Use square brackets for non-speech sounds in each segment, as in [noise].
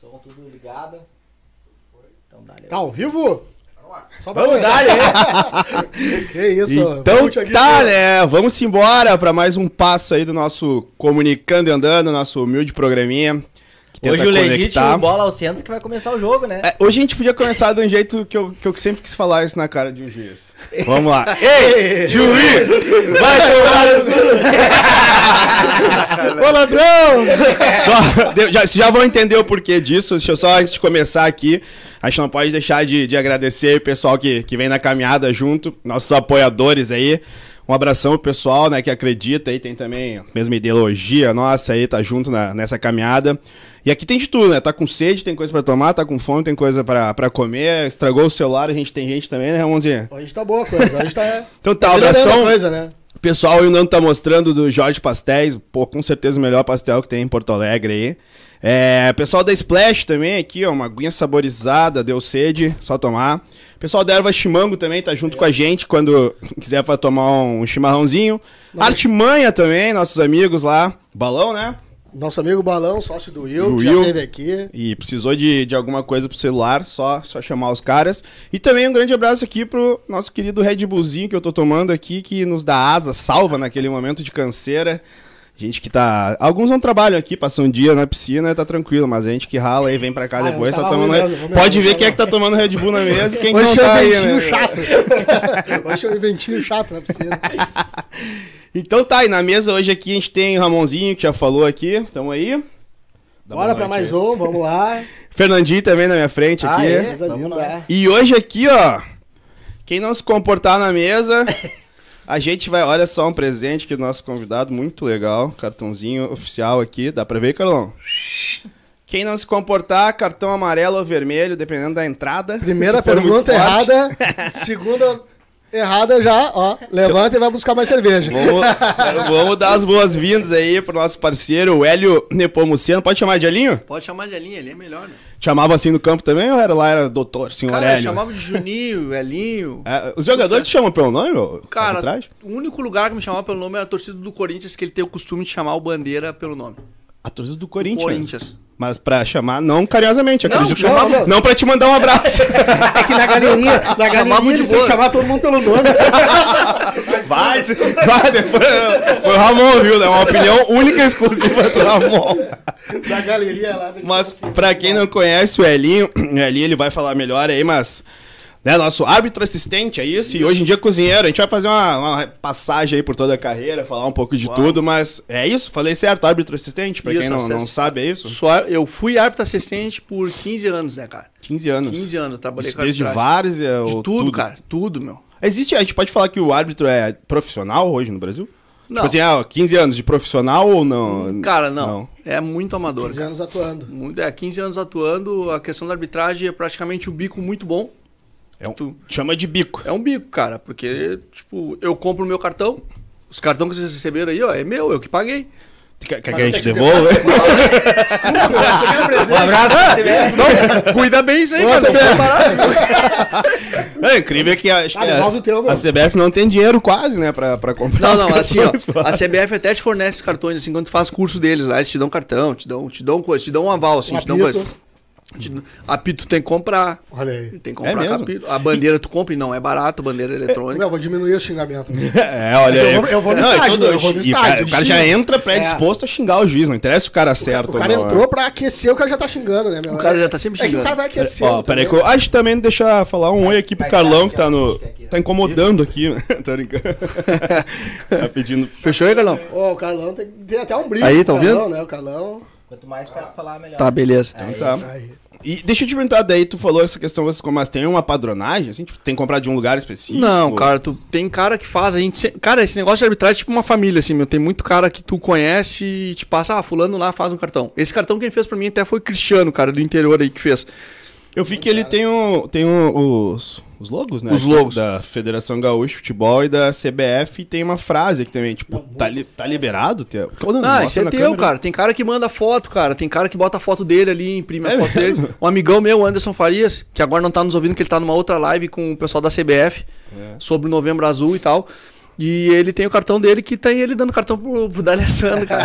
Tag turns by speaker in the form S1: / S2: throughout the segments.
S1: Som tudo ligado. Então dá
S2: Tá ao vivo? Só pra
S3: Vamos dar,
S4: [laughs]
S3: né?
S2: começar. Que isso,
S3: Então
S2: Thiaguinho.
S3: tá, né? Vamos embora para mais um passo aí do nosso Comunicando e Andando, nosso humilde programinha. Que tenta
S1: Hoje o legítimo
S3: conectar.
S1: bola ao centro que vai começar o jogo, né?
S3: É, hoje a gente podia começar de um jeito que eu, que eu sempre quis falar isso na cara de um [laughs] juiz. Vamos lá. Ei, juiz! Vai tomar no cu! Ô, ladrão! [laughs] Só, deu- já, vocês já vão entender o porquê disso. Deixa eu só, antes de começar aqui, a gente não pode deixar de, de agradecer aí o pessoal que, que vem na caminhada junto, nossos apoiadores aí. Um abração pro pessoal, né, que acredita aí, tem também a mesma ideologia nossa aí, tá junto na- nessa caminhada. E aqui tem de tudo, né? Tá com sede, tem coisa pra tomar, tá com fome, tem coisa pra pra comer, estragou o celular, a gente tem gente também, né, 11?
S2: Hoje tá boa a coisa. Hoje tá.
S3: Então [laughs] tá,
S2: melhorando a
S3: abração.
S2: coisa, né?
S3: O pessoal aí o Nando tá mostrando do Jorge Pastéis, pô, com certeza o melhor pastel que tem em Porto Alegre aí. É, pessoal da Splash também aqui, ó, uma aguinha saborizada, deu sede, só tomar. Pessoal da Erva Chimango também tá junto com a gente quando quiser pra tomar um chimarrãozinho. Artimanha também, nossos amigos lá, balão, né?
S2: Nosso amigo Balão, sócio do Will,
S3: Do
S2: que já
S3: Will.
S2: esteve aqui.
S3: E precisou de, de alguma coisa pro celular, só, só chamar os caras. E também um grande abraço aqui pro nosso querido Red Bullzinho que eu tô tomando aqui, que nos dá asa, salva naquele momento de canseira. Gente que tá. Alguns não trabalham aqui, passam um dia na piscina, tá tranquilo, mas a gente que rala aí, vem pra cá
S2: Ah, eu
S3: depois, tá
S2: tava
S3: tomando.
S2: olhando, vou me
S3: Pode ver
S2: olhando.
S3: quem é que tá tomando Red Bull na mesa e quem
S2: [laughs]
S3: que
S2: Hoje
S3: não
S2: é
S3: tá
S2: um
S3: aí,
S2: ventinho
S3: né?
S2: chato.
S3: [laughs]
S2: Hoje é um ventinho chato na piscina.
S3: Então tá, e na mesa hoje aqui a gente tem o Ramonzinho, que já falou aqui, tamo aí. Dá boa
S2: Bora pra mais
S3: noite aí.
S2: um, Ah, é? vamos lá.
S3: Fernandinho também na minha frente aqui.
S1: Aê.
S2: Coisa
S1: Vamos
S2: linda.
S1: nós.
S3: E hoje aqui, ó, quem não se comportar na mesa, a gente vai, olha só um presente que o nosso convidado muito legal, cartãozinho oficial aqui, dá pra ver, Carlão? Quem não se comportar, cartão amarelo ou vermelho, dependendo da entrada.
S2: Primeira
S3: Se for muito
S2: pergunta
S3: forte.
S2: errada.
S3: [laughs]
S2: Segunda errada já, ó. Levanta e vai buscar mais cerveja.
S3: Vamos, vamos dar as boas-vindas aí pro nosso parceiro, o Hélio Nepomuceno. Pode chamar de Elinho?
S4: Pode chamar de Elinho, Elinho é melhor, né?
S3: Chamava assim no campo também ou era lá, era doutor, senhor
S4: Cara, eu
S3: Hélio?
S4: chamava de Juninho, Elinho.
S3: É, os jogadores te chamam pelo nome, ô,
S4: Cara,
S3: arbitragem?
S4: o único lugar que me chamava pelo nome era a torcida do Corinthians, que ele tem o costume de chamar o Bandeira pelo nome.
S3: A torcida do Corinthians.
S4: Corinthians.
S3: Mas pra chamar, não carinhosamente,
S4: Não,
S3: acredito que
S2: não,
S3: chamava. Não,
S2: não.
S3: pra te mandar um abraço.
S2: [laughs] É que na
S3: [laughs]
S2: galeria, na
S4: Chamavam
S2: galeria
S4: de
S2: eles têm que
S4: boa.
S2: chamar todo mundo pelo nome.
S3: Vai, vai, depois. Foi o Ramon, viu? É uma opinião única e exclusiva do Ramon.
S2: Da galeria lá.
S3: Mas pra quem não conhece o Elinho, o Elinho ele vai falar melhor aí, mas. Né, nosso árbitro assistente, é isso? E hoje em dia cozinheiro. A gente vai fazer uma, uma passagem aí por toda a carreira, falar um pouco de tudo, mas é isso? Falei certo, árbitro assistente? Pra quem
S4: Isso,
S3: não, não
S4: assist-
S3: sabe, é isso?
S4: Só eu fui árbitro assistente por 15 anos, né, cara?
S3: 15 anos.
S4: 15 anos, eu trabalhei
S3: Isso
S4: a
S3: desde
S4: arbitragem.
S3: vários.
S4: Tá De tudo, cara, tudo, meu.
S3: Existe, a gente pode falar que o árbitro é profissional hoje no Brasil?
S4: Não.
S3: Tipo assim, ah, 15 anos de profissional ou não?
S4: Cara, não. É muito amador.
S2: 15
S4: Cara.
S2: anos atuando.
S4: Muito, é, 15 anos atuando, a questão da arbitragem é praticamente o bico muito bom.
S3: É um-
S4: Tu-
S3: Chama de bico.
S4: É um bico, cara, porque, tipo, eu compro o meu cartão, os cartões que vocês receberam aí, ó, é meu, eu que paguei.
S3: Quer que
S2: Mas
S3: a gente
S2: tem que
S3: devolva? [laughs]
S1: Um abraço pra você, velho.
S4: Cuida bem isso aí,
S2: Nossa,
S4: cara.
S2: Pedro.
S3: É incrível que a, acho
S2: Ah,
S3: que a,
S2: devolve o teu, meu.
S3: a CBF não tem dinheiro quase, né, pra, pra comprar
S4: Não,
S3: os
S4: não, assim, ó,
S3: [laughs]
S4: [laughs]
S3: cartões, pô.
S4: a CBF até te fornece cartões, assim, quando tu faz curso deles lá, eles te dão cartão, te dão, te dão coisa, te dão um aval, assim,
S2: Um
S4: te dão
S2: apito.
S4: coisa. Te, apito tu tem que comprar,
S2: Olha aí.
S4: tem que comprar
S3: mesmo?
S4: capito. A bandeira tu compra e não é barato, bandeira eletrônica.
S2: Não, vou diminuir o xingamento.
S3: É, olha aí.
S2: Eu vou- eu vou no
S3: Não, e
S2: estádio,
S3: todo-
S2: eu vou no
S3: e o cara-
S2: estádio,
S3: O cara já
S2: xinga.
S3: entra predisposto a xingar o juiz, não interessa o cara certo
S2: O cara
S3: ou não.
S2: entrou pra aquecer, o cara já tá xingando, né, meu?
S4: é. O cara já tá
S2: É
S4: sempre
S2: que o
S4: xingando.
S2: cara vai aquecer.
S3: Ó, peraí que eu acho que também deixar falar um oi aqui pro
S1: Vai
S3: Carlão que
S1: estar
S3: tá
S1: aqui, ó,
S3: no.
S1: acho que é aqui, ó.
S3: Tá incomodando aqui, [laughs] né? Tá brincando. Tá pedindo.
S4: [laughs] Fechou aí, Galão?
S2: Ó, o Carlão tem, tem até um brilho.
S4: Aí,
S2: pro
S4: tão
S2: Carlão,
S4: vendo?
S2: né? O Carlão.
S1: Quanto mais perto falar, melhor.
S4: Tá, beleza.
S3: Tá.
S2: Aí.
S3: E deixa eu te perguntar, daí tu falou essa questão, mas- mas tem uma padronagem, assim, tipo, tem que comprar de um lugar específico?
S4: Não, cara, tu tem cara que faz, a gente, se- cara, esse negócio de arbitragem é tipo uma família assim, meu, tem muito cara que tu conhece e te passa, ah, fulano lá faz um cartão. Esse cartão quem fez pra mim até foi o Cristiano, cara, do interior aí que fez.
S3: Eu vi que ele tem, um, tem um- os, os logos, né?
S4: Os logos.
S3: Da Federação Gaúcha de Futebol e da CBF, e tem uma frase aqui também, tipo, tá, li- tá liberado? teu? Ou Não,
S4: Ah,
S3: mostra
S4: isso é
S3: na
S4: teu,
S3: câmera.
S4: cara. Tem cara que manda foto, cara. Tem cara que bota a foto dele ali, imprime a
S3: É
S4: foto dele. Um amigão meu, Anderson Farias, que
S3: É.
S4: agora não tá nos ouvindo, que ele tá numa outra live com o pessoal da CBF sobre o Novembro Azul e tal. E ele tem o cartão dele que tem ele dando cartão pro,
S3: [laughs]
S4: pro D'Alessandro, cara.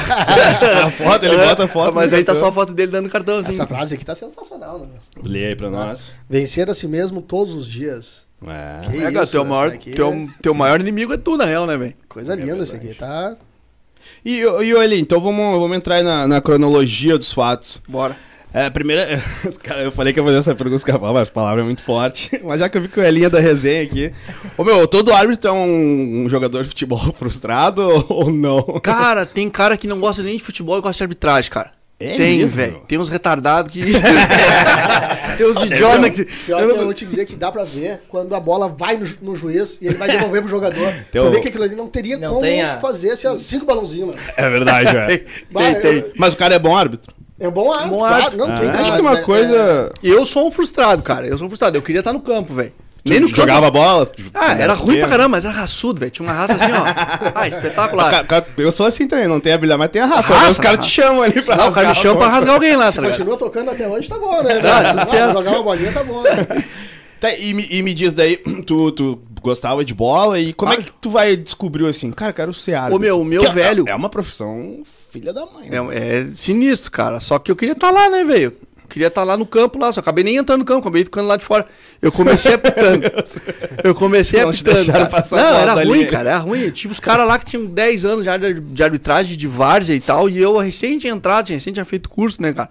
S3: A foto, ele bota a foto
S4: Mas
S3: no
S4: aí tá
S3: cartão.
S4: só a foto dele dando cartão, assim.
S2: Essa frase aqui tá sensacional, né? meu?
S3: Lê aí pra nós.
S2: Vencer a si mesmo todos os dias.
S3: É.
S2: Que
S4: É, cara,
S2: isso,
S4: teu,
S2: essa
S4: maior,
S2: daqui
S4: teu, teu maior inimigo é tu, na real, né, velho?
S2: é Coisa linda isso aqui, tá?
S3: E, e olha, então vamos, vamos entrar aí na, na cronologia dos fatos.
S4: Bora.
S3: É, primeiro, [laughs] os cara, eu falei que eu ia fazer essa pergunta, os caras falaram, mas a palavra é muito forte. [laughs] Mas já que eu vi que o Elinha da resenha aqui. Ô meu, todo árbitro é um, um jogador de futebol [laughs] frustrado ou não?
S4: Cara, tem cara que não gosta nem de futebol e gosta de arbitragem, cara.
S3: É
S4: tem,
S3: mesmo?
S4: velho. Tem uns retardados que. [laughs] é tem uns idiota que.
S2: Pior que é eu vou te dizer que dá pra ver quando a bola vai no, ju- no juiz e ele vai devolver pro jogador.
S3: [laughs] Teu-
S2: Tu vê que aquilo ali não teria
S1: Não
S2: como
S1: tem a-
S2: fazer se cinco balãozinhos, mano.
S3: É verdade, [laughs] velho.
S2: Bah,
S4: Tem, tem.
S3: Mas o cara é bom árbitro?
S2: É bom árbitro,
S4: Bom
S2: claro.
S4: árbitro.
S2: Não tem
S3: acho
S2: cara,
S3: que
S2: mas
S3: uma
S2: é-
S3: coisa.
S4: Eu sou um frustrado, cara. Eu sou um frustrado. Eu queria estar no campo, velho. Nem no campo.
S3: jogava bola? tipo, né?
S4: Ah, era ruim pra caramba, mas era raçudo, velho. Tinha uma raça assim, [laughs] ó. Ah, espetacular.
S3: Ca- ca- Eu sou assim também, não tem habilidade, mas tem a raça. né?
S4: Raça,
S3: Os caras te
S4: raça.
S3: chamam ali pra
S4: Não, o cara me
S3: rasgar a
S4: chama pra
S3: bola.
S4: rasgar alguém lá,
S2: Se
S4: tá ligado?
S2: É, continua tocando até hoje, tá bom, né?
S4: Tá, tudo
S2: Ah,
S4: certo.
S2: jogar uma bolinha, tá bom. Né?
S3: Tá, e, me, e me diz daí, [clears throat] tu, tu gostava de bola e como é que tu vai descobrir assim, cara, quero ser árbitro?
S4: Ah. Ô, meu, o meu
S3: Que é-
S4: velho-
S3: É, uma profissão filha da mãe. né?
S4: É, é sinistro, cara. Só que eu queria estar lá, né, velho? Eu Queria estar lá no campo lá, só acabei nem entrando no campo, acabei ficando lá de fora. Eu
S3: [laughs]
S4: comecei apitando. Eu comecei
S3: Não te
S4: apitando.
S3: deixaram
S4: cara.
S3: passar a
S4: Não,
S3: bola
S4: era
S3: da
S4: ruim,
S3: linha.
S4: cara, era ruim. Tinha os caras lá que tinham 10 anos já de, de arbitragem, de várzea e tal, e eu recém tinha entrado, tinha- recém tinha feito curso, né, cara?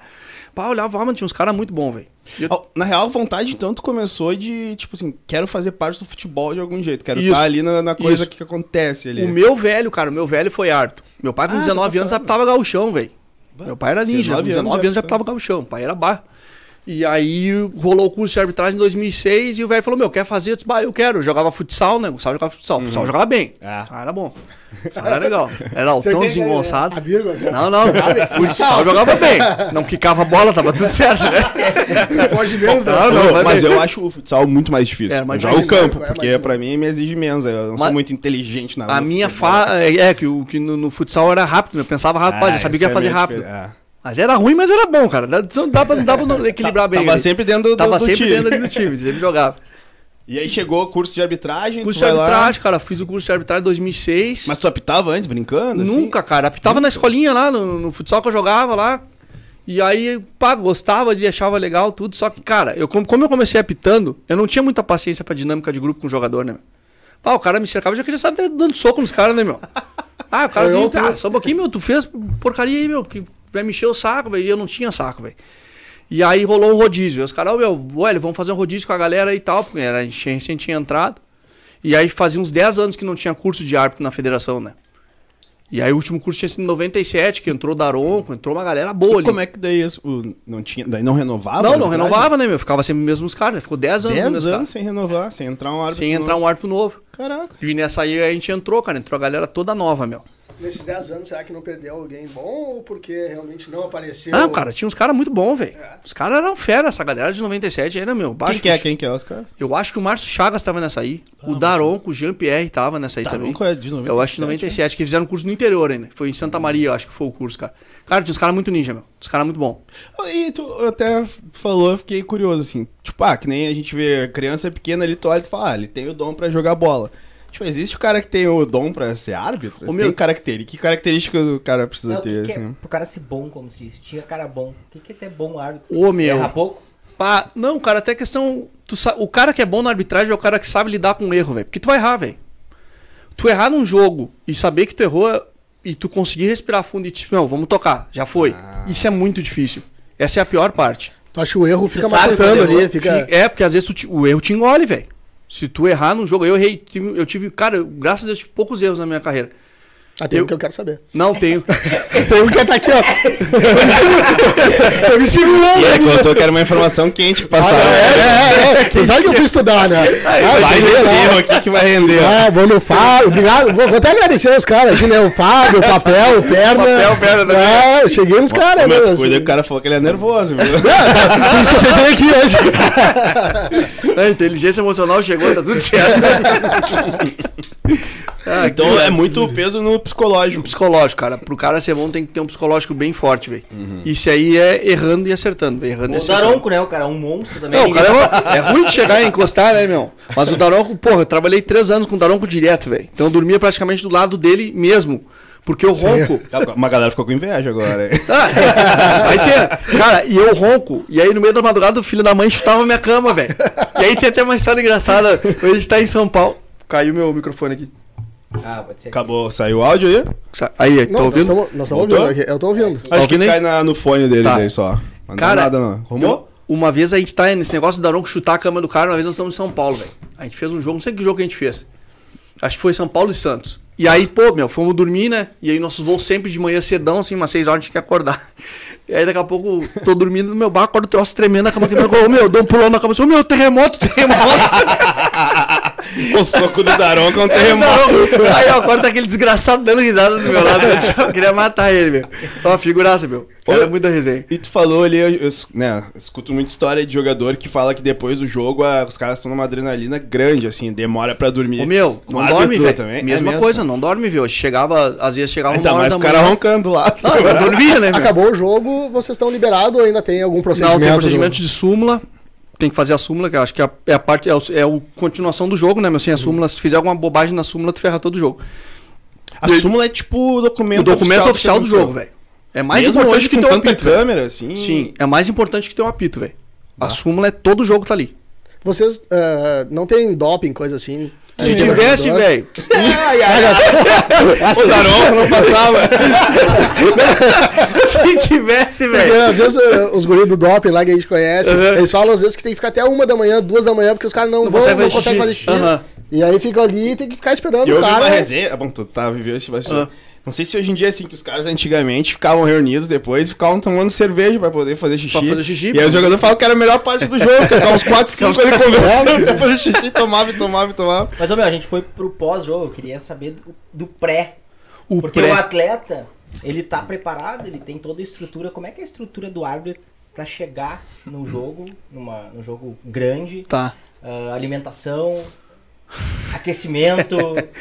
S4: Pá, olhava, ah, mano, tinha uns caras muito bons, velho. E eu-
S3: Ó, Na real, a vontade tanto começou de, tipo assim, quero fazer parte do futebol de algum jeito, quero
S4: Isso.
S3: estar ali na, na coisa
S4: Isso.
S3: que acontece ali.
S4: O meu velho, cara, o meu velho foi árbitro. Meu pai com
S3: Ah, tu tá
S4: 19 anos
S3: falando.
S4: apitava gauchão, velho. Meu pai era ninja,
S3: 19
S4: com
S3: anos
S4: 19
S3: já
S4: anos já apitava gauchão, pai era bar. E aí rolou o curso de arbitragem em 2006 e o velho falou, meu, quer fazer? Eu disse, bah, eu quero. Eu jogava futsal, né? Eu Gostava de jogar futsal. Futsal eu jogava bem.
S3: Ah.
S4: Ah, era bom. Futsal era legal. Era altão,
S2: tem,
S4: desengonçado.
S2: né, a vírgula, né?
S4: Não, não. Futsal eu jogava bem. Não quicava a bola, tava tudo certo, né?
S2: Pode menos, né?
S4: Não,
S3: Não,
S4: não,
S3: mas eu acho o futsal muito mais difícil.
S4: É, mas
S3: eu jogo o
S2: difícil,
S3: campo,
S2: é, é
S3: porque
S2: mais
S3: pra mim me exige menos. Eu não sou
S4: Mas-
S3: muito inteligente na né?
S4: A minha
S3: fala
S4: fa... É, é, que, o, que no, no futsal era rápido, né? Eu pensava rápido, pá, já sabia que ia fazer rápido.
S3: Ah, É.
S4: Mas era ruim, mas era bom, cara. Dá- Não dá pra, não dá
S3: [laughs]
S4: pra não equilibrar bem.
S3: Tá, Tava
S4: ali.
S3: sempre dentro do,
S4: Tava
S3: do
S4: sempre
S3: time.
S4: dentro
S3: [laughs]
S4: ali do time, sempre jogava.
S3: E aí chegou o curso de arbitragem,
S4: Curso
S3: tu
S4: de
S3: vai lá-
S4: arbitragem, cara. Fiz o curso de arbitragem em 2006.
S3: Mas tu apitava antes, brincando? assim?
S4: Nunca, cara. Apitava na escolinha lá, no, no futsal que eu jogava lá. E aí, pá, gostava de achava legal tudo. Só que, cara, eu, como como eu comecei apitando, eu não tinha muita paciência pra dinâmica de grupo com o jogador, né? Pá, o cara me cercava, eu já queria saber tá dando soco nos caras, né, meu? Ah, o cara
S2: Eu
S4: vinha,
S2: outro-
S4: ah, só um pouquinho, meu, tu fez porcaria aí, meu, que vai me encher o saco, velho. E eu não tinha saco, velho. E aí rolou um rodízio. E os caras, ô, meu, velho, vamos fazer um rodízio com a galera aí e tal, porque era, a gente recém tinha entrado. E aí fazia uns 10 anos que não tinha curso de árbitro na federação, né? E aí o último curso tinha sido em 97, que entrou Daronco, entrou uma galera boa ali.
S3: Como é que daí isso- o- não tinha, daí não renovava?
S4: Não, não
S3: arbitragem?
S4: renovava, né, meu? Ficava sempre mesmo os caras, né? Ficou 10 anos,
S3: 10
S4: né, os
S3: anos,
S4: caras.
S3: sem renovar, sem entrar um árbitro.
S4: Sem
S3: novo.
S4: entrar um árbitro novo.
S3: Caraca.
S4: E nessa aí a gente entrou, cara, entrou a galera toda nova, meu.
S2: [laughs] Nesses 10 anos, será que não perdeu alguém bom ou porque realmente não apareceu?
S4: Ah, cara, tinha uns caras muito bons, velho. Os caras eram fera, essa galera de 97 aí, né, meu?
S3: Quem
S4: Baixo
S3: que é? Quem que é os caras?
S4: Eu acho que o Márcio Chagas tava nessa aí. o Daronco, o Jean-Pierre tava nessa aí também.
S3: Daronco é de 97,
S4: Eu acho que 97, que fizeram um curso no interior ainda. Foi em Santa Maria, eu acho que foi o curso, cara. Cara, tinha uns caras muito ninja, meu. Os caras muito bom.
S3: E tu até falou, eu fiquei curioso, assim. Tipo, ah, que nem a gente vê criança pequena, ele tu olha e tu fala, ah, ele tem o dom pra jogar bola. Tipo, existe o cara que tem o dom pra ser árbitro?
S4: Ô,
S3: Assim,
S4: meu-
S3: Tem característica, que características o cara precisa
S1: Não, o
S3: ter,
S1: que que é,
S3: assim?
S1: pro cara ser bom, como se diz, tinha cara bom. O que, que é ter bom árbitro?
S4: Ô, meu.
S1: Erra pouco?
S4: Pá, não, cara, até questão. Tu sa- O cara que é bom na arbitragem é o cara que sabe lidar com o erro, velho. Porque tu vai errar, velho. Tu errar num jogo e saber que tu errou e tu conseguir respirar fundo e tipo, não, vamos tocar, já foi. Isso é muito difícil. Essa é a pior parte.
S2: Tu acha que o erro fica
S1: Tu sabe
S2: matando
S1: quando errou,
S2: ali, fica...
S4: É, porque às vezes tu te- o erro te engole, velho. Se tu errar num jogo, eu errei. tive- Eu tive, cara, eu- graças a Deus, tive poucos erros na minha carreira.
S2: Ah, tem
S4: Eu-
S2: um que eu quero saber.
S4: Não [laughs] tenho.
S2: [laughs] Tem um que tá aqui, ó. [laughs] Eu me segurando.
S3: aí, contou que era uma informação quente que
S2: Ah, é, [laughs] é, é. Tu sabe que eu fui estudar, né?
S4: é,
S2: Ah,
S3: Vai
S2: cheguei
S3: nesse
S2: lá.
S3: erro aqui que vai render. ó.
S2: Ah, vou no Fábio, obrigado. Vou, vou até agradecer os caras aqui, né? O Fábio, o Papel, o Perna.
S3: Papel, Perna também. né?
S2: Ah, cheguei nos caras,
S3: Meu,
S2: né?
S3: cuida que o cara falou que ele é nervoso, viu? [laughs]
S2: Ah, Por isso que eu sentei aqui hoje.
S4: né? [laughs] A inteligência emocional chegou, tá tudo certo. Ah,
S3: então
S4: aquilo
S3: é muito peso no psicológico.
S4: Um psicológico, cara. Pro cara ser bom tem que ter um psicológico bem forte, velho. Isso aí é errando e acertando, véi, errando
S1: O
S4: e acertando.
S1: Daronco, né? O cara é um monstro também.
S4: Não, o cara é, é ruim de chegar e encostar, né, meu? Mas o Daronco, porra, eu trabalhei três anos com o Daronco direto, velho. Então eu dormia praticamente do lado dele mesmo. Porque eu ronco.
S3: Uma galera ficou com inveja agora. hein?
S4: Ah, vai ter. Cara, e eu ronco. E aí, no meio da madrugada, o filho da mãe chutava minha cama, velho. E aí tem até uma história engraçada. A gente tá em São Paulo. Caiu meu microfone aqui.
S1: Ah, pode ser.
S3: Acabou, saiu o áudio aí?
S4: Sa- Aí, tá
S2: Não, nós
S4: ouvindo?
S2: estamos- Nós estamos
S3: Voltou?
S2: ouvindo aqui. Eu tô ouvindo.
S3: Acho que
S4: ouvindo aí?
S3: cai na- no fone dele
S4: Tá.
S3: daí só. Mas
S4: Cara,
S3: não é nada, não. Arrumou?
S4: Então, uma vez a gente tá nesse negócio do Daronco chutar a cama do cara, uma vez nós estamos em São Paulo, velho. A gente fez um jogo, não sei que jogo que a gente fez. Acho que foi São Paulo e Santos. E aí, pô, meu, fomos dormir, né? E aí nossos voos sempre de manhã cedão, assim, umas 6 horas a gente tinha que acordar. [laughs] E aí daqui a pouco, tô dormindo no meu bar, acordo o troço tremendo, a cama que ô meu, eu dou um pulão na cama, assim, ô meu, terremoto, terremoto.
S3: O soco do Daronco [laughs] é um [laughs] terremoto.
S4: Não, aí eu acordo aquele desgraçado dando risada do meu lado, assim, eu só queria matar ele, meu. É uma figuraça, meu. Era muito da resenha.
S3: E tu falou ali, eu, eu es- né, escuto muita história de jogador que fala que depois do jogo ah, os caras estão numa adrenalina grande, assim, demora pra dormir.
S4: Ô meu,
S3: No
S4: não dorme,
S3: árbitro
S4: velho.
S3: também. É
S4: Mesma
S3: mesmo?
S4: coisa, não dorme, viu? Chegava, às vezes chegava
S3: Ainda
S4: uma hora
S3: mais
S4: da
S3: o cara um
S4: manhã.
S3: roncando lá.
S4: Não, eu
S3: [laughs]
S4: dormia, né, meu?
S2: Acabou o jogo, vocês estão liberados ou ainda tem algum procedimento?
S4: Não, tem procedimento
S3: né?
S2: do-
S4: de súmula. Tem que fazer a súmula, que eu acho que é a, é a parte, é, o, é o- continuação do jogo, né, meu?
S3: Hum.
S4: Sem a súmula, se fizer alguma bobagem na súmula, tu ferra todo o jogo.
S3: A súmula é tipo o documento
S4: o documento oficial, do jogo, velho. É mais importante que
S3: com
S4: ter o
S3: tanta
S4: apito. velho.
S3: câmera, Ah. assim.
S4: Sim, é mais importante que ter o apito, velho. A súmula é todo jogo tá ali.
S2: Vocês ah, não tem doping, coisa assim?
S4: Se
S3: É,
S2: Tem
S4: tivesse,
S2: jogador? [laughs]
S4: velho.
S3: O Daronco não [laughs] passava.
S4: [laughs] Se tivesse,
S2: Porque
S4: velho.
S2: às vezes ah, os guris do doping lá que a gente conhece,
S4: É. Aham.
S2: eles falam às vezes que tem que ficar até uma da manhã, duas da manhã, porque os caras não, vão-
S4: consegue
S2: não
S4: fazer
S2: conseguem fazer
S4: xixi.
S2: xixi.
S4: Aham.
S2: E aí ficam ali e tem que ficar esperando
S3: E eu
S2: o
S3: vi uma
S2: cara.
S3: resenha. Bom, tu tá vivendo esse bastidor.
S4: é. Ah.
S3: Não sei se hoje em dia é assim, que os caras antigamente ficavam reunidos depois e ficavam tomando cerveja pra poder fazer xixi.
S4: Pra fazer xixi,
S3: E aí
S4: pô.
S3: o jogador falava que era a melhor parte do jogo, que tava uns
S4: [laughs]
S3: 4, 5 ele conversando, pra fazer xixi, tomava, e tomava, e tomava.
S1: Mas, ô, meu, a gente foi pro pós-jogo. Eu queria saber do, do pré.
S4: O
S1: Porque
S4: pré-
S1: o atleta, ele tá preparado, ele tem toda a estrutura. Como é que é a estrutura do árbitro pra chegar num jogo, numa, num jogo grande?
S4: Tá.
S1: Ah, alimentação, aquecimento.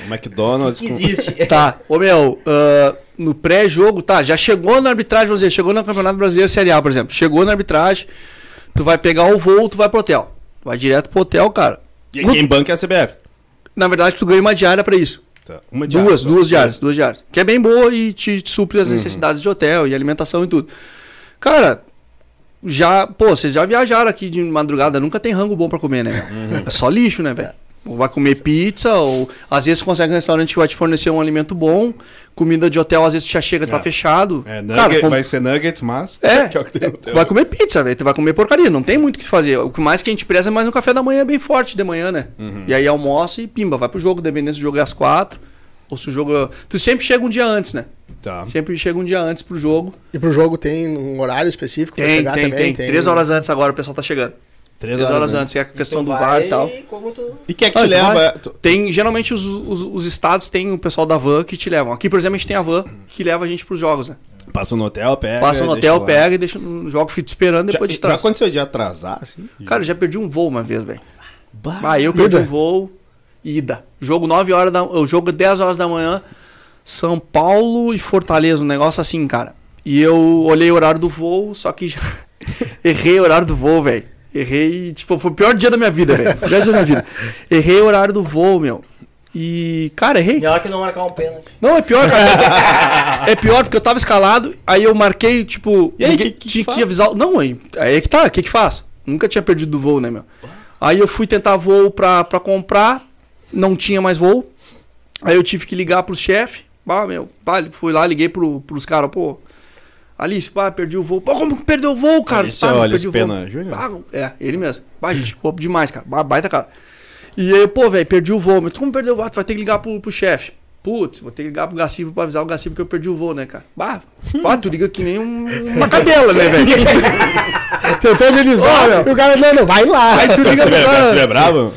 S3: McDonald's
S1: que
S3: com...
S1: existe.
S4: [laughs] Tá, ô meu, ah, no pré-jogo, tá, já chegou na arbitragem brasileira, chegou no Campeonato Brasileiro Série A, por exemplo. Chegou na arbitragem, tu vai pegar o voo, tu vai pro hotel. Vai direto pro hotel, cara.
S3: E aí, quem banca é a CBF.
S4: Na verdade, tu ganha uma diária pra isso.
S3: Tá, Uma
S4: duas,
S3: só.
S4: duas diárias, duas diárias. Que é bem boa e te, te supre
S3: Uhum.
S4: as necessidades de hotel e alimentação e tudo. Cara, já, pô, vocês já viajaram aqui de madrugada, nunca tem rango bom pra comer, né, meu?
S3: Uhum.
S4: É só lixo, né, velho? Ou vai comer pizza, ou às vezes tu consegue um restaurante que vai te fornecer um alimento bom, comida de hotel, às vezes tu já chega, tá fechado.
S3: É, nugget,
S4: Cara, com-
S3: vai ser nuggets, mas...
S4: é,
S3: que [laughs] é o que tem no
S4: tu
S3: teu.
S4: vai comer pizza, velho. Tu vai comer porcaria, não tem muito o que fazer. O que mais que a gente preza é mais um café da manhã bem forte de manhã, né?
S3: Uhum.
S4: E aí almoça e pimba, vai pro jogo, dependendo se o jogo é às quatro. Ou se o jogo. é- Tu sempre chega um dia antes, né?
S3: Tá.
S4: Sempre chega um dia antes pro jogo.
S2: E pro jogo tem um horário específico pra
S4: Tem,
S2: chegar
S4: tem,
S2: também?
S4: tem, Três horas antes agora o pessoal tá chegando.
S3: Três
S4: Três horas, antes,
S2: Então
S4: é a questão do VAR e tal.
S1: Então Como tu...
S3: E quem é que te
S4: Ah, então vai.
S3: leva... Tu-
S4: Tem, geralmente os, os, os estados tem o pessoal da van que te levam. Aqui, por exemplo, a gente tem a van que leva a gente pros jogos, né?
S3: Passa no hotel, pega...
S4: Passa no
S3: É, deixa
S4: hotel,
S3: lá.
S4: pega e deixa no jogo, fica te esperando
S3: Já,
S4: depois de
S3: já
S4: trás.
S3: aconteceu de atrasar, assim?
S4: Cara, eu já perdi um voo uma vez, velho.
S3: Bah.
S4: Ah, eu perdi
S2: Ida.
S4: um voo. Ida. Jogo 9 horas da O jogo 10 horas da manhã. São Paulo e Fortaleza, um negócio assim, cara. E eu olhei o horário do voo, só que já... [laughs] errei o horário do voo, velho. Errei, tipo, foi o pior dia da minha vida, velho. Pior dia da minha vida. Errei o horário do voo, meu. E, cara, errei.
S1: E a hora que não marcar um pênalti.
S4: Não, é pior, cara. é pior porque eu tava escalado, aí eu marquei, tipo,
S3: E aí,
S4: ninguém
S3: que- que
S4: tinha que
S3: faz?
S4: avisar. Não, aí, aí é que tá, o que que faz? Nunca tinha perdido voo, né, meu? Aí eu fui tentar voo pra, pra comprar, não tinha mais voo. Aí eu tive que ligar pro chefe. Bah, meu, pá, fui lá, liguei pro, pros caras, pô. Alice, pá, perdi o voo. Pô, como que perdeu o voo, cara?
S3: Alice
S4: Pá,
S3: é o
S4: meu,
S3: Alice
S4: perdi o voo.
S3: Pena Júnior?
S4: Ah, é, ele mesmo. Bah, gente, pô, demais, cara. Bah, baita cara. E aí, pô, velho, perdi o voo. Mas como perdeu o voo? Ah, Tu vai ter que ligar pro, pro chefe. Putz, vou ter que ligar pro Gacibo pra avisar o Gacibo que eu perdi o voo, né, cara? Bah, [laughs] pá, tu liga que nem um-
S2: [laughs]
S4: uma cadela, né, velho?
S2: Tentando
S4: Ó,
S2: agilizar,
S4: meu.
S2: meu. E o cara, não, não, vai lá.
S4: Aí tu liga
S3: Você é
S4: pro
S3: bravo? Você é
S4: cara.
S3: bravo?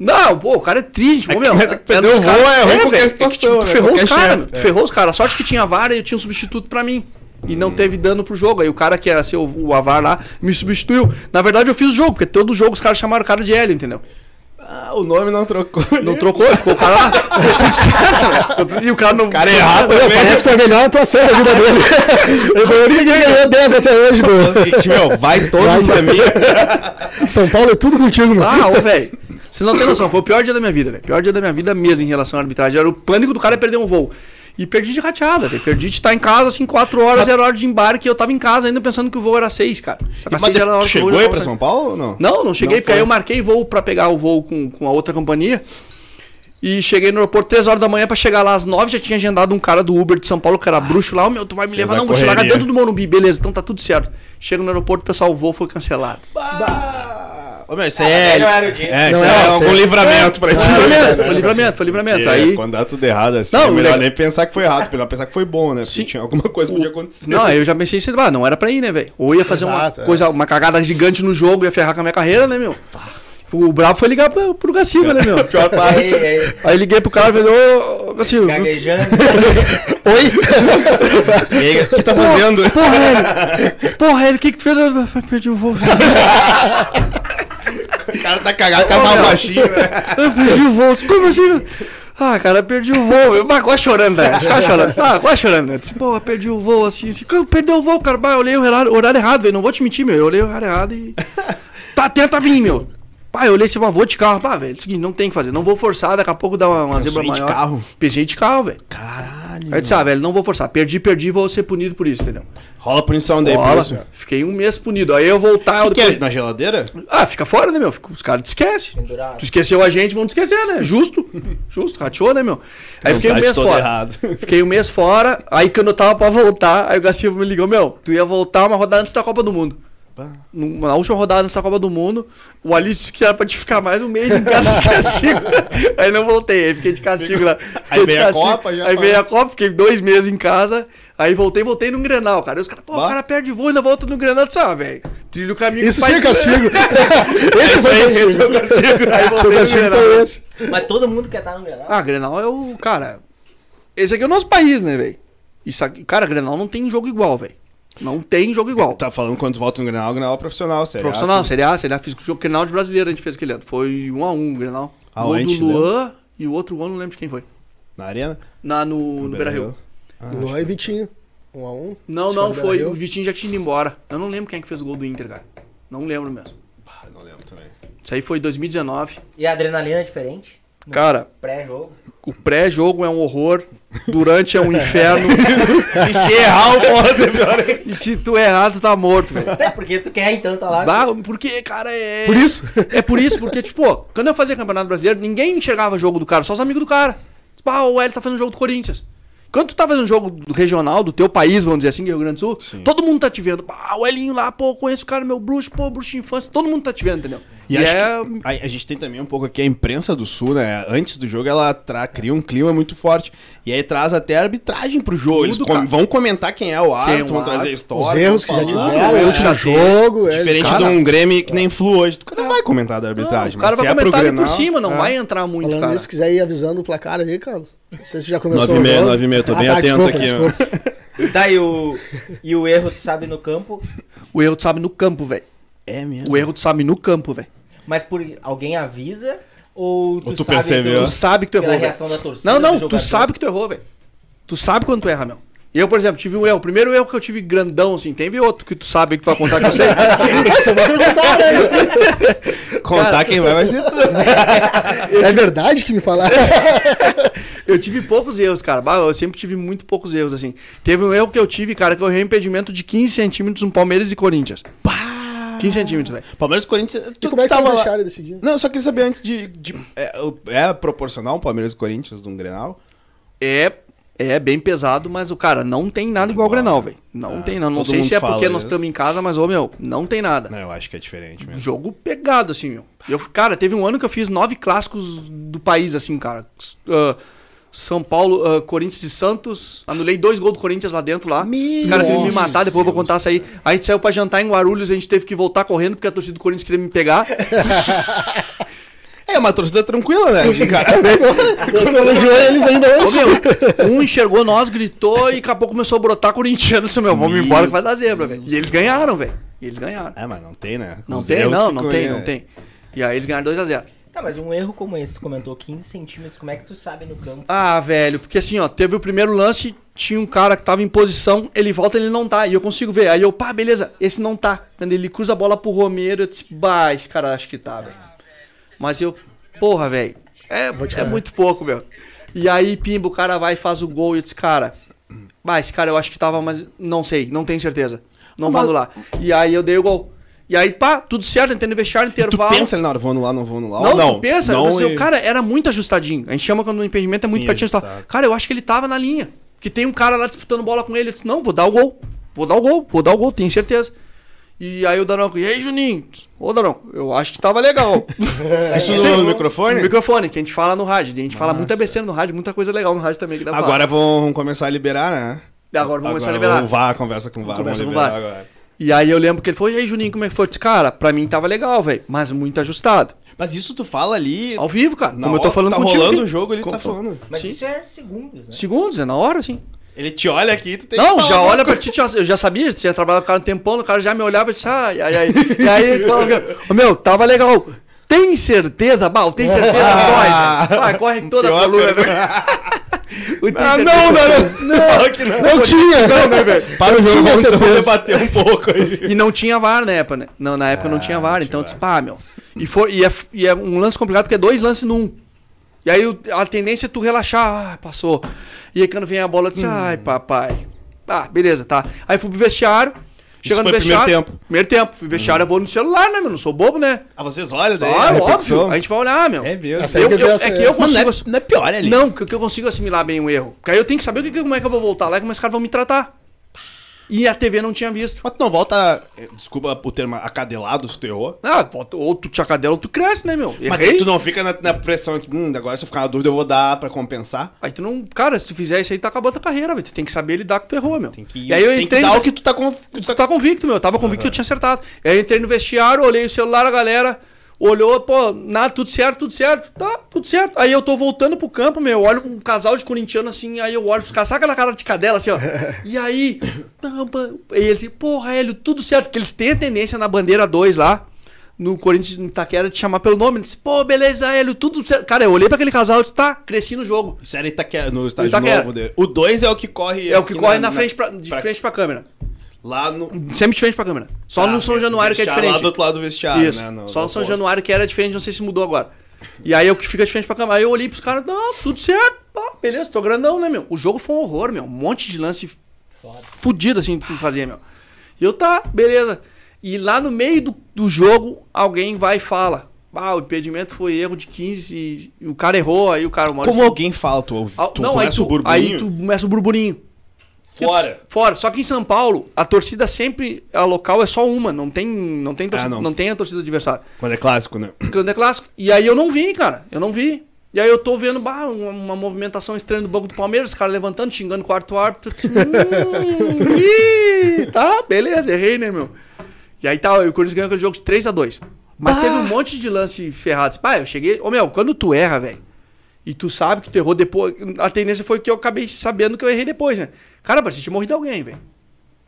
S4: Não, pô, o cara é triste, pô, meu.
S3: Mas é que
S4: É
S3: perdeu
S4: dos
S3: o
S4: caras-
S3: voo, é ruim
S4: velho,
S3: qualquer
S4: que,
S3: situação,
S4: tipo,
S3: né?
S4: ferrou os
S3: Qualquer
S4: caras,
S3: chefe,
S4: meu,
S3: é.
S4: ferrou os caras. Sorte que tinha vara e eu tinha um substituto pra mim. E
S3: Hum.
S4: não teve dano pro jogo. Aí o cara que era seu o avar lá me substituiu. Na verdade, eu fiz o jogo, porque todo jogo os caras chamaram o cara de L, entendeu?
S3: Ah, o nome não trocou.
S4: Não trocou, ficou o cara lá. [laughs] Tudo certo, né? E o cara não.
S3: cara é errado,
S2: Pô, parece que foi a melhor atuação da vida dele. Eu fui o único que ganhou 10 até hoje, do
S3: Gente, assim, Meu, vai todos
S2: Vai.
S3: pra mim.
S2: São Paulo é tudo contigo, mano.
S4: Ah, ô, velho. Vocês não têm noção, foi o pior dia da minha vida, velho. Pior dia da minha vida mesmo em relação à arbitragem. Era o pânico do cara é perder um voo. E perdi de rateada, velho. Perdi de estar em casa, assim, 4 horas, era hora de embarque. E eu tava em casa ainda pensando que o voo era 6, cara. Saca,
S3: Mas
S4: seis era a
S3: tu
S4: hora que o
S3: chegou
S4: voo já
S3: aí
S4: tava
S3: pra
S4: saindo.
S3: São Paulo ou não?
S4: Não, não cheguei,
S3: Não
S4: porque
S3: foi.
S4: aí eu marquei voo pra pegar o voo com, com a outra companhia. E cheguei no aeroporto 3 horas da manhã pra chegar lá às 9, já tinha agendado um cara do Uber de São Paulo, que era bruxo lá, Ô, meu, tu vai me
S3: Ah, Fez
S4: levar,
S3: a
S4: não, vou te largar
S3: correria.
S4: dentro do Morumbi, beleza, então tá tudo certo. Chego no aeroporto, pessoal, o voo foi cancelado.
S3: Ah, Bah. Ô, meu, isso aí
S1: Ah,
S3: é.
S1: não era o dia.
S3: É, isso
S2: Não
S3: aí
S2: era,
S3: é
S2: sei.
S3: algum livramento pra ti.
S4: Foi livramento, foi livramento, foi livramento. Aí,
S3: É, quando dá tudo errado assim,
S4: Não,
S3: é melhor
S4: legal.
S3: nem pensar que foi errado, melhor pensar que foi bom, né? Porque
S4: Sim.
S3: tinha alguma coisa que podia acontecer.
S4: Não, aí eu já pensei assim, ah, não era pra ir, né, velho? Ou ia fazer
S2: Exato, é.
S4: uma coisa, uma cagada gigante no jogo, ia ferrar com a minha carreira, né, meu? O Brabo foi ligar pro, pro Gacilva, né, meu?
S3: Tá. [laughs] Pior parte.
S1: Ei, ei,
S4: Aí liguei pro cara e falei, ô, ô, Gacilva,
S1: gaguejando.
S2: Oi?
S3: [laughs] O que tá fazendo?
S4: porra, ele, porra, ele, o que que tu fez? Eu perdi o voo, cara.
S3: O cara tá cagado, o cara tá
S4: meu.
S3: baixinho, né?
S4: eu perdi o voo. Como assim, meu? Ah, cara, perdi o voo. Eu bah, quase chorando, velho. Quase chorando. Ah, quase chorando, velho. Disse, Porra, perdi o voo, assim, assim. Cara, Perdeu o voo, cara. Bah, eu olhei o horário, horário errado, velho. Não vou te mentir, meu. Eu olhei o horário
S3: [laughs]
S4: errado e... Tá, tenta vir, meu. Pá, eu olhei esse voo de carro. Pá, velho, seguinte, não tem o que fazer. Não vou forçar, daqui a pouco dá uma, uma zebra
S3: sonhei de
S4: maior.
S3: carro.
S4: Pensei de carro, velho. Aí eu disse, ah, velho, não vou forçar. Perdi, perdi, vou ser punido por isso, entendeu?
S3: Rola punição daí,
S4: Bola.
S3: por isso.
S4: Fiquei um mês punido. Aí eu voltar... eu
S3: O que
S4: depois-
S3: é? Na geladeira?
S4: ah, fica fora, né, meu? Fica- Os caras te esquecem.
S1: Pendurado.
S4: Tu esqueceu a gente, vão te esquecer, né?
S3: [laughs]
S4: Justo. Justo, rateou, né, meu? Aí fiquei um
S3: Vontade
S4: mês
S3: tá todo
S4: fora.
S3: errado. [laughs]
S4: Fiquei um mês fora, aí quando eu tava pra voltar, aí o Garcia me ligou, meu, tu ia voltar uma rodada antes da Copa do Mundo. Num- Na última rodada antes da Copa do Mundo, o Ali disse que era pra te ficar mais um mês em casa
S3: [laughs]
S4: de castigo. aí não voltei, aí fiquei de castigo lá. Fiquei de
S3: veio a
S4: castigo.
S3: Copa, já tá.
S4: Aí
S3: foi.
S4: veio a Copa, fiquei dois meses em casa. Aí voltei, voltei num Grenal, cara. Aí os caras, pô,
S3: Bah.
S4: o cara perde voo e ainda volta no Grenal. Eu disse, ah, velho, trilha o caminho que
S2: Isso
S4: o pai
S2: sim é
S4: quer." [laughs]
S2: castigo. Esse
S3: Isso aí,
S2: foi o
S3: esse é o
S2: castigo.
S3: castigo.
S4: Aí
S2: O
S4: voltei no
S2: castigo
S4: Grenal.
S2: foi esse.
S1: Mas todo mundo quer estar no Grenal.
S4: Ah, Grenal é o. Cara. Esse aqui é o nosso país, né, velho? Isso aqui- Cara, Grenal não tem jogo igual, velho. Não tem jogo igual.
S3: Tá falando quando tu volta no Grenal, o Grenal é profissional, sério. Ah,
S4: Profissional, Série A, Série A, fiz o jogo Grenal de brasileiro, a gente fez aquele ano. Foi um a um, o Grenal.
S3: Ah,
S4: gol
S3: antes,
S4: do Luan e o outro gol, não lembro de quem foi.
S3: Na arena?
S4: Na, no, no Beira Rio.
S2: Luan e Vitinho. Um a um.
S4: Não,
S2: Isso
S4: não,
S2: no
S4: foi. O
S2: Beira-Rio.
S4: Vitinho já tinha ido embora. Eu não lembro quem é que fez o gol do Inter, cara. Não lembro mesmo.
S3: Ah, não lembro também.
S4: Isso aí foi 2019.
S1: E a adrenalina é diferente?
S4: Cara,
S1: Pré-jogo.
S4: o pré-jogo é um horror. Durante é um inferno.
S3: [laughs] E se errar o pós é pior ainda.
S4: e se tu errar, tu tá morto, velho.
S1: Até porque tu quer, então tá lá.
S4: Bah, porque, cara, é.
S2: Por isso?
S4: É por isso, porque, tipo, ó, quando eu fazia Campeonato Brasileiro, ninguém enxergava jogo do cara, só os amigos do cara. Tipo, ah, o Hélio tá fazendo jogo do Corinthians. Quando tu tá fazendo jogo do regional, do teu país, vamos dizer assim, que é o Rio Grande do Sul, todo mundo tá te vendo. Ah, o Elinho lá, pô, conheço o cara, meu bruxo, pô, bruxo de infância, todo mundo tá te vendo, entendeu?
S3: E,
S4: E,
S3: acho
S4: é.
S3: que a, a gente tem também um pouco aqui a imprensa do Sul, né? Antes do jogo ela tra- cria um clima muito forte. E aí traz até a arbitragem pro jogo. Eles
S4: Tudo,
S3: com-
S4: cara.
S3: vão comentar quem é o árbitro,
S4: é o
S3: vão trazer a
S4: árbitro,
S2: Os
S3: história.
S2: erros que
S3: vão
S2: já
S3: falar. é
S2: tiveram, né?
S4: eu
S2: erro
S4: te É, já
S2: de jogo. é,
S3: Diferente
S4: cara-
S3: de um Grêmio que nem flu hoje. Tu cara vai comentar da arbitragem.
S4: Não, o cara
S3: mas se
S4: vai
S3: é pro
S4: comentar ali por
S3: Grenal,
S4: cima, não
S3: é.
S4: vai entrar muito,
S2: Falando
S4: cara.
S2: isso, se quiser ir avisando o placar aí, Carlos. Não sei se já começou.
S3: Nove e
S2: o
S3: meia,
S2: jogo.
S3: nove e meia, tô bem
S2: tá,
S3: atento
S2: desculpa,
S3: aqui, ó.
S2: desculpa.
S1: Daí Tá, o. E o erro, tu sabe, no campo.
S4: O erro tu sabe no campo, velho.
S3: É mesmo.
S4: O erro tu sabe no campo, velho.
S1: Mas por alguém avisa. Ou tu,
S3: Ou tu
S1: sabe
S3: percebeu.
S4: Tu
S1: então,
S4: sabe que tu
S1: pela
S4: errou.
S1: reação
S4: velho.
S1: da torcida,
S4: Não,
S1: do
S4: não, tu
S1: jogador.
S4: sabe que tu errou, velho. Tu sabe quando tu erra, meu. Eu, por exemplo, tive um erro. O primeiro erro que eu tive grandão, assim, teve outro que tu sabe que tu vai contar que eu sei.
S1: [laughs]
S2: Nossa, eu vou perguntar, né?
S3: Contar quem vai
S2: [laughs]
S3: vai ser tu.
S2: É verdade que me
S4: [laughs]
S2: falaram?
S4: Eu tive poucos erros, cara. Bah, Eu sempre tive muito poucos erros, assim. Teve um erro que eu tive, cara, que eu errei um impedimento de 15 centímetros no Palmeiras e Corinthians. 15
S1: Ah.
S4: centímetros, velho.
S3: Palmeiras e Corinthians.
S2: E
S3: Tu
S2: como é que
S3: tava
S2: eles
S3: lá.
S2: deixaram decidir?
S3: Não, eu só queria saber antes de. de- é, o- é proporcional o Palmeiras e Corinthians num Grenal?
S4: É, é bem pesado, mas o cara não tem nada igual ao Grenal, velho. Não
S3: Ah,
S4: tem nada. Não
S3: todo
S4: sei
S3: mundo
S4: se é
S3: fala
S4: porque nós
S3: isso.
S4: estamos em casa, mas, ô, meu, não tem nada.
S3: Não, eu acho que é diferente mesmo.
S4: Jogo pegado, assim, meu. Eu, cara, teve um ano que eu fiz nove clássicos do país, assim, cara. S- ah, São Paulo, ah, Corinthians e Santos. Anulei dois gols do Corinthians lá dentro lá.
S3: Meu
S4: Os caras queriam me
S3: Nossa
S4: matar, depois eu vou contar isso aí. A gente saiu pra jantar em Guarulhos, a gente teve que voltar correndo porque a torcida do Corinthians queria me pegar.
S3: É uma torcida tranquila, né? De cara.
S2: Eu tô elogiando eles ainda
S4: Ô,
S2: hoje.
S4: meu, um enxergou nós, gritou e daqui a pouco começou a brotar corintiano. Disse, meu, vamos embora que vai dar zebra, velho. E eles ganharam, velho. E eles ganharam.
S3: É, mas não tem, né?
S4: Não
S3: Os
S4: tem,
S3: erros
S4: não,
S3: ficam
S4: não
S3: aí,
S4: tem, não
S3: né?
S4: tem. E aí eles ganharam 2x0.
S1: Tá, Ah, mas um erro como esse, tu comentou 15 centímetros, como é que tu sabe no campo?
S4: Ah, velho, porque assim, ó, teve o primeiro lance, tinha um cara que tava em posição, ele volta ele não tá, e eu consigo ver. Aí eu, pá, beleza, esse não tá. Quando ele cruza a bola pro Romero, eu disse, bah, esse cara acho que tá, velho. Mas eu, porra, velho, é, é muito pouco, meu. E aí, pimba, o cara vai e faz o gol, e eu disse, cara, bah, esse cara eu acho que tava, mas não sei, não tenho certeza. Não vou anular. E aí eu dei o gol. E aí, pá, tudo certo, entendendo vestiário,
S3: Tu
S4: intervalo.
S3: pensa ali na hora, vou anular, não vou anular.
S4: Não, não pensa,
S3: não
S4: você, é
S3: e-
S4: cara, era muito ajustadinho. A gente chama quando o impedimento é muito
S3: Sim,
S4: pertinho. você fala,
S3: ajustado.
S4: Cara, eu acho que ele tava na linha. Que tem um cara lá disputando bola com ele. Eu disse, não, vou dar o gol. Vou dar o gol, vou dar o gol, tenho certeza. E aí o Daronco, e aí, Juninho? Ô, Daronco, eu acho que tava legal.
S3: Ah,
S1: é
S3: Isso no [laughs] microfone?
S4: Microfone, que a gente fala no rádio. A gente fala muita besteira no rádio, muita coisa legal no rádio também. Que dá pra
S3: Agora vão começar a liberar, né?
S4: falar. agora vamos começar a liberar.
S3: O VAR, conversa com o VAR.
S4: Conversa
S3: vamos
S4: com o
S3: liberar
S4: VAR.
S3: agora.
S4: E aí eu lembro que ele falou, e aí, Juninho, como é que foi? Eu disse, cara, pra mim tava legal, velho, mas muito ajustado.
S3: Mas isso tu fala ali.
S4: Ao vivo, cara,
S3: na
S4: como eu
S3: hora
S4: tô
S3: que
S4: falando
S3: tá
S4: contigo,
S3: rolando
S4: filho.
S3: o jogo, ele
S4: Com-
S3: tá falando.
S1: Mas
S4: sim.
S1: isso é segundos, né?
S4: Segundos, é na hora, sim.
S3: Ele te olha aqui, tu tem que
S4: Não,
S3: falar
S4: já
S3: alguma
S4: olha pra
S3: coisa.
S4: ti, já- eu já sabia, tinha trabalhado com o cara um tempão, o cara já me olhava e disse, ai, ai, ai. E aí ele falou, "Ô, meu, tava legal. Tem certeza, Bal? Tem
S3: [laughs]
S4: certeza?
S3: Ah.
S4: Dói. Vai, corre toda a
S3: Pior [laughs]
S4: coluna.
S3: pergunta.
S4: O tem
S3: Ah,
S4: certeza-
S3: não, não, não. que não.
S2: Não tinha!
S3: Para o
S2: Não
S3: jogo,
S2: tinha
S3: vamos, vamos
S2: certeza.
S3: debater um pouco aí.
S4: E não tinha VAR na época, né? Não, na época não tinha VAR,
S3: Ah, tinha
S4: então eu disse,
S3: VAR.
S4: pá, meu. E, foi, e, é, e é um lance complicado porque é dois lances num. E aí o- a tendência é tu relaxar, ah, passou. E aí quando vem a bola, eu disse, ai,
S3: Hum.
S4: papai. Ah, beleza, tá. Aí fui pro vestiário. Chegando
S3: foi
S4: no vestiário.
S3: primeiro tempo. Hum.
S4: Primeiro tempo. Fui vestiário, eu vou no celular, né, meu? Não sou bobo, né?
S3: Ah, vocês olham daí?
S4: Claro,
S3: a
S4: óbvio.
S3: repercussão.
S4: A gente vai olhar, meu.
S3: É mesmo.
S2: Essa aí
S4: Eu,
S2: que
S4: eu-
S2: deu
S4: é que eu
S3: Mano, não, é,
S4: consigo. ass-
S3: não é pior ali.
S4: Não, que que eu consigo assimilar bem o erro. Porque aí eu tenho que saber o que, que- como é que eu vou voltar lá e como é que os caras vão me tratar. E a TV não tinha visto.
S3: Mas tu não volta, eh, desculpa o termo, acadelado se tu errou.
S4: Ah, volta- ou tu te acadela ou tu cresce, né, meu?
S3: Mas
S4: Errei.
S3: tu não fica na, na pressão que, hum, agora se eu ficar na dúvida eu vou dar pra compensar.
S4: Aí tu não. Cara, se tu fizer isso aí, tu acabou a tua carreira, velho. Tu tem que saber lidar com o teu erro, meu.
S3: Tem que,
S4: e aí eu
S3: tem
S4: entrei.
S3: que dar
S4: no-
S3: o que tu tá com... que tu tá-
S4: Tu tá convicto, meu. Eu tava convicto que eu tinha acertado. Aí eu entrei no vestiário, olhei o celular, a galera olhou, pô, nada, tudo certo, tudo certo. Tá, tudo certo. Aí eu tô voltando pro campo, meu. eu Olho um casal de corintiano assim, aí eu olho pros caras, saca na cara de cadela
S3: [laughs]
S4: assim, ó. E aí. não, pá, E eles assim, porra, Hélio, tudo certo. Porque eles têm a tendência na bandeira 2 lá. No Corinthians, no Itaquera, te chamar pelo nome. Eles disse, pô, beleza, Hélio, tudo certo. Cara, eu olhei pra aquele casal e disse, tá, cresci no jogo.
S3: Isso era Itaquera, no estádio
S4: Itaquera.
S3: novo dele. O 2 é o que corre...
S4: É o que
S3: aqui
S4: corre na, frente pra, de
S3: pra-
S4: frente pra câmera.
S3: Lá no...
S4: Sempre de frente pra câmera. Só
S3: Ah,
S4: no São
S3: é,
S4: Januário que é
S3: vestiário
S4: diferente.
S3: Lá do outro lado do vestiário,
S4: Isso.
S3: né? no-
S4: Só no São
S3: posto.
S4: Januário que era diferente, não sei se mudou agora. E aí é o que fica diferente pra câmera. Aí eu olhei pros caras, não, tudo certo, pá, beleza, tô grandão, né, meu? O jogo foi um horror, meu. Um monte de lance fudido assim que fazia, meu. E eu tá, beleza. E lá no meio do, do jogo, alguém vai e fala. Ah, o impedimento foi erro de 15 e, e o cara errou, aí o cara mora.
S3: Como alguém fala, tu, ouve- tu
S4: Ah, não, aí
S3: começa
S4: tu,
S3: o burburinho.
S4: aí tu começa o burburinho.
S3: Fora.
S4: Fora. Só que em São Paulo, a torcida sempre, a local é só uma, não tem, não tem, torcida,
S3: Ah, não.
S4: não. tem a torcida adversária.
S3: Quando é clássico, né?
S4: Quando é clássico. E aí eu não vi, cara. Eu não vi. E aí eu tô vendo bah, uma, uma movimentação estranha do banco do Palmeiras, os caras levantando, xingando o quarto árbitro. Eu disse, Hum, [laughs] ih, tá, beleza, errei, né, meu? E aí tá, o Corinthians ganhou aquele jogo de 3x2. Mas teve um monte de lance ferrado. Pai, eu cheguei. Ô meu, quando tu erra, velho, e tu sabe que tu errou depois. A tendência foi que eu acabei sabendo que eu errei depois, né? Cara, parecia que tinha morrido alguém, velho.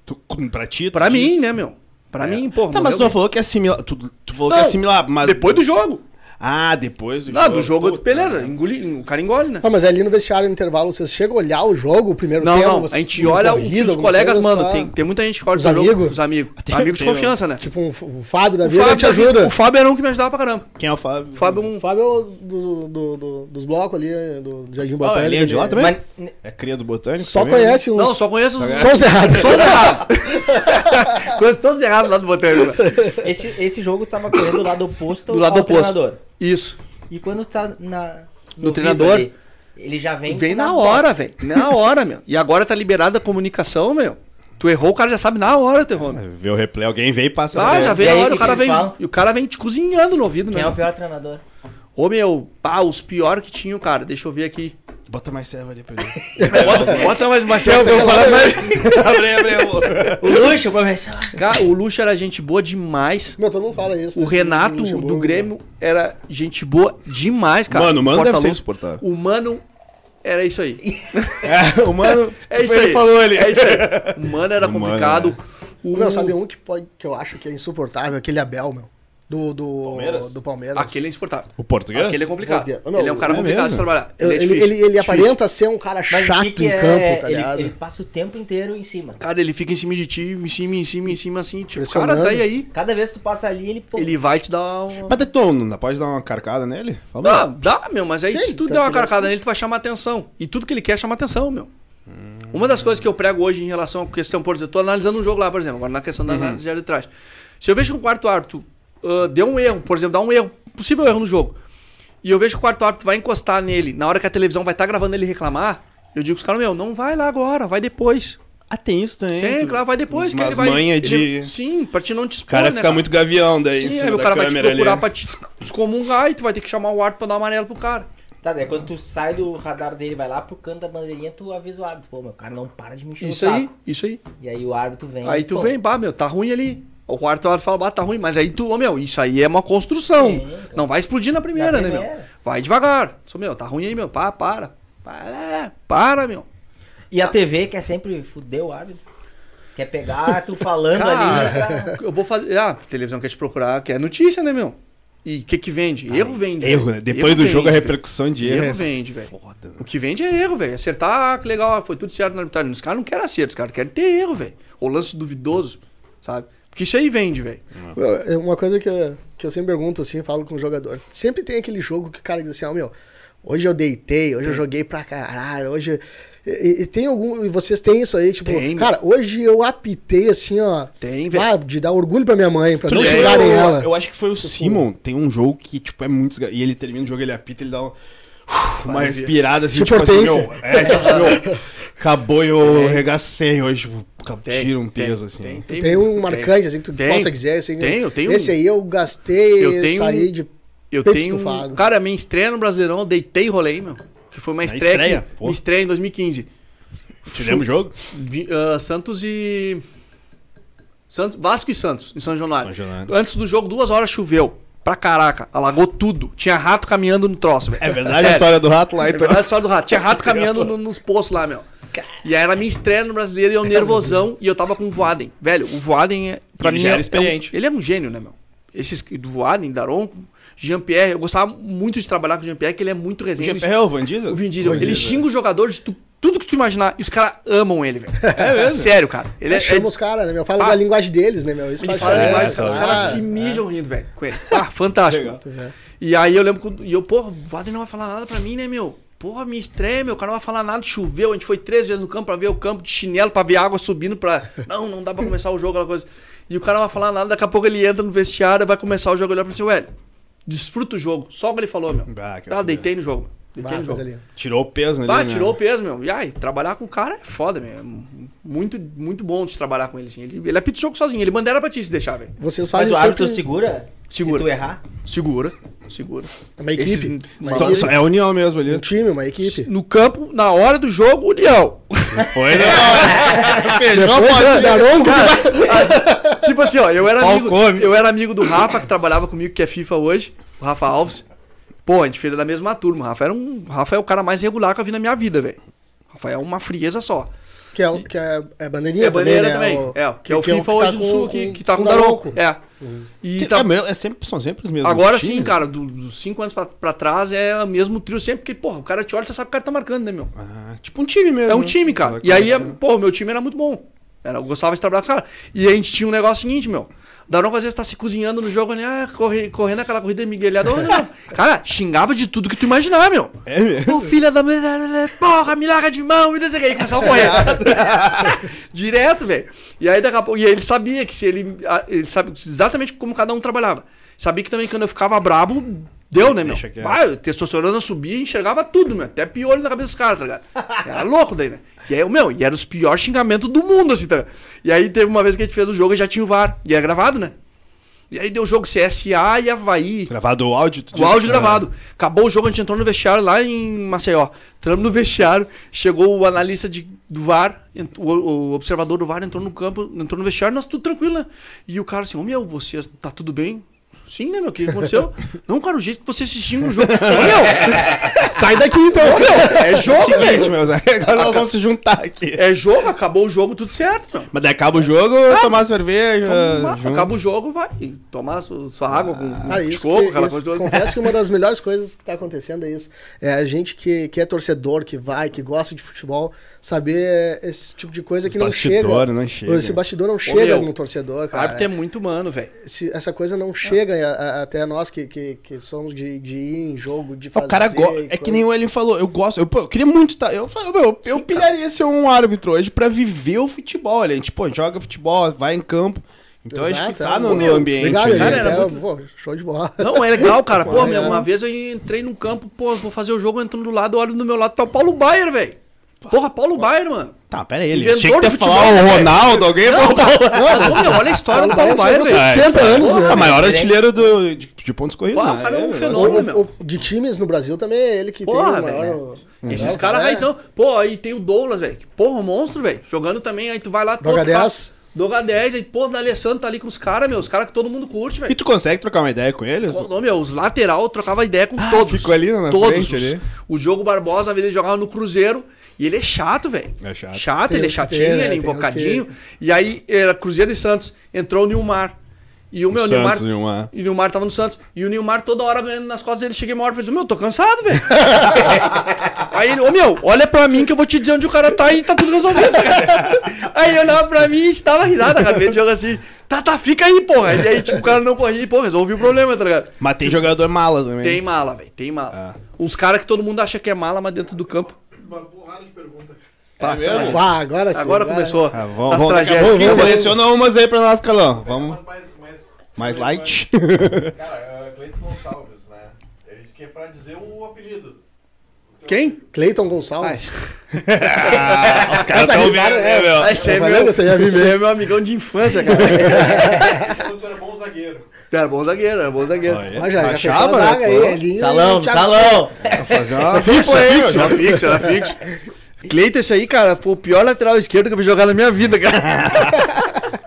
S3: Tu, pra ti? tu
S4: Pra
S3: diz?
S4: mim, né, meu? Pra mim, porra.
S3: Tá, mas tu
S4: morreu
S3: não falou que é assimilar. Tu, tu falou que é
S4: Não,
S3: assimilar, mas.
S4: alguém. Depois do jogo.
S3: Ah, depois do
S4: Não, do jogo,
S3: Puta,
S4: beleza,
S3: né?
S4: engoli, o cara engole, né?
S2: Ah, mas ali no vestiário, no intervalo, vocês chegam a olhar o jogo, o primeiro
S4: Não,
S2: tempo?
S4: não, a
S2: vocês-
S4: gente
S2: uma
S4: olha o que
S2: corrida,
S4: os
S2: alguma
S4: colegas
S2: coisa,
S4: mandam.
S2: só-
S4: Tem, tem muita gente que olha
S2: Os
S4: o jogo-
S2: amigos?
S4: os amigos.
S3: Tem-
S4: amigos de
S3: tem-
S4: confiança, né?
S2: Tipo, um- o Fábio da
S4: O
S2: vida ele te
S4: Fábio,
S2: ajuda.
S4: o Fábio era um que me ajudava pra caramba.
S3: Quem é o Fábio?
S4: O Fábio é um.
S2: O Fábio é o do, do- do- dos blocos ali, do Jardim
S3: Ah,
S2: Botânico.
S3: ele é de lá
S2: ele-
S3: também?
S1: Mas n-
S3: É cria do Botânico?
S2: Só
S3: também, né?
S2: conhece uns...
S4: Não, só conheço os.
S2: [laughs] Só os errados.
S4: Só os errados. Conheço todos os errados lá do né? Botelho.
S1: esse, esse jogo tava correndo do lado oposto ao,
S4: [laughs] Do lado
S1: ao
S4: oposto.
S1: treinador.
S4: [laughs] Isso.
S1: E quando tá na,
S4: No
S1: ouvido
S4: treinador?
S1: ali, ele já vem.
S4: Vem na
S1: bota.
S4: hora, velho. Na hora, meu. E agora tá liberada a comunicação, meu. Tu errou, o cara já sabe na hora, tu errou, meu.
S3: Vê o replay, alguém veio e passa.
S4: Ah, já
S1: E
S4: veio
S1: aí,
S4: na
S1: o
S4: hora,
S1: que
S4: o cara
S1: eles
S4: vem.
S1: falam?
S4: E o cara vem te cozinhando no ouvido,
S1: Quem é
S4: meu.
S1: o pior treinador?
S4: Ô, meu, pá, os piores que tinham, cara. Deixa eu ver aqui.
S3: Bota mais serva ali pra ele.
S4: [laughs] Bota, bota mais uma selva pra eu falar mais.
S3: abre, abre, abre.
S1: O Luxo, professor.
S4: Cara, o Luxo era gente boa demais.
S2: Meu, todo mundo fala isso. assim,
S4: O Renato
S2: Luxemburgo,
S4: do Grêmio
S2: né?
S4: era gente boa demais, cara.
S3: Mano, o Mano deve
S4: Porta
S3: ser
S4: Luz.
S3: insuportável.
S4: O Mano era isso aí.
S2: [laughs]
S3: É, o mano.
S4: [laughs] É isso
S3: ele
S4: aí.
S3: falou ali.
S4: É isso aí. O Mano era
S3: O Mano, né?
S4: complicado.
S2: um Meu, sabe um que, pode, que eu acho que é insuportável? Aquele Abel, meu. do, do
S3: Palmeiras?
S2: do Palmeiras.
S4: Aquele é insuportável.
S3: O português?
S4: Aquele é complicado.
S2: Português. Não,
S4: ele é um cara
S3: é
S4: complicado de
S3: mesmo.
S4: trabalhar.
S2: Ele,
S4: é
S2: ele,
S4: difícil,
S2: ele, ele
S4: difícil.
S2: aparenta ser um cara
S1: Mas
S2: chato
S1: o que que
S2: em
S1: é-
S2: campo, tá ligado?
S1: ele, ele passa o tempo inteiro em cima.
S4: Cara, ele fica em cima de ti, em cima, em cima, em cima, assim. Tipo, cara,
S2: Pressionando.
S4: tá aí aí.
S1: Cada vez que tu passa ali, ele... pô,
S4: Ele vai te dar uma.
S3: Mas Deton, não dá- pode dar uma carcada nele? Fala.
S4: Dá, Ah, dá, meu, mas aí
S2: Sim,
S4: se tu
S3: então,
S2: tanto
S4: der uma
S2: que ele
S4: carcada nele, tu vai chamar atenção. E tudo que ele quer é chamar atenção, meu.
S3: Hum.
S4: Uma das coisas que eu prego hoje em relação à questão, por exemplo, eu tô analisando um jogo lá, por exemplo, agora na questão
S3: Uhum.
S4: da análise de arbitragem. Se eu vejo que um quarto árbitro ah, deu um erro, por exemplo, dá um erro, possível erro no jogo, e eu vejo que o quarto árbitro vai encostar nele, na hora que a televisão vai estar gravando ele reclamar, eu digo pros caras, meu, não vai lá agora, vai depois.
S3: Ah, tem isso também.
S4: Tem,
S3: tu-
S4: claro, vai depois, é que ele
S3: umas
S4: vai.
S3: manha de-
S4: ele- sim, pra te não te
S3: O
S4: expor,
S3: cara
S4: né,
S3: fica muito gavião daí em
S4: Sim,
S3: cima
S4: aí o
S3: da
S4: cara vai te
S3: câmera ali. né?
S4: procurar pra te [laughs] excomungar e tu vai ter que chamar o árbitro pra dar um amarelo pro cara.
S1: Tá, daí quando tu sai do radar dele, vai lá pro canto da bandeirinha, tu avisa o árbitro. Pô, meu cara não para de me encher
S4: Isso
S1: o
S4: aí,
S1: saco.
S4: isso aí.
S1: E aí o árbitro vem.
S4: Aí
S1: e,
S4: tu
S1: pô,
S4: vem, pá, meu, tá ruim ali. O quarto árbitro fala, bah, tá ruim, mas aí tu, ô meu, isso aí é uma construção.
S1: Sim, cara.
S4: Não vai explodir na primeira,
S1: Na
S4: né, meu?
S1: primeira.
S4: Vai devagar. Só, meu, tá ruim aí, meu, pá, para. Para, para, meu.
S1: E a TV quer sempre fuder o árbitro. Quer pegar tu falando ali. né?
S4: Cara,
S1: pra-
S4: [laughs] eu vou fazer. Ah, a televisão quer te procurar, quer notícia, né, meu? E o que que vende? erro vende.
S3: Erro, né?
S4: velho.
S3: Depois
S4: Erro
S3: do jogo, a
S4: vende,
S3: repercussão de
S4: velho.
S3: erro.
S4: Erro
S3: é
S4: vende, velho.
S3: Foda. né?
S4: O que vende é erro, velho. Acertar, que legal, ah, foi tudo certo na arbitragem. Os caras não querem acerto, os caras querem ter erro, velho. Ou lance duvidoso, sabe? Porque isso aí vende, velho.
S2: É Uma coisa que eu, que eu sempre pergunto, assim, falo com o jogador. Sempre tem aquele jogo que o cara diz assim, ó, meu, hoje eu deitei, hoje eu joguei pra caralho, hoje... E, e- e tem algum... E vocês têm isso aí, tipo...
S4: Tem,
S2: cara, hoje eu apitei, assim, ó...
S4: Tem, velho.
S2: ah, de dar orgulho pra minha mãe, pra
S3: Tu
S2: não
S3: não
S4: lembra?
S2: xingarem
S3: É, eu,
S2: ela.
S3: eu acho que foi
S4: é
S3: o Simon. Tem um jogo que, tipo, é muito. desga- E ele termina o jogo, ele apita, ele dá um- uf, uma respirada assim,
S2: Tipo
S3: tipo, assim,
S2: Hortência.
S3: meu. É, tipo, meu. Acabou e eu regacei hoje. Tipo, acabou-
S4: Tem,
S3: tira um
S4: tem,
S3: peso, assim.
S4: tem,
S3: né?
S4: tem,
S2: Tem um
S4: tem.
S2: marcante, assim, que tu
S4: Tem.
S2: possa quiser, assim...
S4: Tem, eu tenho
S2: Esse
S4: um.
S2: aí eu gastei,
S4: Eu tenho
S2: saí
S4: um.
S2: de...
S4: Eu
S2: Peito
S4: tenho. um
S2: estufado.
S4: Cara, minha estreia no Brasileirão, eu deitei e rolei, meu. Que foi
S3: Na
S4: uma estreia. que-
S3: estreia, pô.
S4: Minha estreia em 2015.
S3: Te lembra o jogo?
S4: Vi- ah, Santos e. Santos, Vasco e Santos, em São Januário.
S3: São Januário.
S4: Antes do jogo, duas horas choveu. Pra caraca, alagou tudo. Tinha rato caminhando no troço, velho.
S3: É verdade
S4: Sério.
S3: a história do rato lá,
S4: É
S3: então.
S4: verdade a história do rato. Tinha rato caminhando no- nos poços lá, meu. E aí era minha estreia no brasileiro e eu nervosão e eu tava com o Voaden. Velho, o Voaden é. Pra
S3: Ele
S4: mim
S3: já era
S4: é- é um-
S3: experiente.
S4: ele é um gênio, né, meu? Esses que- do Voaden, Daronco, Jean-Pierre. Eu gostava muito de trabalhar com o Jean-Pierre, que ele é muito
S3: O
S4: resenha.
S3: Jean
S4: Ele-
S3: Pierre é o Van Diesel?
S4: o Vin Diesel.
S3: Van
S4: Ele xinga os jogadores de tu- tudo que tu imaginar. E os caras amam ele, velho.
S3: É mesmo?
S4: Sério, cara. Ele é.
S2: Chama
S4: é-
S2: os caras, né, meu? Fala
S4: Ah.
S2: da linguagem deles, né, meu? Isso
S4: ele
S2: faz
S4: fala
S3: É,
S4: demais,
S2: diferença,
S4: cara. Os
S3: tá
S2: né?
S4: caras
S3: lá.
S4: se mijam rindo, velho, com ele. Ah, fantástico.
S3: Legal.
S4: E aí eu lembro quando. E eu, pô, o Vader não vai falar nada pra mim, né, meu? Porra, minha estreia, meu, o cara não vai falar nada, choveu, a gente foi três vezes no campo pra ver o campo de chinelo, pra ver a água subindo, pra... Não, não dá pra começar o jogo, aquela coisa. E o cara não vai falar nada, daqui a pouco ele entra no vestiário, vai começar o jogo, ele olha pra mim e diz, velho, desfruta o jogo, só o que ele falou, meu.
S3: Ah, que
S4: Ah,
S3: foda.
S4: deitei no jogo, deitei
S2: Bah,
S4: no jogo.
S2: coisa linda.
S3: Tirou o peso, né?
S4: Bah,
S3: né?
S4: Ah, tirou o peso, meu. E aí, trabalhar com o cara é foda, meu. É Muito, muito bom de trabalhar com ele, assim. Ele, ele apita o jogo sozinho, ele bandeira pra ti se deixar, velho.
S2: Vocês
S1: Mas
S2: fazem
S1: o árbitro
S2: sempre-
S1: segura?
S4: Segura.
S1: Se tu errar?
S4: Segura, segura.
S2: Uma equipe.
S4: Esses-
S2: Uma
S3: Só-
S2: equipe.
S3: só- é a união mesmo ali.
S2: Um
S4: [laughs]
S2: time, uma equipe.
S4: No campo, na hora do jogo, união.
S3: [laughs] Foi, não. Feijão
S2: Depois da-
S3: pode
S2: Ah, um da Aronco,
S4: tipo assim, ó, eu era,
S3: Pau
S4: amigo,
S3: come.
S4: eu era amigo do Rafa, que trabalhava comigo, que é FIFA hoje, o Rafa Alves. Pô, a gente fez da mesma turma. O Rafa, era um, o Rafa é o cara mais regular que eu vi na minha vida, velho. O Rafa é uma frieza só.
S2: Que é, o- que é, é bandeirinha
S4: é bandeira também.
S2: né? O-
S4: é, que, é o
S2: que
S4: FIFA
S2: que tá
S4: hoje do
S2: com-
S4: Sul, que, que tá com o Daronco. É. E tá,
S3: É, meu, é sempre, são sempre os mesmos.
S4: Agora
S3: times.
S4: sim, cara, do- dos 5 anos pra, pra trás é o mesmo trio sempre, porque, porra, o cara te olha e já sabe que o cara tá marcando, né, meu?
S3: Ah, tipo um time mesmo.
S4: É um
S3: né?
S4: time, cara.
S3: Vai
S4: E aí, é-
S3: começar.
S4: pô, meu time era muito bom. Era, eu gostava de trabalhar com os caras. E a gente tinha um negócio seguinte, meu. Daronco às vezes tá se cozinhando no jogo, né? Ah, corre- correndo aquela corrida miguelhada. Ô, Daronco, [laughs] cara, xingava de tudo que tu imaginar, meu.
S3: É mesmo.
S4: Ô, filha da mulher, porra, me larga de mão e não sei o que. E começava a correr. [laughs] Direto, velho. E aí daqui a pouco. E aí ele sabia que se ele. a- Ele sabe exatamente como cada um trabalhava. Sabia que também quando eu ficava brabo, deu, né, meu?
S3: Deixa quieto.
S4: Vai, testosterona subia e enxergava tudo, meu. Até piolho na cabeça dos caras, tá ligado? Era louco daí, né? E aí, meu, e era os piores xingamentos do mundo, assim, tá ligado? E aí teve uma vez que a gente fez o jogo e já tinha o VAR. E era gravado, né? E aí deu o jogo CSA e Havaí.
S3: Gravado o áudio? tu
S4: O
S2: Tipo,
S3: diz?
S4: áudio
S2: é.
S3: Ah.
S4: gravado. Acabou o jogo, a gente entrou no vestiário lá em Maceió. Entramos no vestiário, chegou o analista de, do VAR, ent- o, o observador do VAR entrou no campo, entrou no vestiário, nós tudo tranquilo, né? E o cara assim, ô meu, vocês, tá tudo bem? Sim, né, meu? O que aconteceu? [laughs] não, cara, o jeito que você assistiu um jogo. meu,
S2: Sai daqui então,
S3: [laughs]
S4: é jogo,
S3: Seguinte,
S4: velho.
S3: meus agora nós vamos se juntar aqui.
S4: É jogo, acabou o jogo, tudo certo, meu.
S3: Mas daí acaba o jogo, tomar cerveja.
S4: Ah,
S2: Ah,
S4: Toma-
S3: junto.
S4: acaba o jogo, vai tomar su- sua água com, com
S2: Cara,
S4: de
S2: Ah, isso
S4: coco,
S2: que-
S4: É, aquela
S2: isso-
S4: coisa toda.
S2: confesso que uma das melhores coisas que tá acontecendo é isso. É a gente que, que é torcedor, que vai, que gosta de futebol, saber esse tipo de coisa que não chega.
S3: bastidores não chega.
S2: Esse bastidor não chega
S4: meu,
S2: no torcedor,
S4: O árbitro
S2: cara.
S4: é muito humano, velho.
S2: Esse- essa coisa não chega a- a- até nós que, que, que somos de, de ir em jogo, de fazer.
S3: o cara go...
S2: e
S3: É que
S2: coisa.
S3: nem o Ellen falou, eu gosto, eu, pô, eu queria muito tá? Eu falo, meu, eu pilharia ser um árbitro hoje pra viver o futebol. Olha, a gente, pô, joga futebol, vai em campo. Então
S2: Exato,
S3: acho que
S2: é,
S3: tá
S4: um
S3: no,
S2: pô,
S3: no
S2: meu,
S3: ambiente.
S2: Obrigado,
S3: ali.
S2: gente.
S4: Cara, era
S2: é,
S4: né? muito-
S2: pô, show de bola.
S4: Não, é legal, cara. Pô,
S2: Mas
S4: meu,
S2: é.
S4: uma vez eu entrei num campo, pô, vou fazer o jogo entrando do lado, olho do meu lado, tá o Paulo Baier, velho. Porra, Paulo Baier, mano.
S3: Tá, pera aí, ele
S4: Inventor
S3: tinha que ter
S4: do futebol,
S3: falado
S4: né,
S3: o
S4: velho?
S3: Ronaldo, alguém
S4: Não,
S3: falou.
S4: [laughs] mas, ô, meu, olha a história do
S2: Paulo
S4: Paulo
S2: Baier
S4: Baier, velho.
S2: jogou 60 anos,
S3: Ah,
S2: né?
S3: maior artilheiro do, de, de pontos corridos.
S4: Pô,
S3: né?
S4: o cara é um
S2: O-
S4: fenômeno, meu.
S2: o- de times no Brasil também é ele que
S4: Porra,
S2: tem o maior.
S4: velho. Esses caras raizão. Pô, aí tem o Douglas, velho. que Porra, um monstro, velho. Jogando também, aí tu vai lá...
S2: Doga 10.
S4: Doga 10, aí, pô, o Alessandro tá ali com os caras, meu. Os caras que todo mundo curte, velho.
S3: E tu consegue trocar uma ideia com eles?
S4: Pô, não, meu, os lateral eu trocava ideia com
S3: Ah,
S4: todos.
S3: ficou ali na
S4: todos.
S3: frente
S4: os-
S3: ali.
S4: O Diogo Barbosa, às vezes, ele jogava no Cruzeiro. E ele é chato, velho.
S3: É chato.
S4: Chato,
S2: Tem
S4: ele é
S2: uns que tem,
S4: chatinho,
S2: né?
S4: ele é
S2: Tem uns
S4: invocadinho. E aí, era Cruzeiro e Santos. Entrou o Nilmar. E o meu,
S3: O
S4: Nilmar.
S3: Santos, Nilmar.
S4: E o Nilmar tava no Santos. E o Nilmar toda hora ganhando nas costas dele. Cheguei uma hora e falei: assim, Meu, tô cansado,
S3: [laughs]
S4: velho. aí ele, ô meu, olha pra mim que eu vou te dizer onde o cara tá e tá
S3: [laughs]
S4: tudo resolvido. aí eu olhava pra mim e dava risada, cara. Ele joga assim: Tá, tá, fica aí, porra. E aí, tipo, o cara não corria e, pô, resolvi o problema, tá ligado?
S3: Mas tem jogador mala também.
S4: Tem mala, velho. Tem mala. Uns caras que todo mundo acha que é mala, mas dentro do campo.
S5: Uma porrada de perguntas.
S4: Passa,
S3: mesmo?
S4: cara.
S2: Ah, agora sim.
S4: Agora começou
S3: Ah,
S4: as
S3: vamos, vamos,
S4: tragédias.
S3: vamos,
S2: Vamos, vamos.
S3: seleciona umas aí pra nós, Calão. Vamos.
S5: Mas, mas, mas,
S3: Mais light.
S5: cara, uh, Cleiton Gonçalves, né? Ele disse que é pra dizer o apelido.
S4: Quem?
S2: Cleiton Gonçalves.
S3: Ah, os caras
S2: Essa
S3: tão
S2: risada
S3: vendo,
S2: é-
S3: né, meu?
S4: Ah, esse é,
S2: Tá
S4: meu,
S2: vendo? Você já viu
S4: esse
S2: mesmo.
S4: é meu amigão de infância, cara.
S5: Então, tu era bom zagueiro.
S4: era bom zagueiro, era bom zagueiro.
S3: Olha,
S2: Ó, já, já fechou
S3: achava,
S2: a zaga
S3: né,
S2: aí,
S3: pô?
S2: Elinho e
S1: Salão,
S2: Thiago
S1: salão.
S3: Fazer uma
S4: Fixo, era Tá
S3: né?
S4: fixo, era fixo. Cleiton, esse aí, cara, foi o pior lateral esquerdo que eu vi jogar na minha vida, cara.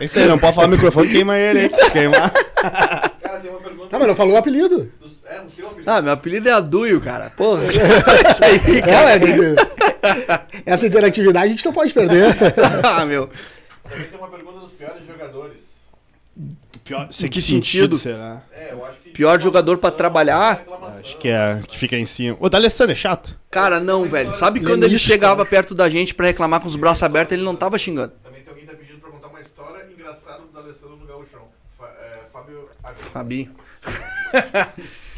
S3: Isso aí, não pode falar no microfone, queima ele aí. Se Queimar.
S5: Cara, tem uma pergunta.
S2: Tá, mas não falou o apelido.
S5: dos- é, o seu apelido.
S4: Ah, meu apelido é Aduio, cara. Porra, isso aí,
S2: É,
S4: cara.
S2: ué, tem que- [laughs] Essa interatividade a gente não pode perder.
S4: Ah, meu.
S5: Também tem uma pergunta dos piores jogadores.
S3: Pior,
S4: Em que sentido?
S3: será?
S5: É, eu acho que.
S4: Pior jogador pra trabalhar?
S5: Reclamação.
S3: Acho que é que fica em cima. O D'Alessandro é chato?
S4: Cara, não, velho. Sabe quando ele chegava perto da gente pra reclamar com os braços abertos, ele não tava xingando.
S5: Também tem alguém que tá pedindo pra contar uma história engraçada do Alessandro no Gauchão. Fa- é, Fábio.
S4: Fabinho.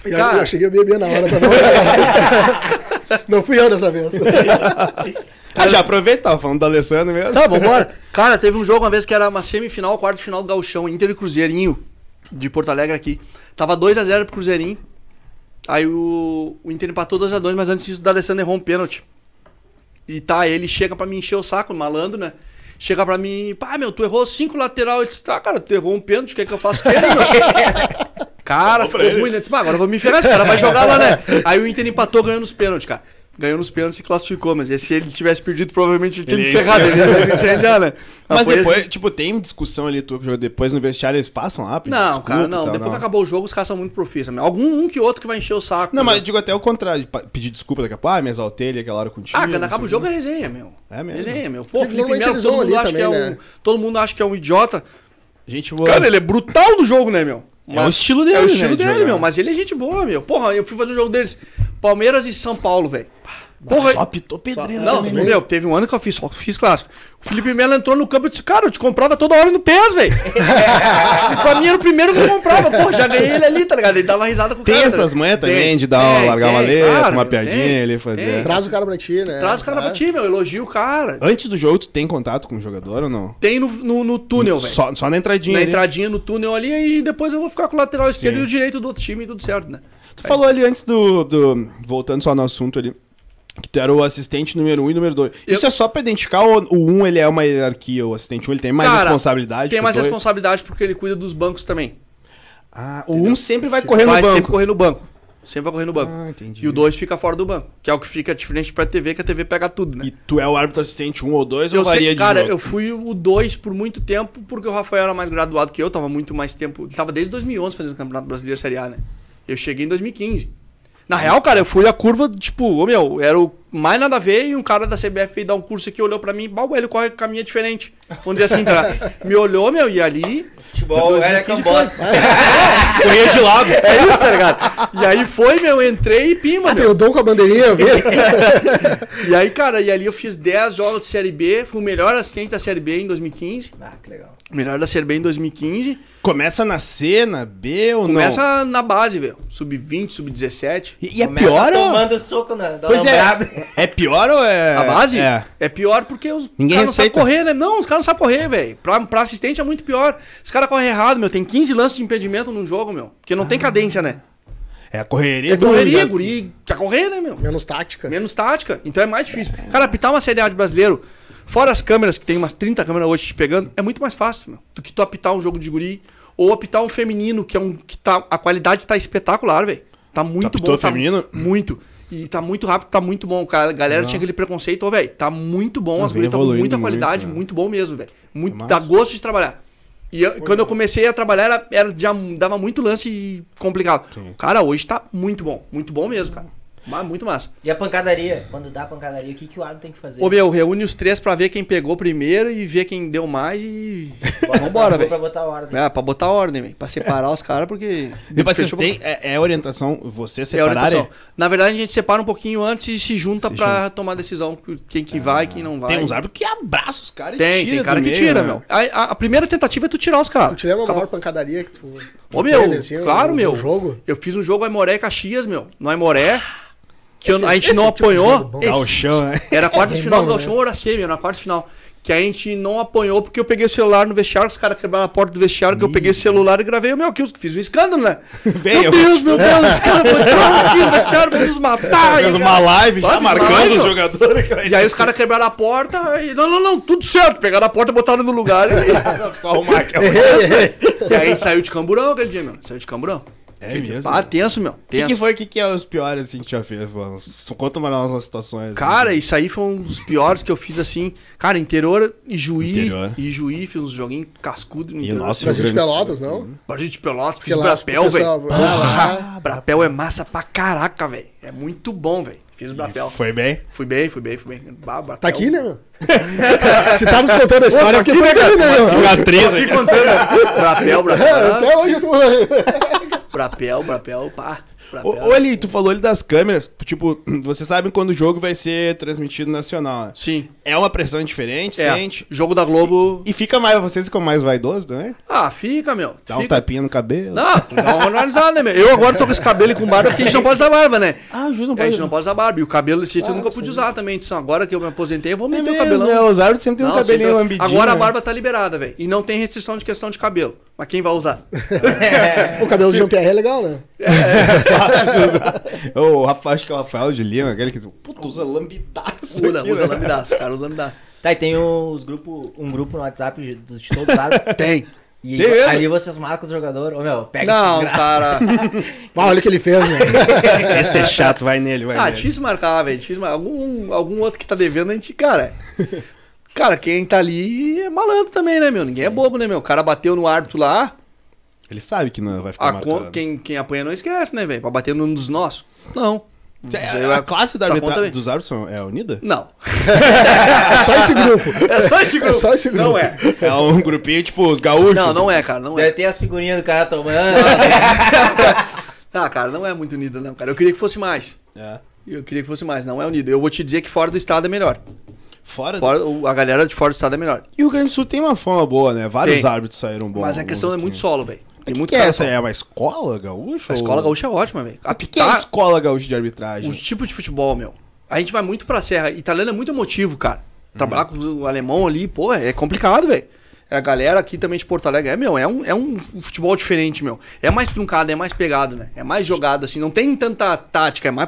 S2: Eu,
S4: [laughs] Cara.
S2: eu cheguei a beber na hora pra não. [laughs] Não fui eu dessa vez.
S3: Ah, já aproveita, tava falando do D'Alessandro mesmo.
S4: Tá, vambora. Cara, teve um jogo uma vez que era uma semifinal, quarto de final do Gauchão, Inter e Cruzeirinho, de Porto Alegre aqui. Tava 2x0 pro Cruzeirinho. Aí o, o Inter empatou 2x2, mas antes disso o D'Alessandro errou um pênalti. E tá, ele chega pra me encher o saco, malandro, né? Chega pra mim, pá, meu, tu errou cinco lateral. Eu disse, tá, cara, tu errou um pênalti, o que é que eu faço com ele, meu?
S3: [laughs]
S4: cara, ficou ruim, né? Eu disse, "Bah, agora eu vou me ferrar, esse cara vai jogar lá, né? Aí o Inter empatou, ganhou nos pênaltis, cara. Ganhou nos pênaltis e classificou, mas se ele tivesse perdido, provavelmente ele tinha
S3: Ele
S4: me
S3: ia
S4: ferrado. Ele ia me encerrar, né?
S3: [laughs] Mas
S4: foi
S3: depois,
S4: assim.
S3: tipo, tem discussão ali, tu que joga depois no vestiário eles passam lá? pedir
S4: Não,
S3: desculpa
S4: cara,
S3: e
S4: não.
S3: tal,
S4: Depois que acabou o jogo, os caras são muito profissionais. meu. Algum um que outro que vai encher o saco. né?
S3: Não,
S4: meu.
S3: mas eu digo até o contrário, de pa- pedir desculpa daqui a pouco, ah, me exaltei ali aquela hora contigo.
S4: Ah, quando
S3: não
S4: acaba o
S3: sei
S4: jogo é resenha, meu.
S3: É mesmo?
S4: Resenha, meu. Pô,
S2: Porque
S4: Felipe
S2: normalmente
S4: Melo,
S2: eles
S4: todo
S2: vão
S4: mundo
S2: ali
S4: acha que é
S2: também,
S4: um.
S2: né?
S4: Todo mundo acha que é um idiota.
S3: quê. Gente boa. né?
S4: Cara, ele é brutal no jogo, né, meu?
S3: É o estilo dele,
S4: É o estilo
S3: né, de
S4: dele,
S3: jogar.
S4: meu. Mas ele é gente boa, meu. Porra, eu fui fazer um jogo deles. Palmeiras e São Paulo, velho. Porra,
S3: só pitou pedreiro.
S4: Não,
S3: também, né?
S4: meu, teve um ano que eu fiz, só fiz clássico. O Felipe Melo entrou no campo e disse, cara, eu te comprava toda hora no PES,
S3: [laughs]
S4: velho. tipo, pra mim era o primeiro que eu comprava. Pô, já ganhei ele ali, tá ligado? Ele dava risada com o
S3: Tem
S4: cara.
S3: essas
S4: tá ligado?
S3: manhas também
S4: Tem,
S3: de dar uma,
S4: tem,
S3: largar uma
S4: tem,
S3: letra,
S4: claro,
S3: uma
S4: meu,
S3: piadinha
S4: tem.
S3: ali, fazer.
S2: Traz o cara pra ti, né?
S4: Traz o cara pra
S2: Claro.
S4: ti, meu, elogio o cara.
S3: Antes do jogo, tu tem contato com o jogador ou não?
S4: Tem no, no, no túnel, velho.
S3: Hum, Só, só na entradinha.
S4: Na
S3: ali.
S4: entradinha no túnel ali, e depois eu vou ficar com o lateral
S3: Sim.
S4: esquerdo e o direito do outro time e tudo certo, né?
S3: Tu falou ali antes do, do- Voltando só no assunto ali. Que tu era o assistente número um e número dois.
S4: Eu-
S3: Isso é só pra identificar ou o um ele é uma hierarquia, o assistente um ele tem mais
S4: Cara,
S3: responsabilidade.
S4: Tem
S3: que o
S4: mais
S3: dois?
S4: responsabilidade porque ele cuida dos bancos também.
S3: Ah, o um sempre vai correr
S4: Vai
S3: no banco.
S4: sempre correr no banco. Sempre vai correr no banco.
S3: Ah, entendi.
S4: E o 2 fica fora do banco, que é o que fica de frente pra TV, que a TV pega tudo, né?
S3: E tu é o árbitro assistente 1 ou 2 ou
S4: Eu
S3: varia
S4: sei,
S3: de
S4: cara,
S3: jogo?
S4: eu fui o 2 por muito tempo, porque o Rafael era mais graduado que eu, tava muito mais tempo. Tava desde 2011 fazendo Campeonato Brasileiro Série A, né? Eu cheguei em 2015. Na real, cara, eu fui a curva, tipo, ô meu, era o mais nada a ver e um cara da CBF veio dar um curso aqui, olhou pra mim, bau, ele corre caminha diferente. Vamos dizer assim, cara. Me olhou, meu, e ali.
S6: Futebol era
S4: 2015
S1: é
S6: cambora.
S3: Corria de lado.
S4: [laughs] É isso, tá ligado? E aí foi, meu, entrei e pimba, meu.
S2: Eu dou com a bandeirinha,
S4: [laughs]
S2: viu?
S4: E aí, cara, e ali eu fiz 10 jogos de Série B, fui o melhor assistente da Série B em 2015.
S1: Ah, que legal.
S4: o Melhor da Série B em 2015.
S3: Começa na C, na B ou
S4: Começa
S3: não?
S4: na base, velho. Sub-20, sub-17.
S3: E, e é
S1: Começa
S3: pior ou...
S1: Tomando soco na, da
S3: Pois é.
S1: lambrada.
S3: É pior ou é...
S4: A base
S3: É.
S4: é. pior porque os
S3: Ninguém
S4: caras não sabem
S3: respeita.
S4: correr, né? Não, os caras não sabem correr, velho. Pra, pra assistente é muito pior. Os caras correm errado, meu. Tem 15 lances de impedimento num jogo, meu. Porque não tem cadência, né?
S3: Ah. É a correria.
S4: É correria,
S3: do-
S4: guri. Quer correr, né, meu?
S2: Menos tática.
S4: Menos tática. Então é mais difícil. Cara, apitar uma Série A de brasileiro, fora as câmeras, que tem umas 30 câmeras hoje te pegando, é muito mais fácil, meu. Do que tu apitar um jogo de guri ou apitar um feminino, que é um que tá. A qualidade tá espetacular, velho. Tá muito
S3: apitou
S4: bom. tá
S3: feminino?
S4: muito. E tá muito rápido, tá muito bom. Cara, a galera tinha aquele preconceito, ô, velho. Tá muito bom, as
S3: vem
S4: gurias estão com
S3: evoluindo
S4: muita
S3: muito,
S4: qualidade,
S3: né?
S4: muito, bom mesmo, velho. Muito,
S3: Massa.
S4: dá gosto de trabalhar. E eu- quando eu comecei a trabalhar, era, era- já dava muito lance complicado. Cara, hoje tá muito bom. Muito bom mesmo, cara. Ma- Muito massa.
S1: E a pancadaria? Quando dá a pancadaria, o que, que o árbitro tem que fazer?
S4: Ô meu, reúne os três pra ver quem pegou primeiro e ver quem deu mais e. [laughs] Vambora,
S1: Pra
S4: velho.
S1: botar a ordem.
S4: É, pra botar ordem, velho. Pra separar os caras, [laughs] porque.
S3: Depois vocês
S4: Fechou-
S3: têm... É, é orientação... Vocês
S4: É a
S3: separarem?
S4: orientação. Na verdade, a gente separa um pouquinho antes e se junta
S3: Se
S4: pra tomar decisão quem que vai e quem não vai.
S3: Tem uns árbitros que abraçam os caras
S4: Tem, tem cara que tira,
S3: né?
S4: né? meu. A, a- a primeira tentativa é tu tirar os caras.
S2: Tu te lembra a
S4: Acabou-
S2: maior pancadaria que tu.
S4: Ô, meu,
S2: Entende, assim,
S4: claro,
S2: no-
S4: meu.
S2: No jogo?
S4: Eu fiz um jogo Aimoré e Caxias, meu. No Aimoré. Que eu-
S2: Esse-
S4: a gente
S2: esse
S4: não
S2: tipo de jogo
S4: apanhou.
S2: bom.
S4: Esse-
S3: Gauchão, [laughs] né?
S4: Era a quarta de
S2: É
S4: final
S2: bom,
S4: do Galchão,
S2: né?
S4: ou era semi, era a quarta de final. Que a gente não apanhou porque eu peguei o celular no vestiário, os caras quebraram a porta do vestiário, que eu peguei o celular e gravei o meu aqui, fiz um escândalo, né?
S3: [laughs] Veio.
S4: meu Deus, meu Deus, os
S3: [laughs]
S4: caras botaram aqui no vestiário, vão nos matar.
S3: Fez
S4: e,
S3: uma live já
S4: Vai, vai,
S3: marcando os
S4: meu.
S3: jogadores.
S4: e aí os caras quebraram a porta e. Não, não, não, tudo certo. Pegaram a porta, botaram no lugar. E,
S3: [laughs] Só arrumar aquela...
S4: e aí saiu de camburão aquele dia, meu. Saiu de camburão.
S3: É
S4: Aquele dia,
S3: mesmo?
S4: pá, tenso, meu.
S3: O que,
S4: Tenso.
S3: que foi que, que é os piores assim que tu já fez, mano? Só Conta uma umas situações.
S4: Cara,
S3: assim.
S4: isso aí foi um dos piores que eu fiz assim. Cara, interior e juí.
S3: Interior.
S4: E juí, fiz uns joguinhos cascudo no
S3: E
S4: interior. assim,
S3: nosso-
S2: Brasil de
S3: Rio Grande do
S2: Pelotas,
S3: Sul,
S2: não?
S4: Brasil de Pelotas, fiz
S2: Porque lá,
S4: Brapel,
S2: o
S4: velho.
S2: pessoal- Ah, lá.
S4: Ah, Brapel é massa pra caraca, velho. É muito bom, velho. Fiz o Brapel.
S3: Foi bem?
S4: Fui bem, fui bem, fui bem. Bah, Brapel.
S2: Tá aqui, né, [laughs] meu? Se tá nos contando a história, é porque foi aqui, né, meu?
S3: [laughs]
S2: É,
S3: Cicatriz aqui.
S4: Brapel, Brapel.
S2: [laughs] Até hoje eu tô.
S4: Brapel, Brapel, pá. Brapel.
S3: Ô, ô, Eli, tu falou ali das câmeras. Tipo, vocês sabem quando o jogo vai ser transmitido nacional, né?
S4: Sim.
S3: É uma pressão diferente,
S4: É,
S3: sente.
S4: jogo da Globo.
S3: E fica mais, vocês ficam mais vaidosos também?
S4: Ah, fica, meu.
S3: Dá um
S4: fica.
S3: tapinha no cabelo.
S4: Não, tu dá uma analisada, né, meu? Eu agora tô com esse cabelo e com barba porque a gente não pode usar barba, né?
S3: Ah, o Júlio não
S4: É, a gente
S3: pode.
S4: não pode usar barba. E o cabelo desse
S2: Ah,
S4: jeito eu nunca pude usar também. Então, agora que eu me aposentei, eu vou
S3: É
S4: meter o
S3: mesmo,
S4: um cabelão.
S3: né? Os árbitros sempre tem um
S4: Não,
S3: cabelinho
S4: sempre- é-
S3: lambidinho.
S4: Agora a
S3: né?
S4: barba tá liberada, velho. E não tem restrição de questão de cabelo. Mas quem
S3: [laughs]
S4: vai usar?
S2: O cabelo do Jean-Pierre é legal, né?
S3: [laughs]
S4: é
S3: Fácil usar. Ô, O Rafa, acho que é o Rafael de Lima, aquele que. Puta, usa lambidaço.
S4: Usa,
S3: aqui, né?
S4: usa lamidaço, cara, usa lamidaço.
S1: [laughs] Tá, e tem os grupo, um grupo no WhatsApp de, dos- de todos os árbitros.
S4: [laughs] Tem.
S1: E
S3: [laughs] Tem mesmo?
S1: ali vocês marcam o jogador. Ô meu, pega
S4: Não,
S1: esse
S4: cara.
S2: Ah, olha o que ele fez, meu.
S3: Esse é chato, vai nele, vai
S4: Ah,
S3: nele.
S4: difícil marcar, velho. Difícil marcar. Algum, algum outro que tá devendo, a
S3: [laughs]
S4: gente, cara. Cara, quem tá ali é malandro também, né, meu? Ninguém é bobo, né, meu? O cara bateu no árbitro lá,
S3: Ele sabe que não vai ficar
S4: a
S3: marcado.
S4: con- quem, quem apanha não esquece, né, velho? Pra bater num dos nossos. Não.
S3: É, a classe da
S4: Essa
S3: arbitra-
S4: conta vem.
S3: dos árbitros é unida?
S4: Não.
S2: É só esse grupo.
S4: É
S3: [laughs]
S4: só esse
S2: É só esse grupo.
S4: Não [laughs] é.
S3: É um grupinho tipo os gaúchos.
S4: Não, não é, cara, não
S1: Deve
S4: é.
S1: ter as figurinhas do cara tomando.
S4: Ah, cara, não é muito unido, não, cara. Eu queria que fosse mais.
S3: É.
S4: Eu queria que fosse mais, não é unido. Eu vou te dizer que fora do estado é melhor.
S3: Fora,
S4: Fora- o- a galera de fora do estado é melhor.
S3: E o Rio Grande do Sul tem uma fama boa, né? Vários
S4: Tem.
S3: árbitros saíram bons.
S4: Mas a questão é muito solo, velho. Tem
S3: O
S4: muito
S3: que é
S4: cara
S3: essa?
S4: solo.
S3: É uma escola gaúcha?
S4: A escola
S3: ou-
S4: gaúcha é ótima, velho.
S3: O que, que é a escola gaúcha de arbitragem?
S4: o tipo de futebol, meu. A gente vai muito pra serra. Italiano é muito emotivo, cara. Trabalhar com
S3: Uhum.
S4: o alemão ali, pô, é complicado, velho. É A galera aqui também de Porto Alegre, é, meu, é um, é um futebol diferente, meu. É mais truncado, é mais pegado, né? É mais jogado, assim. Não tem tanta tática, é mais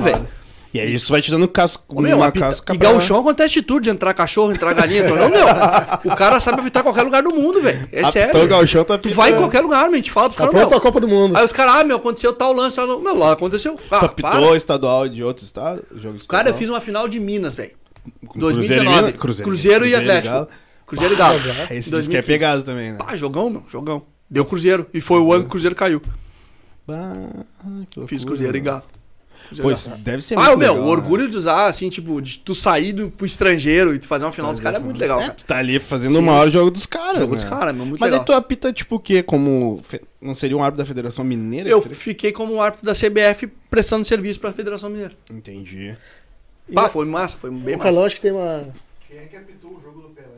S3: Porrada.
S4: velho.
S3: E aí isso vai te dando casca,
S4: Ô, meu,
S3: uma
S4: apita-
S3: casca
S4: e
S3: pra-
S4: gauchão acontece de tudo, de entrar cachorro, entrar galinha. Então, não, meu. O cara sabe apitar qualquer lugar do mundo, velho. É
S3: Apitou
S4: sério.
S3: gauchão, tá
S4: Tu vai em
S3: apitando.
S4: qualquer lugar, meu. A gente fala pros
S2: A
S4: caras,
S2: própria
S4: meu.
S2: Tá Copa do Mundo.
S4: Aí os caras, ah, meu, aconteceu tal lance. Tal... Meu, lá aconteceu. Ah,
S3: Apitou
S4: para.
S3: estadual de outro estado? Jogo estadual.
S4: Cara, eu fiz uma final de Minas, velho.
S3: Com Cruzeiro e
S4: 2019.
S3: Minas-
S4: Cruzeiro, e
S3: Cruzeiro
S4: Atlético.
S3: Galo.
S4: Cruzeiro e Galo.
S3: Ah, Esse disco é pegado também, né?
S4: Pá, Ah, jogão, meu. Jogão. Deu Cruzeiro. E foi o ano que o Cruzeiro caiu.
S3: Bah, que loucura,
S4: Fiz Cruzeiro e
S3: mano.
S4: Galo. Cruzeiro
S3: Pô,
S4: e Galo.
S3: isso deve ser
S4: Ah,
S3: é. muito
S4: meu,
S3: legal,
S4: o
S3: né?
S4: orgulho de usar, assim, tipo, de tu sair do, pro estrangeiro e tu fazer uma final dos caras é muito legal,
S3: É,
S4: cara.
S3: tu tá ali fazendo o maior jogo dos caras,
S4: Jogo
S3: né?
S4: dos caras, meu, muito
S3: Mas
S4: legal.
S3: aí tu apita, tipo, o quê? Como... fe- Não seria um árbitro da Federação Mineira?
S4: Eu
S3: que teria-
S4: fiquei como um árbitro da CBF prestando serviço pra Federação Mineira.
S3: Entendi.
S4: Pá, foi massa, foi bem
S2: o
S4: massa.
S2: Carlão acho que tem uma.
S5: Quem é que apitou o jogo do Pelé?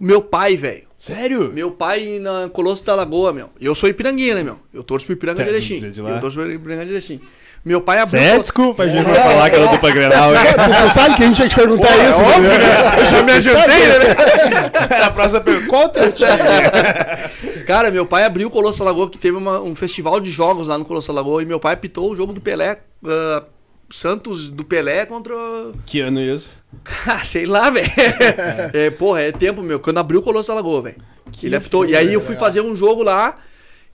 S4: O meu pai, velho.
S3: Sério?
S4: Meu pai na Colosso da Lagoa, meu. Eu sou ipiranguinha, né, meu? Eu torço pro Ipiranga
S3: Tá,
S4: Direitinho.
S3: desde lá.
S4: Eu torço pro Ipiranga Direitinho. Meu pai abriu...
S3: Sério? Desculpa, a gente vai falar que eu não tô pra
S4: [laughs] É
S3: Grenal. né? é hein?
S2: Tu, tu sabe que a gente ia te perguntar isso, né?
S3: Eu já me adiantei, né? [laughs] A próxima pergunta. Qual o teu time?
S4: [laughs] Cara, meu pai abriu o Colosso da Lagoa, que teve uma- um festival de jogos lá no Colosso da Lagoa, e meu pai apitou o jogo do Pelé... ah, Santos do Pelé contra...
S3: Que ano é isso?
S4: [laughs] Ah, sei lá, velho. É, porra, é tempo, meu. Quando abriu o Colosso da Lagoa, velho. Ele apitou. E aí eu fui fazer um jogo lá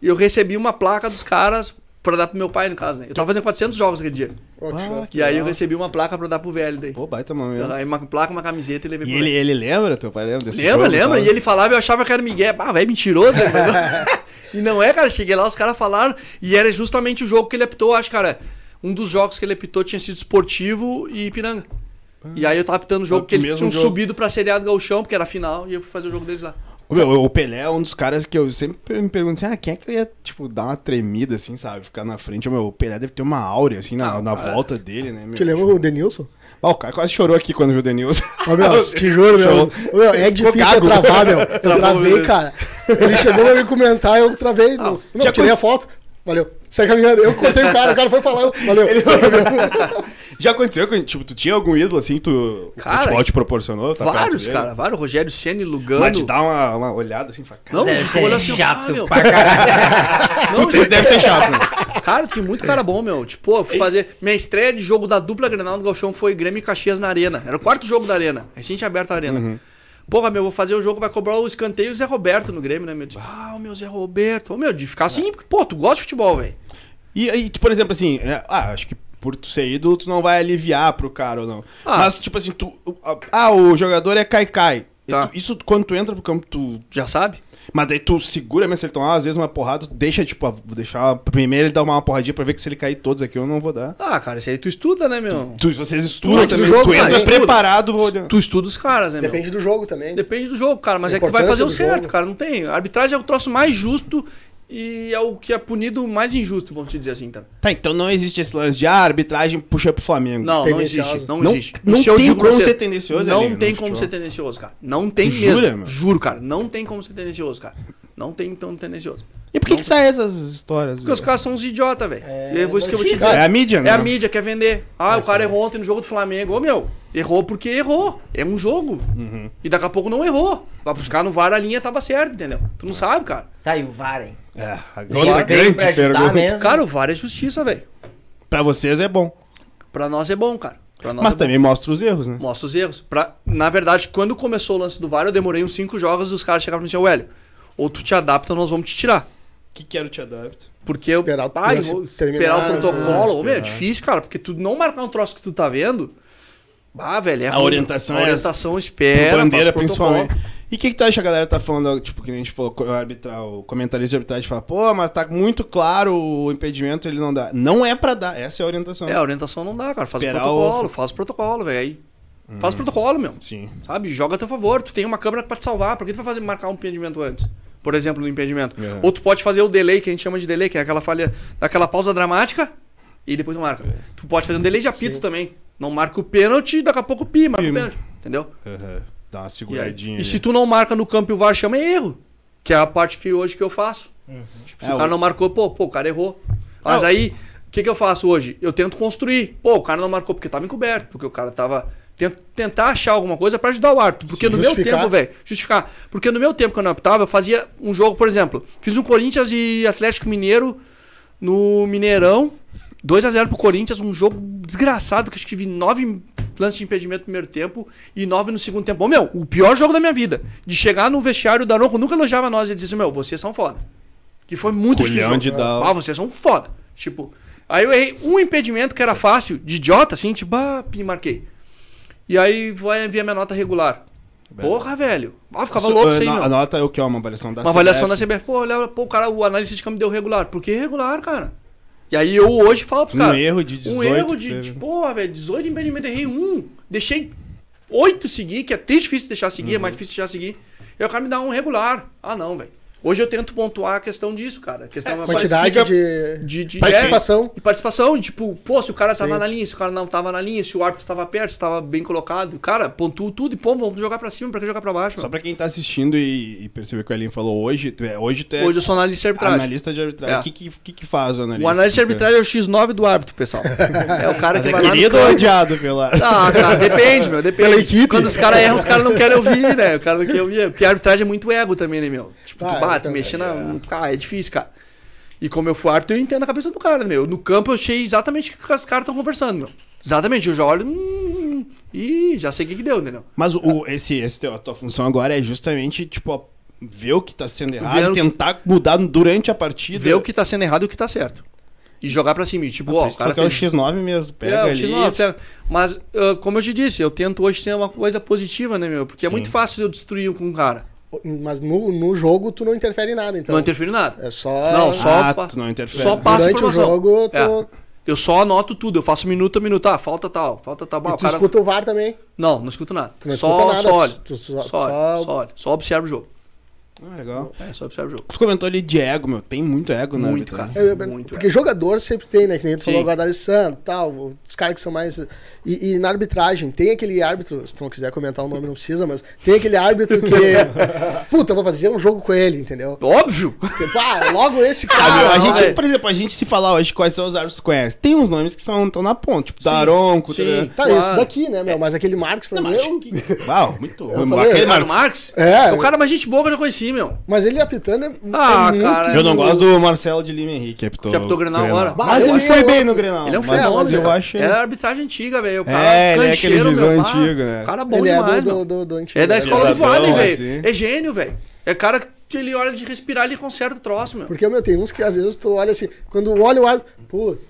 S4: e eu recebi uma placa dos caras pra dar pro meu pai, no caso, né? Eu tava fazendo 400 jogos aquele dia.
S2: Ah,
S4: e aí eu recebi uma placa pra dar pro velho daí.
S3: Pô, baita momento.
S4: Aí uma placa, uma camiseta e levei
S3: E
S4: pro
S3: ele,
S4: velho.
S3: ele lembra? Teu pai lembra desse
S4: Lembra,
S3: jogo e
S4: lembra?
S3: tal?
S4: E ele falava, eu achava que era Miguel. Ah, velho, mentiroso. né? e não [laughs] é, cara. Cheguei lá, os caras falaram. E era justamente o jogo que ele apitou, acho, cara. Um dos jogos que ele apitou tinha sido esportivo e Ipiranga. E aí eu tava apitando o jogo
S3: Ah,
S4: que eles
S3: mesmo
S4: tinham
S3: jogo.
S4: subido pra Série A do Gauchão, porque era a final, e eu fui fazer o jogo deles lá.
S3: Ô, meu, o Pelé é um dos caras que eu sempre me pergunto assim, ah, quem é que eu ia, tipo, dar uma tremida, assim, sabe? Ficar na frente. Ô, meu, o Pelé deve ter uma áurea, assim, na, na volta dele, né, meu?
S2: Te lembra o Denilson?
S3: Ah, o cara quase chorou aqui quando viu o Denilson.
S2: Ô, meu,
S3: [laughs]
S4: [laughs]
S2: te juro, meu. Ô, meu, é
S3: Ficou
S2: difícil eu
S3: gago.
S2: travar, meu. Eu
S3: Travou,
S2: travei,
S4: né?
S3: beleza.
S2: cara. Ele chegou pra me comentar, eu travei. meu. Meu,
S3: já
S2: tirei
S3: con-
S2: a foto. Valeu. Sai caminhando. Eu contei o cara, o cara foi falando. Valeu. Sai
S4: [laughs]
S2: caminhando.
S3: Já aconteceu que, tipo, tu tinha algum ídolo, assim, que tu...
S4: Cara,
S3: o futebol te proporcionou? tá perto
S4: vários,
S3: dele?
S4: cara, vários. Rogério Ceni Lugano.
S3: Mas te dá uma, uma olhada, assim, e fala,
S4: Não,
S3: cara,
S1: Zé,
S4: gente,
S1: você
S4: olha
S1: é
S4: assim,
S1: chato
S4: ah, meu.
S1: pra caralho.
S4: [laughs] Não,
S3: esse deve ser chato, né?
S4: Cara, tem muito cara bom, meu. Tipo, eu fui fazer. Minha estreia de jogo da dupla Grenal do Galchão foi Grêmio e Caxias na Arena. Era o quarto jogo da Arena. Recente aberta a Arena.
S3: Uhum.
S4: Porra, meu, vou fazer o jogo, vai cobrar o escanteio e o Zé Roberto no Grêmio, né, meu? Eu disse, ah, o meu Zé Roberto. Ô, meu, de ficar assim, porque, pô, tu gosta de futebol, velho.
S3: E aí, tipo, por exemplo, assim, é, ah, acho que por tu ser ídolo, tu não vai aliviar pro cara ou não.
S4: Ah.
S3: Mas, tipo assim, tu. Ah, o jogador é Kaikai. E
S4: Tá.
S3: tu- Isso quando tu entra pro campo, tu.
S4: Já sabe?
S3: Mas daí tu segura mesmo, se ele tomar, às vezes, uma porrada, tu deixa, tipo, ah, vou deixar. Primeiro ele dá uma porradinha pra ver que se ele cair todos aqui, eu não vou dar.
S4: Ah, cara, isso aí tu estuda, né, meu?
S3: Tu, vocês estudam
S2: Antes do
S3: também,
S2: jogo,
S3: tu
S4: tá
S2: cara,
S3: entra
S2: estuda.
S3: preparado, vou olhar.
S4: Tu estuda os caras, né, meu?
S2: Depende do jogo também.
S4: Depende do jogo, cara, mas
S2: Da
S4: é que tu vai fazer
S2: importância
S4: o
S2: do
S4: certo,
S2: jogo.
S4: cara, não tem. A arbitragem é o troço mais justo e é o que é punido mais injusto, vamos te dizer assim, cara.
S3: Tá, então não existe esse lance de ah, arbitragem puxa pro Flamengo.
S4: Não, não
S2: Tendencioso.
S4: existe, não,
S3: Não-
S4: existe.
S3: não
S4: Isso eu
S3: tem
S4: digo pra
S3: como
S4: você.
S3: ser tendencioso,
S4: Não
S3: Elinho,
S4: tem
S3: no
S4: como
S3: futebol.
S4: ser tendencioso, cara. Não tem
S3: Tu
S4: mesmo.
S3: jura, meu?
S4: Juro, cara, não tem como ser tendencioso, cara. Não tem tão tendencioso.
S3: E por que que saem essas histórias?
S4: Porque os caras são uns idiotas, velho.
S1: É
S4: e é isso que eu vou te
S1: notícia.
S4: dizer.
S3: É a mídia, né? É
S4: É a mídia, quer vender. Ah, o cara errou ontem no jogo do Flamengo. Ô, meu, errou porque errou. É um jogo.
S3: Uhum.
S4: E daqui a pouco não errou. Vai buscar no VAR a linha tava certa, entendeu? Tu não sabe, cara.
S1: Tá, e o Varen.
S3: É, agora
S1: veio
S3: grande
S1: pra ajudar
S3: pergunta.
S1: mesmo.
S4: Cara, o VAR é justiça, velho.
S3: Pra vocês é bom.
S4: Pra nós é bom, cara. Pra nós
S3: Mas
S4: é bom.
S3: também mostra os erros, né?
S4: Mostra os erros. Pra... Na verdade, quando começou o lance do VAR, eu demorei uns cinco jogos e os caras chegaram e disseram, Hélio, ou tu te adapta ou nós vamos te tirar.
S3: que quero te adaptar?
S4: Porque eu,
S2: Esperar o
S4: pai,
S2: lance
S4: vou
S2: terminar,
S4: esperar o protocolo,
S3: Ah, esperar.
S4: meu, é difícil, cara, porque tu não marcar um troço que tu tá vendo, ah, velho, é
S3: A
S4: ruim.
S3: orientação
S4: a
S3: é
S4: orientação espera,
S3: bandeira,
S4: faz protocolo.
S3: principalmente. E o que, que tu acha que a galera tá falando, tipo, que nem a gente falou, o, arbitral, o comentarista de arbitragem fala, pô, mas tá muito claro o impedimento, ele não dá. Não é pra dar, essa é a orientação.
S4: É, a orientação não dá, cara, faz
S3: Esperar o- Uhum.
S4: protocolo, faz protocolo, velho, aí faz protocolo, meu.
S3: Sim.
S4: Sabe? Joga a teu favor. Tu tem uma câmera pra te salvar. Por que tu vai fazer marcar um impedimento antes? Por exemplo, no impedimento.
S3: Uhum.
S4: Ou tu pode fazer o delay, que a gente chama de delay, que é aquela falha, aquela pausa dramática, e depois tu marca. Tu pode fazer um delay de apito também. Não marca o pênalti, daqui a pouco pi, marca o pênalti. Entendeu?
S3: Aham. Dá uma
S4: E, aí-
S3: seguradinha.
S4: e se tu não marca no campo e o VAR chama, é erro. Que é a parte que hoje que eu faço. Tipo, se
S3: É,
S4: o cara
S3: o-
S4: não marcou, pô, pô, o cara errou. Mas
S3: É, o-
S4: aí, o que, que eu faço hoje? Eu tento construir. Pô, o cara não marcou porque tava encoberto, porque o cara tava. Tento tentar achar alguma coisa pra ajudar o árbitro. Porque
S2: Sim,
S4: no meu
S2: justificar.
S4: tempo, velho, justificar. Porque no meu tempo, quando eu optava, eu fazia um jogo, por exemplo, fiz um Corinthians e Atlético Mineiro no Mineirão. 2x0 pro Corinthians, um jogo desgraçado, que acho que tive nove lances de impedimento no primeiro tempo e nove no segundo tempo. Ô, meu, o pior jogo da minha vida. De chegar no vestiário, o Daronco nunca elogiava nós, ele dizia assim, meu, vocês são foda. Que foi muito
S3: Culhão
S4: difícil. o
S3: de
S4: jogo.
S3: dar-
S4: Ah, vocês são foda. Tipo, aí eu errei um impedimento que era fácil, de idiota, assim, tipo, ah, pi, marquei. E aí vai enviar minha nota regular. Porra, velho. Ah, ficava
S3: Isso,
S4: louco
S3: eh,
S4: isso aí,
S3: no-
S4: meu.
S3: Anota o que é uma avaliação da
S4: Uma avaliação da
S3: CBF.
S4: CBF. Pô, olha, pô, o cara, o analista de câmbio deu regular. Por que regular, cara? E aí eu hoje falo pros
S3: Um
S4: caras.
S3: erro de 18
S4: Um erro
S3: que
S4: de,
S3: teve.
S4: de porra, velho, 18 impedimento, errei um. Deixei oito seguir, que é até difícil deixar seguir,
S3: Uhum.
S4: é mais difícil deixar seguir. E aí o cara me dá um regular. Ah, não, velho. Hoje eu tento pontuar a questão disso, cara. A questão é,
S2: Quantidade de...
S4: de, de
S2: participação.
S4: e participação, e, tipo, pô, se o cara tava
S2: Sim.
S4: na linha, se o cara não tava na linha, se o árbitro tava perto, se tava bem colocado, cara, pontua tudo e pô, vamos jogar pra cima, pra que jogar pra baixo?
S3: Só
S4: mano?
S3: pra quem tá assistindo e, e percebeu que o Elinho falou hoje, tu é, hoje tu é
S4: Hoje eu sou analista de arbitragem.
S3: analista de arbitragem.
S4: É.
S3: O que, que, que que faz o analista?
S4: O analista de
S3: Porque-
S4: arbitragem é o X9 do
S3: [laughs]
S4: árbitro, pessoal. É o cara
S3: Mas
S4: que
S3: é
S4: vai lá no
S3: querido ou
S4: campo.
S3: odiado pela...
S4: Ah, [laughs] cara, depende, meu, depende.
S2: Pela equipe.
S4: Quando os caras erram, os caras não querem ouvir, né? O cara não quer ouvir. Porque a arbitragem é muito ego também, né, meu? Tipo,
S2: Ah,
S4: tu
S2: é,
S4: bate,
S2: também,
S4: mexer na. Cara, é difícil, cara. E como eu fui árbitro, eu entendo a cabeça do cara, né, meu? No campo eu sei exatamente o que os caras estão conversando, meu. Exatamente, eu já olho. Hum, e já sei o que, que deu, entendeu?
S3: Mas o, o- esse, esse teu- a tua função agora é justamente, tipo, ó, ver o que tá sendo
S4: Ver
S3: errado
S4: o
S3: e
S4: que-
S3: tentar mudar durante a partida.
S4: Ver o que tá sendo errado e o que tá certo. E jogar pra cima. E, tipo, ó,
S3: Por
S4: o
S3: isso
S4: cara.
S3: que é o
S4: fez-
S3: X9 mesmo. Pega
S4: é, o
S3: ali.
S4: X9, pega. Mas, ah, como eu te disse, eu tento hoje ser uma coisa positiva, né, meu? Porque é
S3: Sim.
S4: muito fácil eu destruir com um cara.
S2: Mas no, no jogo tu não interfere em nada, então.
S4: não interfiro em nada.
S2: É só...
S4: Não,
S3: Ah,
S4: só-
S3: tu não interfere.
S4: Só passa a
S2: Durante o
S4: informação.
S2: jogo, tu,
S4: É. Eu só anoto tudo, eu faço minuto a minuto. Ah, falta tal, falta tal. Ah,
S2: e
S4: o
S2: tu
S4: cara-
S2: escuta o VAR também.
S4: Não, não escuto nada.
S2: Tu não
S4: só,
S2: escuta nada,
S4: só olho.
S2: tu- tu só-
S4: só, olho,
S2: só-
S4: só olho. Só observo o jogo.
S3: Ah, legal.
S4: É, só observo o jogo.
S3: Tu comentou ali de ego, meu. Tem muito ego, né?
S4: Muito, cara.
S2: Eu- eu-
S4: Muito,
S2: É,
S4: é.
S2: porque jogador sempre tem, né? Que nem tu falou
S4: Sim.
S2: agora da Alessandro tal, os caras que são mais. E, e na arbitragem, tem aquele árbitro, se tu não quiser comentar o nome, não precisa, mas tem aquele árbitro que.
S4: [laughs]
S2: Puta, eu vou fazer um jogo com ele, entendeu?
S4: Óbvio!
S2: Porque, pá, logo esse
S3: Ah, meu,
S2: cara.
S3: a
S4: não,
S3: gente,
S4: é.
S3: por exemplo, a gente se falar hoje quais são os árbitros que tu conhece. Tem uns nomes que são estão na ponta, tipo Daronco,
S4: sim.
S3: tá ligado?
S2: tá,
S4: claro.
S2: isso daqui, né, meu? Mas aquele Marcos pra mim. eu-
S3: Uau, muito ruim.
S2: [laughs] falei,
S3: Aquele
S2: eu-
S4: Cara,
S3: Marce-
S4: o Marx?
S2: É.
S4: O cara mais gente boa que eu já conheci, meu.
S2: Mas ele apitando é.
S4: Ah,
S2: é muito-
S4: cara,
S3: Eu não gosto do Marcelo de Lima Henrique, é que apitou
S4: Que apitou o Grenal agora.
S3: Mas ele
S2: Ele
S3: foi
S2: é
S3: bem
S2: outro.
S3: no Grenal.
S4: Ele é um É,
S3: mas-
S2: fenômeno,
S3: Mas eu
S2: cara.
S3: acho...
S4: Era arbitragem antiga, velho. O cara
S3: É, ele é aquele
S4: cancheiro,
S3: visão
S4: meu,
S3: antigo,
S4: pá.
S3: né?
S4: Cara bom
S2: Ele é
S4: demais,
S2: do,
S4: meu.
S2: do, do antigo.
S4: É da
S2: né?
S4: escola do Vale,
S3: Pesadão,
S4: velho.
S3: assim.
S4: É gênio, velho. É cara que ele olha de respirar, ele conserta o troço, meu.
S2: Porque, meu, tem uns que às vezes tu olha assim, quando olha o árbitro, puta.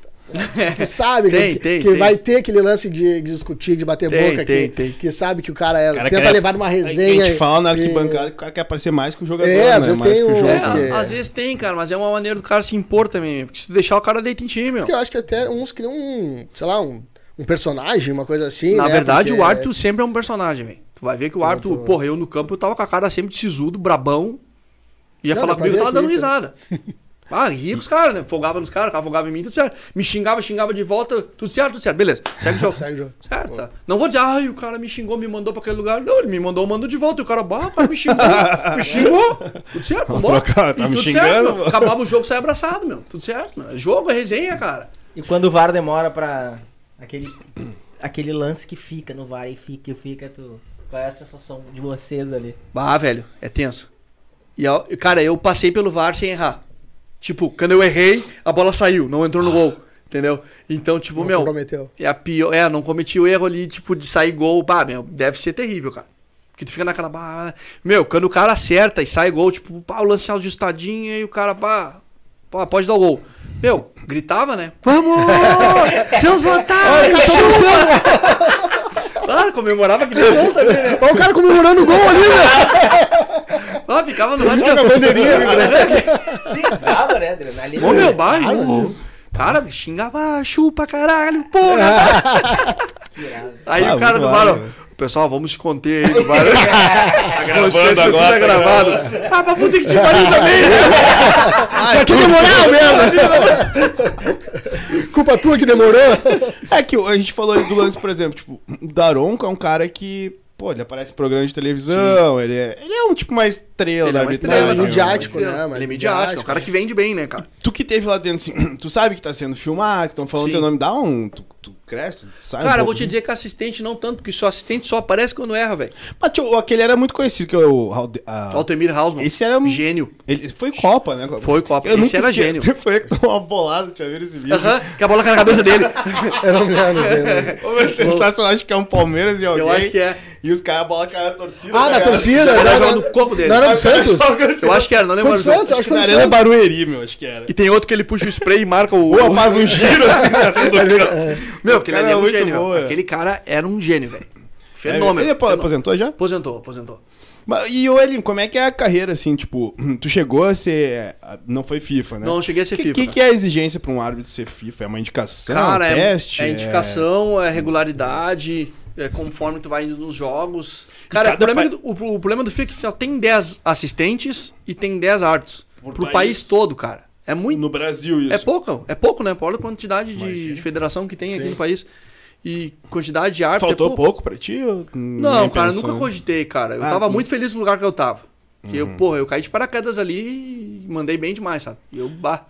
S2: Tu sabe
S4: Tem,
S2: que,
S4: tem,
S2: que
S4: tem.
S2: vai ter aquele lance de, de discutir, de bater
S4: Tem,
S2: boca,
S4: tem,
S2: que,
S4: tem.
S2: que sabe que o cara, é-
S3: cara
S2: tenta
S3: quer-
S2: levar uma resenha.
S3: A gente fala na
S2: e-
S3: arquibancada que o cara quer aparecer mais que o jogador,
S2: É,
S3: né?
S2: às vezes
S3: mais
S2: tem
S3: que o
S2: um-
S3: jogo.
S2: É,
S3: né?
S2: que-
S4: É, às vezes tem, cara, mas é uma maneira do cara se impor também. Porque se deixar o cara deita em time, meu.
S2: Porque eu acho que até uns criam um, sei lá, um, um personagem, uma coisa assim.
S4: Na
S2: né?
S4: verdade,
S2: Porque
S4: o árbitro sempre é um personagem, velho. Tu vai ver que o árbitro,
S2: tô-
S4: porra, eu no campo eu tava com a cara sempre de sisudo, brabão. Ia
S2: Não,
S4: falar
S2: dá pra é
S4: comigo,
S2: ver
S4: eu tava
S2: aqui,
S4: dando risada.
S2: [laughs]
S4: Ah, ria com os caras, né? Folgava nos caras, o cara folgava em mim, tudo certo. Me xingava, xingava de volta, tudo certo, tudo certo. Beleza,
S2: [laughs]
S4: segue o jogo.
S2: Segue o jogo.
S4: Certo. tá. Não vou dizer, ai, o cara me xingou, me mandou pra aquele lugar. Não, ele me mandou, mandou de volta. E o cara, bah, o cara me xingou, me xingou. Tudo certo, vambora.
S3: trocar, tá
S4: E
S3: me
S4: tudo
S3: xingando,
S4: certo, meu.
S3: mano.
S4: Acabava o jogo, saia abraçado, meu. Tudo certo, meu. É Jogo, é resenha, cara.
S1: E quando o VAR demora pra. aquele, aquele lance que fica no VAR e fica e fica, tu. Qual é a sensação de vocês ali?
S4: Bah, velho, é tenso. E, ó, cara, eu passei pelo VAR sem errar. Tipo, quando eu errei, a bola saiu, não entrou no gol. Entendeu? Então, tipo,
S2: não
S4: meu,
S2: comprometeu.
S4: é a pior. É, não cometi o erro ali, tipo, de sair gol. Bah, meu, deve ser terrível, cara. Porque tu fica naquela. Bah, meu, quando o cara acerta e sai gol, tipo, pá, o lance ajustadinho e o cara, pá, pá, pode dar o gol. Meu, gritava, né? Vamos! [laughs] Seus otários! [laughs] Ah, comemorava que deu gol também, né?
S2: Olha o cara comemorando o gol ali, velho.
S4: Ah, ficava no lado de
S2: Joga a bandeirinha, velho.
S1: Sim, sabe, né, Adriano?
S4: Ô meu bairro! Cara, xingava chupa caralho, porra! aí
S3: Ah,
S4: o cara
S3: muito
S4: do bar, ó,
S3: maravilha.
S4: pessoal, vamos se conter aí do bar. tá
S3: gravando agora,
S4: Tá
S3: tá
S4: gravado. Ah, pra puta que te pariu também,
S2: é
S4: né? Ai,
S2: Que demorou mesmo. Culpa tua que demorou.
S3: É que a gente falou aí do lance, por exemplo, tipo, o Daronco é um cara que Pô, ele aparece em programa de televisão, ele é, ele é um tipo mais estrela
S4: Ele
S3: da
S4: é uma
S3: arbitragem.
S4: estrela,
S2: Ele é
S3: né?
S2: midiático, né, mano?
S4: Ele é midiático, é um cara que vende bem, né, cara?
S3: Tu que teve lá dentro, assim, [clears throat] tu sabe que tá sendo filmado, que estão falando
S4: Sim.
S3: teu nome, dá um... Tu, tu cresce, tu
S2: Ah,
S3: sai um
S4: Cara, eu vou
S3: pouco,
S4: te
S3: né?
S4: dizer que assistente não tanto, porque só assistente só aparece quando erra, velho.
S3: Mas tio, aquele era muito conhecido, que é o... Halde- a-
S4: Altemir Ah. Hausmann.
S3: Esse
S2: é
S3: era um-
S4: Gênio.
S3: Ele foi Copa, né?
S4: Foi Copa.
S3: Eu nunca
S4: Esse era
S3: esqueço.
S4: gênio.
S3: [laughs] Foi uma bolada, tinha visto esse vídeo.
S4: Aham, que a bola cai na cabeça dele.
S2: Eu não me lembro, não me lembro.
S3: Ô, meu, [laughs] sensacional, acho que é um Palmeiras e alguém.
S4: acho que é.
S3: E os caras, a bola cai na torcida.
S4: tá
S2: Ah,
S3: né,
S2: na
S3: cara?
S2: torcida?
S4: Ele
S2: né?
S4: joga no corpo dele.
S2: Não era
S3: Aí
S2: do
S3: o cara
S2: Santos?
S3: joga assim,
S4: Eu acho que era, não lembro.
S2: Foi do Santos, acho que foi
S3: Na
S2: do
S3: Arena
S2: Santos.
S3: Barueri, meu, acho que era.
S4: E tem outro que ele puxa o spray e marca o.
S3: Ou faz
S4: [laughs]
S3: um giro assim pra dentro do campo.
S4: né? É Meu,
S3: Esse
S4: aquele
S3: cara
S4: ali
S3: é
S4: era um
S3: muito
S4: gênio.
S3: bom, é.
S4: Aquele cara era um gênio, velho. Fenômeno.
S3: Ele apo-
S4: Fenômeno.
S3: aposentou já?
S4: é, Aposentou, aposentou.
S3: Mas, E o Elinho, como é que é a carreira, assim, tipo, [clears throat] tu chegou a ser. Não foi FIFA, né?
S4: Não, eu cheguei a ser
S3: que,
S4: FIFA,
S3: O que,
S4: cara.
S3: que é a exigência pra um árbitro ser FIFA? É uma indicação?
S4: Cara,
S3: um
S4: é,
S3: teste?
S4: é indicação, é regularidade, é conforme tu vai indo nos jogos. Cara,
S3: cada
S4: o problema,
S3: pa-
S4: do, o, o problema do FIFA é que só tem 10 assistentes e tem 10 árbitros.
S3: Por
S4: pro
S3: país.
S4: país. todo, cara. É muito.
S3: No Brasil, isso.
S4: É pouco, é pouco, né? Pô, Olha a quantidade de federação que tem aqui no país. E quantidade de árbitro. é
S3: Faltou
S4: pouco.
S3: pouco pra ti? ou nem
S4: Não, cara,
S3: pensou? Uhum.
S4: nunca cogitei, cara. Eu
S3: Ah,
S4: tava
S3: tu-
S4: muito feliz no lugar que eu tava. Que eu, porra, eu caí de paraquedas ali e mandei bem demais, sabe? E eu, bah.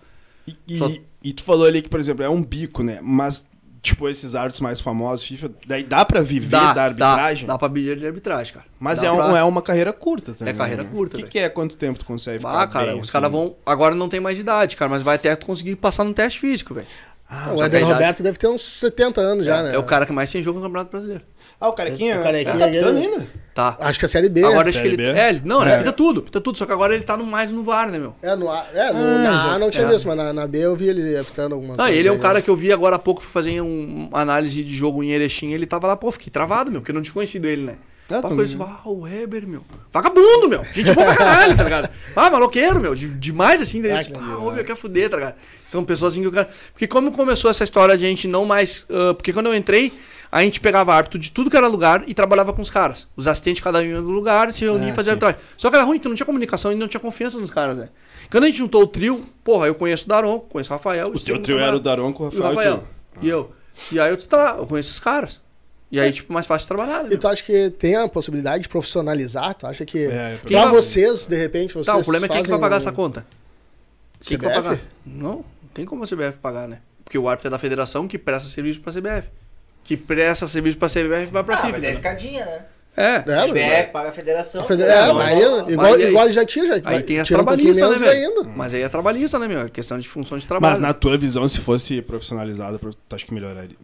S3: E, e-
S4: Só-
S3: e tu falou ali que, por exemplo, é um bico, né? Mas, tipo, esses árbitros mais famosos, FIFA, daí dá pra viver
S4: Dá,
S3: da arbitragem?
S4: Dá, dá pra bilhete de arbitragem, cara.
S3: Mas
S4: Dá
S3: é, um-
S4: pra-
S3: é uma carreira curta também.
S4: É carreira
S3: né? O
S4: curta,
S3: que,
S4: velho.
S3: que é? Quanto tempo tu consegue ficar
S4: Ah, cara,
S3: bem,
S4: os
S3: assim?
S4: caras vão. Agora não tem mais idade, cara, mas vai até tu conseguir passar no teste físico, velho.
S3: Ah,
S2: O
S4: só que a
S2: Eder
S4: idade-
S2: Roberto deve ter uns 70 anos já, né?
S4: É o cara que mais tem jogo no Campeonato Brasileiro.
S3: ah, o carequinha?
S2: O carequinha,
S3: Tá apitando
S2: ele-
S3: ainda?
S4: Tá.
S2: Acho que a Série B.
S4: Agora
S2: né?
S4: acho que ele.
S3: Série B?
S4: É, ele- não,
S3: É.
S4: ele apita tudo, apita tudo, só que agora ele tá no, mais no VAR, né, meu?
S2: É, no A, é, no,
S3: Ah,
S2: na A não tinha
S4: é.
S2: visto, mas na, na B eu vi ele apitando alguma
S4: Ah, ele é um
S2: aí,
S4: cara
S2: né?
S4: que eu vi agora há pouco fazer um- uma análise de jogo em Erechim. Ele tava lá, pô, fiquei travado, meu, porque eu não tinha conhecido ele, né?
S3: Ah,
S4: Ah,
S3: tu-
S4: eu disse, ah, o Weber, meu. Vagabundo, meu. Gente boa pra caralho, tá ligado? Ah, maloqueiro, meu. de- demais, assim. Daí eu
S2: Ah,
S4: disse,
S2: que
S4: ah,
S2: legal.
S4: ô, meu, quer fuder, tá ligado? São pessoas assim que o cara... Porque como começou essa história de a gente não mais... ah, porque quando eu entrei, a gente pegava árbitro de tudo que era lugar e trabalhava com os caras. Os assistentes, cada um em outro lugar, se reunia
S3: Ah,
S4: e
S3: sim.
S4: fazia arbitragem. Só que era ruim, tu não tinha comunicação e não tinha confiança nos caras, né? Quando a gente juntou o trio, porra, eu conheço o Daron, conheço o Rafael.
S3: O teu trio era o Daron com o
S4: E o
S3: Rafael. e
S4: Rafael.
S3: tu.
S4: E eu. E aí eu disse, tá, eu conheço os caras. E
S2: É.
S4: aí, tipo, mais fácil de trabalhar, né?
S2: E tu acha que tem a possibilidade de profissionalizar? Tu acha que.
S3: É,
S2: pra
S3: quem
S4: vai-
S2: vocês, de repente, vocês.
S4: Tá, o problema é quem é que vai
S2: fazem
S4: pagar
S2: um-
S4: essa conta. Quem que vai
S2: CBF?
S4: pagar? Não, não tem como a CBF pagar, né? Porque o árbitro é da federação que presta serviço pra CBF. Que presta serviço pra CBF vai pra
S1: Ah,
S4: FIFA.
S1: mas é
S4: né?
S1: escadinha, né?
S4: É.
S2: É,
S1: Se tiver,
S2: mas-
S1: paga a federação.
S2: a federa- é,
S1: Não,
S2: mas
S1: não.
S2: aí, igual,
S4: aí-
S2: igual já tinha, já.
S4: Aí tem as
S2: tira um pouquinho
S4: trabalhistas, né,
S2: menos e vai
S4: velho?
S2: indo.
S4: Mas aí é trabalhista, né, meu? É questão de função de trabalho.
S3: Mas na tua visão, se fosse profissionalizado, tu acha que melhoraria?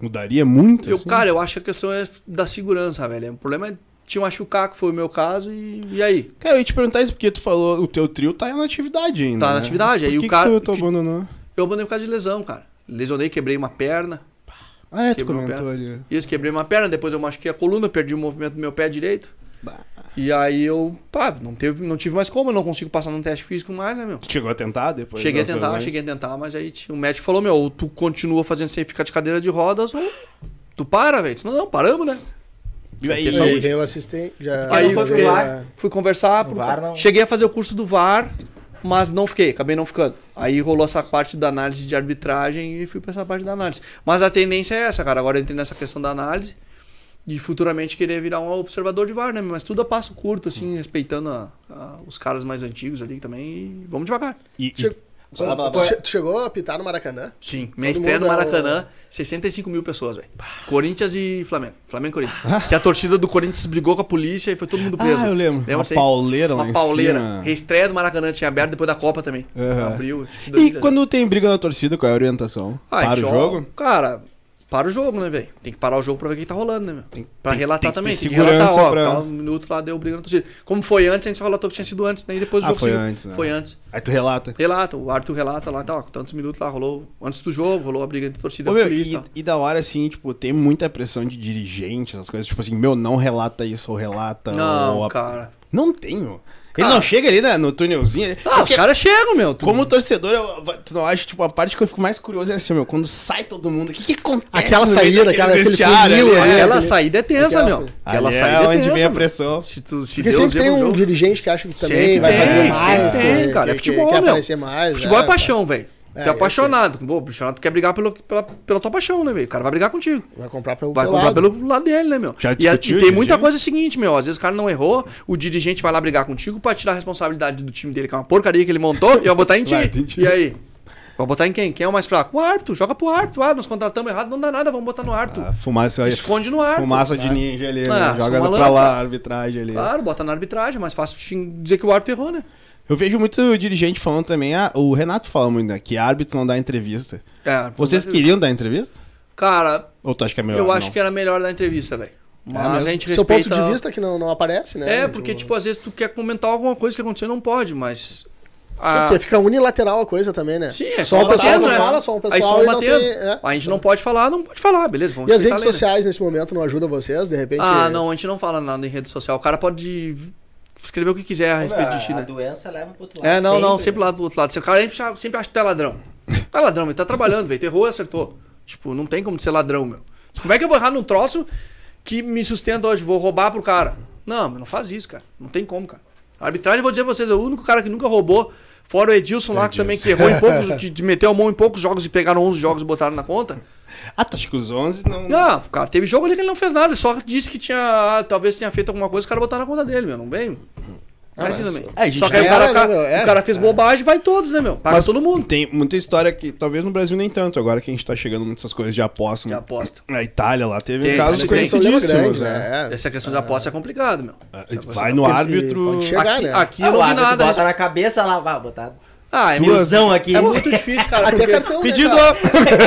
S3: Mudaria muito?
S4: eu,
S3: assim?
S4: Cara, eu acho que a questão é da segurança, velho. O problema é te machucar, que foi o meu caso, e, e aí?
S3: Cara, eu ia te perguntar isso porque tu falou o teu trio tá na atividade ainda.
S4: Tá
S3: né?
S4: na atividade,
S3: Por
S4: aí o
S3: que
S4: cara-
S3: Que tu, tu abandonou?
S4: Eu abandonei por causa de lesão, cara. Lesionei, quebrei uma perna.
S3: Ah, é, tu
S4: Quebrou a
S3: comentou
S4: perna.
S3: ali.
S4: Isso, quebrei uma perna, depois eu machuquei a coluna, perdi o movimento do meu pé direito.
S3: Bah.
S4: E aí eu, pá, não, teve, não tive mais como, eu não consigo passar num teste físico mais, né, meu?
S3: Tu chegou a tentar depois?
S4: cheguei a
S3: das
S4: tentar,
S3: lesões?
S4: cheguei a tentar, mas aí t- o médico falou, meu, ou tu continua fazendo sem ficar de cadeira de rodas ou tu para, velho. Eu disse, Não, não, paramos, né?
S3: E aí,
S4: Tem
S2: E aí
S4: saúde.
S2: tem o assistente. Já,
S4: É. Aí
S2: já vê
S4: eu fiquei
S2: lá.
S4: Fui conversar, pro-
S1: VAR não-
S4: cheguei a fazer o curso do VAR, mas não fiquei, acabei não ficando. Aí rolou essa parte da análise de arbitragem e fui pra essa parte da análise. Mas a tendência é essa, cara. Agora eu entrei nessa questão da análise e futuramente querer virar um observador de VAR, né? Mas tudo a passo curto, assim, respeitando a- a- os caras mais antigos ali também e vamos devagar.
S3: E, e...
S2: Chegou-
S3: Fala, fala,
S2: Tu
S3: fala.
S2: che- tu chegou a apitar no Maracanã?
S4: Sim, minha
S2: Todo
S4: estreia no
S2: mundo é o-
S4: Maracanã, 65 mil pessoas, velho. Corinthians e Flamengo. Flamengo e Corinthians. que a torcida do Corinthians brigou com a polícia e foi todo mundo preso.
S3: Ah, eu lembro. Uma
S4: disso aí?
S3: pauleira lá
S4: Uma
S3: em
S4: pauleira.
S3: cima.
S4: Reestreia do Maracanã tinha aberto depois da Copa também.
S3: Aham.
S4: Abriu. acho que
S3: E
S4: 2017.
S3: quando tem briga na torcida, qual é a orientação?
S4: Ah,
S3: para o
S4: tchau.
S3: jogo?
S4: Cara, para o jogo, né, velho? Tem que parar o jogo pra ver o que tá rolando, né, meu? Tem, pra
S3: tem-
S4: relatar
S3: tem que ter
S4: também. Tem que
S3: segurança
S4: relatar, ó,
S3: pra-
S4: tá um minuto lá, deu briga na torcida. Como foi antes, a gente só relatou que tinha sido antes, né? E depois o
S3: Ah,
S4: jogo
S3: foi
S4: seguiu.
S3: antes, né?
S4: Foi antes.
S3: Aí tu relata.
S4: Relata, o Arthur relata lá, tá, ó, tantos minutos lá, rolou antes do jogo, rolou a briga entre torcida
S3: Ô,
S4: e
S3: meu,
S4: polícia. tá?
S3: e,
S4: tal.
S3: e da hora, assim, tipo, tem muita pressão de dirigente, essas coisas, tipo assim, meu, não relata isso, ou relata. ou
S4: Não,
S3: a-
S4: cara.
S3: Não tenho.
S4: Cara.
S3: Ele não chega ali né, no túnelzinho. ele-
S4: Ah, os
S3: Porque
S4: caras chegam, meu. Tu-
S3: Como torcedor, eu- tu não acha, tipo, a parte que eu fico mais curioso é assim, meu, quando sai todo mundo, o que, que acontece?
S2: Aquela
S3: no meio
S2: saída,
S3: daqueles
S2: cara, aquele funil
S3: vestiário ali,
S2: ali,
S3: é.
S4: Aquela
S2: aquele-
S4: saída é tensa,
S2: né? aquela-
S4: meu.
S3: Ali
S4: Aquela
S3: é
S4: saída
S3: onde vem a
S4: meu.
S3: pressão.
S4: Se tu se
S2: Porque
S4: Deus
S2: sempre tem
S4: erra
S2: um
S4: um jogo.
S2: dirigente que acha que também
S4: Sempre
S2: vai
S4: tem,
S2: fazer
S4: sempre
S2: mais. né?
S4: tem,
S2: que-
S4: cara, é
S2: que-
S4: futebol,
S2: que
S4: meu.
S2: aparecer mais.
S4: Futebol é
S2: né?
S4: paixão, velho. tu é apaixonado. Pô, apaixonado, tu quer brigar pelo, pela, pela tua paixão, né, velho? O cara vai brigar contigo.
S2: Vai comprar pelo
S4: Vai
S2: teu
S4: comprar
S2: lado.
S4: pelo lado dele, né, meu?
S3: Já
S4: e, a- e
S3: discutiu,
S4: tem
S3: já,
S4: muita
S3: já?
S4: coisa seguinte, meu. Às vezes o cara não errou, o dirigente vai lá brigar contigo pra tirar a responsabilidade do time dele, que é uma porcaria que ele montou, e vai
S3: [laughs]
S4: botar em ti.
S3: Vai, tem ti.
S4: E aí? Vai botar em quem? Quem é o mais fraco? O árbitro. Joga pro árbitro. Ah, nós contratamos errado, não dá nada, vamos botar no árbitro.
S3: Ah, fumaça
S4: Esconde no árbitro.
S3: Fumaça de ninja ali,
S4: Ah,
S3: né?
S4: sou
S3: joga
S4: malandro,
S3: pra lá,
S4: cara.
S3: arbitragem ali.
S4: Claro, bota na arbitragem, mais fácil xing- dizer que o árbitro errou, né?
S3: Eu vejo muito dirigente falando também, ah, o Renato fala muito, né? Que árbitro não dá entrevista.
S4: É,
S3: Vocês queriam dar entrevista?
S4: Cara,
S3: Ou tu acha que é melhor?
S4: eu acho
S3: não? É
S4: que era melhor da entrevista, velho. Mas
S3: mesmo?
S4: a gente
S2: Seu
S4: respeita...
S2: ponto de vista que não, não aparece, né?
S4: É, porque, tipo, às vezes tu quer comentar alguma coisa que aconteceu e não pode, mas... a-
S2: Porque fica unilateral a coisa também, né?
S4: Sim, é
S2: só
S4: só
S2: um pessoal
S4: batendo,
S2: não
S4: né?
S2: fala, só um pessoal
S4: Aí só
S2: e não
S4: batendo.
S2: tem- é.
S4: A gente não pode falar, não pode falar, beleza, vamos
S2: E as redes
S4: respeitar a lei, né?
S2: sociais nesse momento não ajudam vocês, de repente.
S4: Ah, não, a gente não fala nada em rede social. O cara pode escrever o que quiser a respeito de ti,
S1: a, a
S4: né?
S1: doença leva pro outro lado.
S4: É, não, não, sempre
S1: sempre
S4: lá do outro lado. Se O cara sempre acha- sempre acha que tu é ladrão. Tu é ladrão, ele tá trabalhando, velho. Tu errou, acertou. Tipo, não tem como ser ladrão, meu. Como é que eu vou errar num troço que me sustenta hoje? Vou roubar pro cara. Não, mas não faz isso, cara. Não tem como, cara. A arbitragem, eu vou dizer pra vocês, é o único cara que nunca roubou, fora o Edilson lá, que também que errou em poucos, que de- meteu a mão em poucos jogos e pegaram 11 jogos e botaram na conta.
S3: Ah, tu acha que os 11 não...
S4: Não, cara, teve jogo ali que ele não fez nada, ele só disse que tinha. ah, Talvez tenha feito alguma coisa, o cara botaram na conta dele, meu. Não vem.
S2: Ah,
S4: Mas, assim também.
S3: é, a gente
S4: só que aí o
S2: já
S4: cara,
S2: era, né, meu? É.
S4: o cara fez bobagem, vai todos, né, meu? Paga
S3: Mas
S4: todo mundo.
S3: Tem muita história que, talvez no Brasil nem tanto, agora que a gente tá chegando nessas coisas de aposta.
S4: De
S3: né?
S4: aposta.
S3: Na Itália lá teve
S2: um
S4: Tem,
S3: casos
S4: tem, tem.
S3: conhecidíssimos, né?
S4: Essa questão
S2: Ah.
S4: da aposta é complicada, meu.
S3: É, Vai no árbitro...
S2: Pode chegar,
S4: aqui
S2: né?
S4: aqui
S1: Ah,
S4: eu
S1: o
S4: não vi
S1: árbitro
S4: nada.
S1: bota na cabeça lá, vai botar
S4: Ah, é, muito-
S1: milzão aqui.
S4: é muito difícil,
S2: [laughs]
S4: cara.
S2: Até
S4: porque-
S2: cartão. né,
S3: Pedido
S2: cara?
S3: a...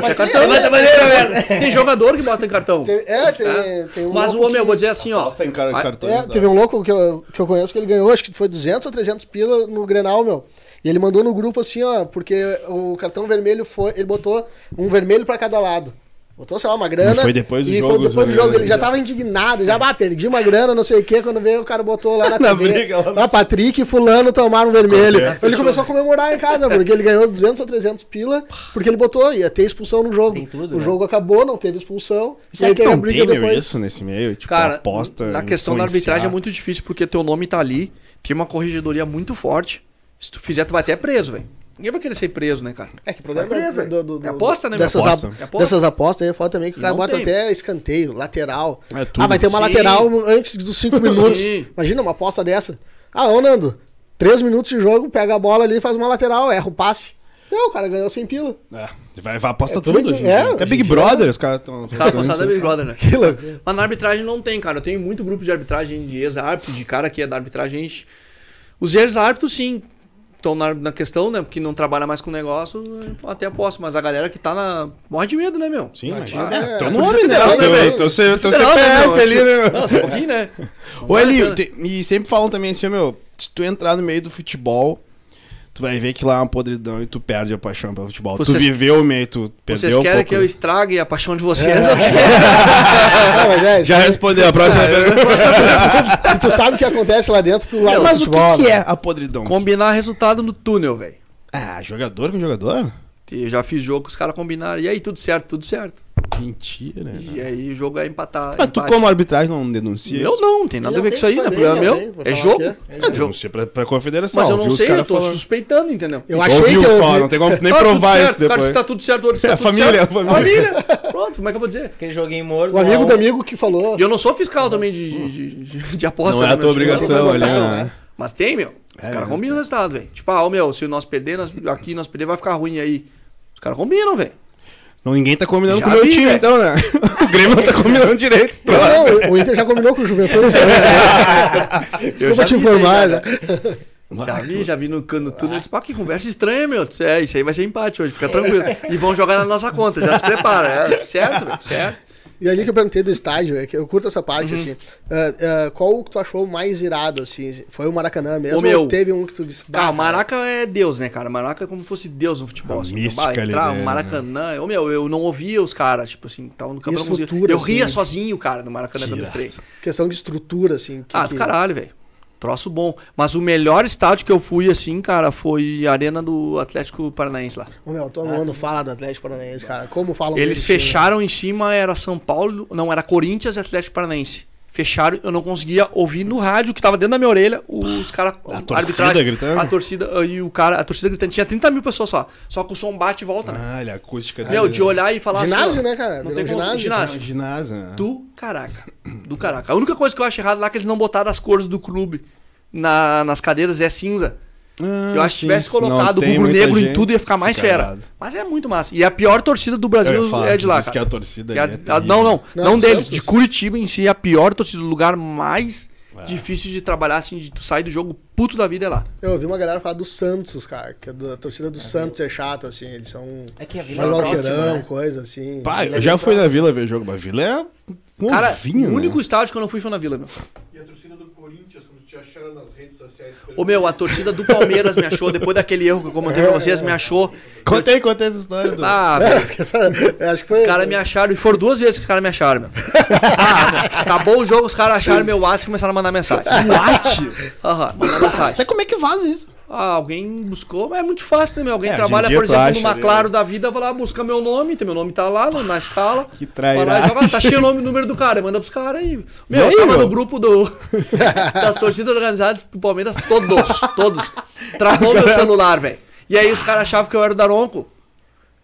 S2: Mas tem,
S4: [laughs] Cartão, vai trabalhar, velho. Tem jogador que bota em cartão.
S2: tem- é, tem, tem um.
S4: Mas o
S2: louco
S4: homem, eu vou dizer assim, ó.
S3: Nossa, tem cara de
S4: Ah,
S3: cartões,
S2: É,
S3: né?
S2: teve um louco que eu, que eu conheço que ele ganhou, acho que foi 200 ou 300 pila no Grenal, meu. E ele mandou no grupo assim, ó, porque o cartão vermelho foi. Ele botou um vermelho pra cada lado. Botou, sei lá, uma grana.
S3: E foi depois do
S2: e
S3: jogo,
S2: foi depois do
S3: os
S2: jogo. Ele já
S3: vermelhos.
S2: tava indignado, já, ah, perdi uma grana, não sei o quê. Quando veio, o cara botou lá na,
S3: [laughs] Na
S2: TV,
S3: briga lá no-
S2: Ah, Patrick e Fulano tomaram um vermelho.
S3: Acontece.
S2: Ele começou a comemorar em casa, porque ele ganhou 200 ou 300 pila, porque ele botou, ia ter expulsão no jogo.
S1: Tem tudo,
S2: o
S1: né?
S2: jogo acabou, não teve expulsão. e
S3: Será
S2: aí
S3: que
S2: teve a
S3: não
S2: briga
S3: tem, meu,
S2: depois.
S3: isso nesse meio? Tipo,
S4: Cara,
S3: aposta...
S4: na questão da
S3: influenciar?
S4: arbitragem é muito difícil porque teu nome tá ali, tem uma corregedoria muito forte. Se tu fizer, tu vai até preso, velho. Ninguém vai querer ser preso, né, cara? É que
S2: problema é
S4: preso,
S2: do- do-
S4: velho. É
S2: do-
S4: aposta, né, meu?
S2: dessas,
S3: Aposta.
S2: ap-
S4: É aposta.
S2: dessas apostas aí é foda também que o
S4: E
S2: cara
S4: não
S2: bota
S4: tem.
S2: até escanteio, lateral.
S3: É tudo.
S2: ah, vai ter uma
S4: Sim.
S2: lateral antes dos 5 minutos.
S4: Sim.
S2: Imagina uma aposta dessa. Ah, ô Nando, 3 minutos de jogo, pega a bola ali, faz uma lateral, erra o passe. Não, o cara ganhou 100 pila.
S3: É, vai, vai aposta
S2: É tudo
S3: tudo,
S2: de-
S3: gente.
S2: é,
S3: É,
S2: hoje
S3: Até
S2: em
S3: Big
S2: dia-
S3: Brother, os caras estão...
S4: Os caras passaram da é Big Brother,
S3: [laughs]
S4: né? Mas na arbitragem não tem, cara. Eu tenho muito grupo de arbitragem de ex-árbitro, de cara que é da arbitragem. a gente- Os ex-árbitros, sim, estão na, na questão, né? Porque não trabalha mais com negócio, eu até aposto. Mas a galera que tá na. morre de medo, né, meu?
S3: Sim,
S2: Imagina,
S3: imagina.
S2: é.
S3: É, teu
S2: É
S3: nome,
S2: polícia
S3: né?
S2: federal, né, velho?
S3: Teu- Teu C- teu
S4: Federal,
S3: CPF
S4: meu?
S3: ali, né?
S4: Não, só um
S3: [laughs]
S4: pouquinho, né? Não
S3: Ô,
S4: vale a
S3: Eli,
S4: pena.
S3: te- e sempre falam também assim, ó, meu, se tu entrar no meio do futebol, tu vai ver que lá é uma podridão e tu perde a paixão pelo futebol. tu
S4: Vocês-
S3: viveu o meio, tu perdeu
S4: Vocês
S3: um
S4: querem
S3: pouco. É.
S4: que eu estrague a paixão de vocês? Eu
S2: Ah, mas é,
S3: Já respondeu a
S4: [laughs]
S3: próxima pergunta.
S2: se tu sabe o que acontece lá dentro, tu lá
S3: Mas o que, que
S4: né?
S3: é a podridão?
S4: Combinar resultado no túnel, velho.
S3: Ah, jogador com jogador?
S4: Eu já fiz jogo, os caras combinaram. E aí, tudo certo, tudo certo.
S3: Mentira, né?
S4: E aí, o jogo é empatar.
S3: Mas tu
S4: empate.
S3: como arbitragem não denuncia
S4: Eu
S3: isso?
S4: não, não tem nada
S1: Ele
S4: a ver
S1: não
S4: com
S1: tem que
S4: isso aí, não é
S1: fazer,
S4: problema
S2: não tem,
S4: meu.
S2: vou
S4: É
S2: falar
S4: jogo.
S2: o quê?
S3: É, denuncia pra, pra confederação.
S4: Mas eu não
S3: viu os
S4: sei, eu
S3: caras
S4: tô
S3: falando.
S4: suspeitando, entendeu?
S2: Eu
S3: Ouviu
S2: achei que eu.
S3: só,
S2: ouvi.
S3: não tem como nem
S4: Tá tudo
S3: provar
S4: certo,
S3: isso
S4: O cara,
S3: depois.
S4: se tá tudo certo, o outro se
S3: É,
S4: tá
S3: a
S4: tudo
S3: família,
S4: certo.
S3: a família.
S4: Família. Pronto, como é que eu vou dizer?
S1: Aquele joguinho morto.
S2: O amigo do amigo que falou.
S4: E eu não sou fiscal também de, de, de, de aposta.
S3: Não é
S4: né,
S3: a tua
S4: meu? Tipo,
S3: obrigação ali, né?
S4: Mas tem, meu. Os
S3: É,
S4: caras
S3: mas
S4: combinam o resultado, velho. Tipo, ah, ô, meu, se nós perder, nós, aqui nós perder vai ficar ruim aí. Os caras combinam, velho.
S3: Não, ninguém tá combinando
S4: Já
S3: com o meu
S4: vi,
S3: time,
S4: velho.
S3: então, né? [laughs] o Grêmio não tá combinando tá? direito esse
S2: Não,
S3: troço.
S2: não, o Inter já combinou com o Juventude. Desculpa
S4: já
S2: te
S4: vi isso aí,
S2: informar, né?
S4: cara. Já vi, já vi no cano túnel. Eu disse, pá, que conversa estranha, meu. Eu disse, é, isso aí vai ser empate hoje,
S2: [laughs]
S4: fica tranquilo. E vão jogar na nossa conta, já se prepara. É, certo,
S2: [laughs]
S4: velho, certo.
S2: E é ali que eu perguntei do estádio, é que eu curto essa
S4: Uhum.
S2: parte, assim. Ah, ah, qual que tu achou mais irado, assim? Foi o Maracanã mesmo?
S4: O meu.
S2: Ou teve um que tu disse.
S4: Cara,
S2: "Bah,
S4: o Maraca é Deus, né, cara? Maraca é como se fosse Deus no futebol.
S2: É
S3: A
S4: assim.
S3: mística
S4: Bah,
S3: ali
S4: entrar,
S3: dele,
S4: o
S2: né?
S4: Maracanã. Ô, meu, eu não ouvia os caras, tipo assim, tava no campo. eu não conseguia.
S2: estrutura,
S4: Eu ria
S2: assim, né?
S4: sozinho, cara, no Maracanã quando eu
S3: Irado.
S4: estrei.
S2: Questão de estrutura, assim. que-
S4: Ah,
S2: que-
S4: do caralho, velho. Troço bom. Mas o melhor estádio que eu fui, assim, cara, foi a Arena do Atlético Paranaense lá.
S2: Ô, meu, todo mundo fala do Atlético Paranaense, cara. Como falam
S4: Eles
S2: desse time?
S4: fecharam em cima, era São Paulo, não, era Corinthians e Atlético Paranaense. Fecharam, eu não conseguia ouvir no rádio que tava dentro da minha orelha os caras.
S3: A torcida gritando?
S4: A torcida ah, e o cara, a torcida gritando. Tinha 30 mil pessoas só. Só que o som bate e volta, né?
S3: Olha, a acústica
S4: Meu, de olhar e falar assim,
S2: Ginásio,
S4: ó,
S2: né, cara?
S4: Não
S2: Virou
S4: tem como,
S2: ginásio.
S4: ginásio.
S3: É um ginásio, né?
S4: Do caraca. Do caraca. A única coisa que eu acho errado lá é que eles não botaram as cores do clube na- nas cadeiras, é cinza.
S3: Ah,
S4: eu acho que
S3: sim,
S4: tivesse
S3: sim. Não
S4: colocado o
S3: tem
S4: rubro
S3: muita
S4: negro em
S3: gente.
S4: tudo ia ficar mais
S3: Fica
S4: fera.
S3: irado.
S4: Mas é muito massa. E a pior torcida do
S3: Eu
S4: Brasil
S3: ia falar,
S4: é de lá.
S3: diz que
S4: cara.
S3: a torcida
S4: Que a-
S3: ali é
S4: a- não, não,
S2: Não,
S4: não.
S2: do
S4: deles.
S2: Santos.
S4: De Curitiba em si, é a pior torcida, o lugar mais
S3: É.
S4: difícil de trabalhar, assim, de tu sair do jogo puto da vida é lá.
S2: Eu ouvi uma galera falar do Santos, cara. Que a do- a torcida do Santos é chata, assim. Eles são.
S1: É que Ah, a Vila
S2: mais
S1: é próxima,
S2: malqueirão,
S1: né?
S2: coisa assim.
S3: Pai,
S1: Vila
S3: eu
S1: é
S3: já
S1: bem
S3: fui na vila ver jogo, mas vila é um
S4: Cara,
S3: ovinho,
S4: o
S3: né?
S4: único estádio que eu não fui foi na Vila, meu.
S5: E a torcida do Corinthians, quando te acharam nas redes sociais.
S4: Ô, meu, a torcida do Palmeiras me achou, depois daquele erro que eu comentei pra vocês, me achou.
S3: Contei, contei essa história do...
S4: Ah, velho.
S2: [laughs] Eu acho que foi.
S4: Os caras me acharam, e foram duas vezes que os caras me acharam, meu. Ah, meu, Acabou o jogo, os caras acharam meu WhatsApp e começaram a mandar mensagem. WhatsApp? Aham, mandar mensagem.
S3: Até como é que vaza isso?
S4: Ah, alguém buscou, mas é muito fácil, né, meu? Alguém
S3: É, hoje em
S4: trabalha,
S3: dia
S4: por
S3: tu
S4: exemplo,
S3: acha,
S4: numa
S3: né?
S4: Claro da vida, vai lá buscar meu nome, tem meu nome tá lá no- na escala.
S3: Que
S4: Vai lá e joga, tá
S3: trairagem.
S4: cheio o nome e número do cara, manda pros caras aí. Meu,
S3: E aí,
S4: eu tava
S3: meu?
S4: no grupo do,
S3: [laughs]
S4: das torcidas organizadas do Palmeiras, todos, todos.
S3: [laughs]
S4: Travou meu celular, velho. E aí os caras achavam que eu era o Daronco.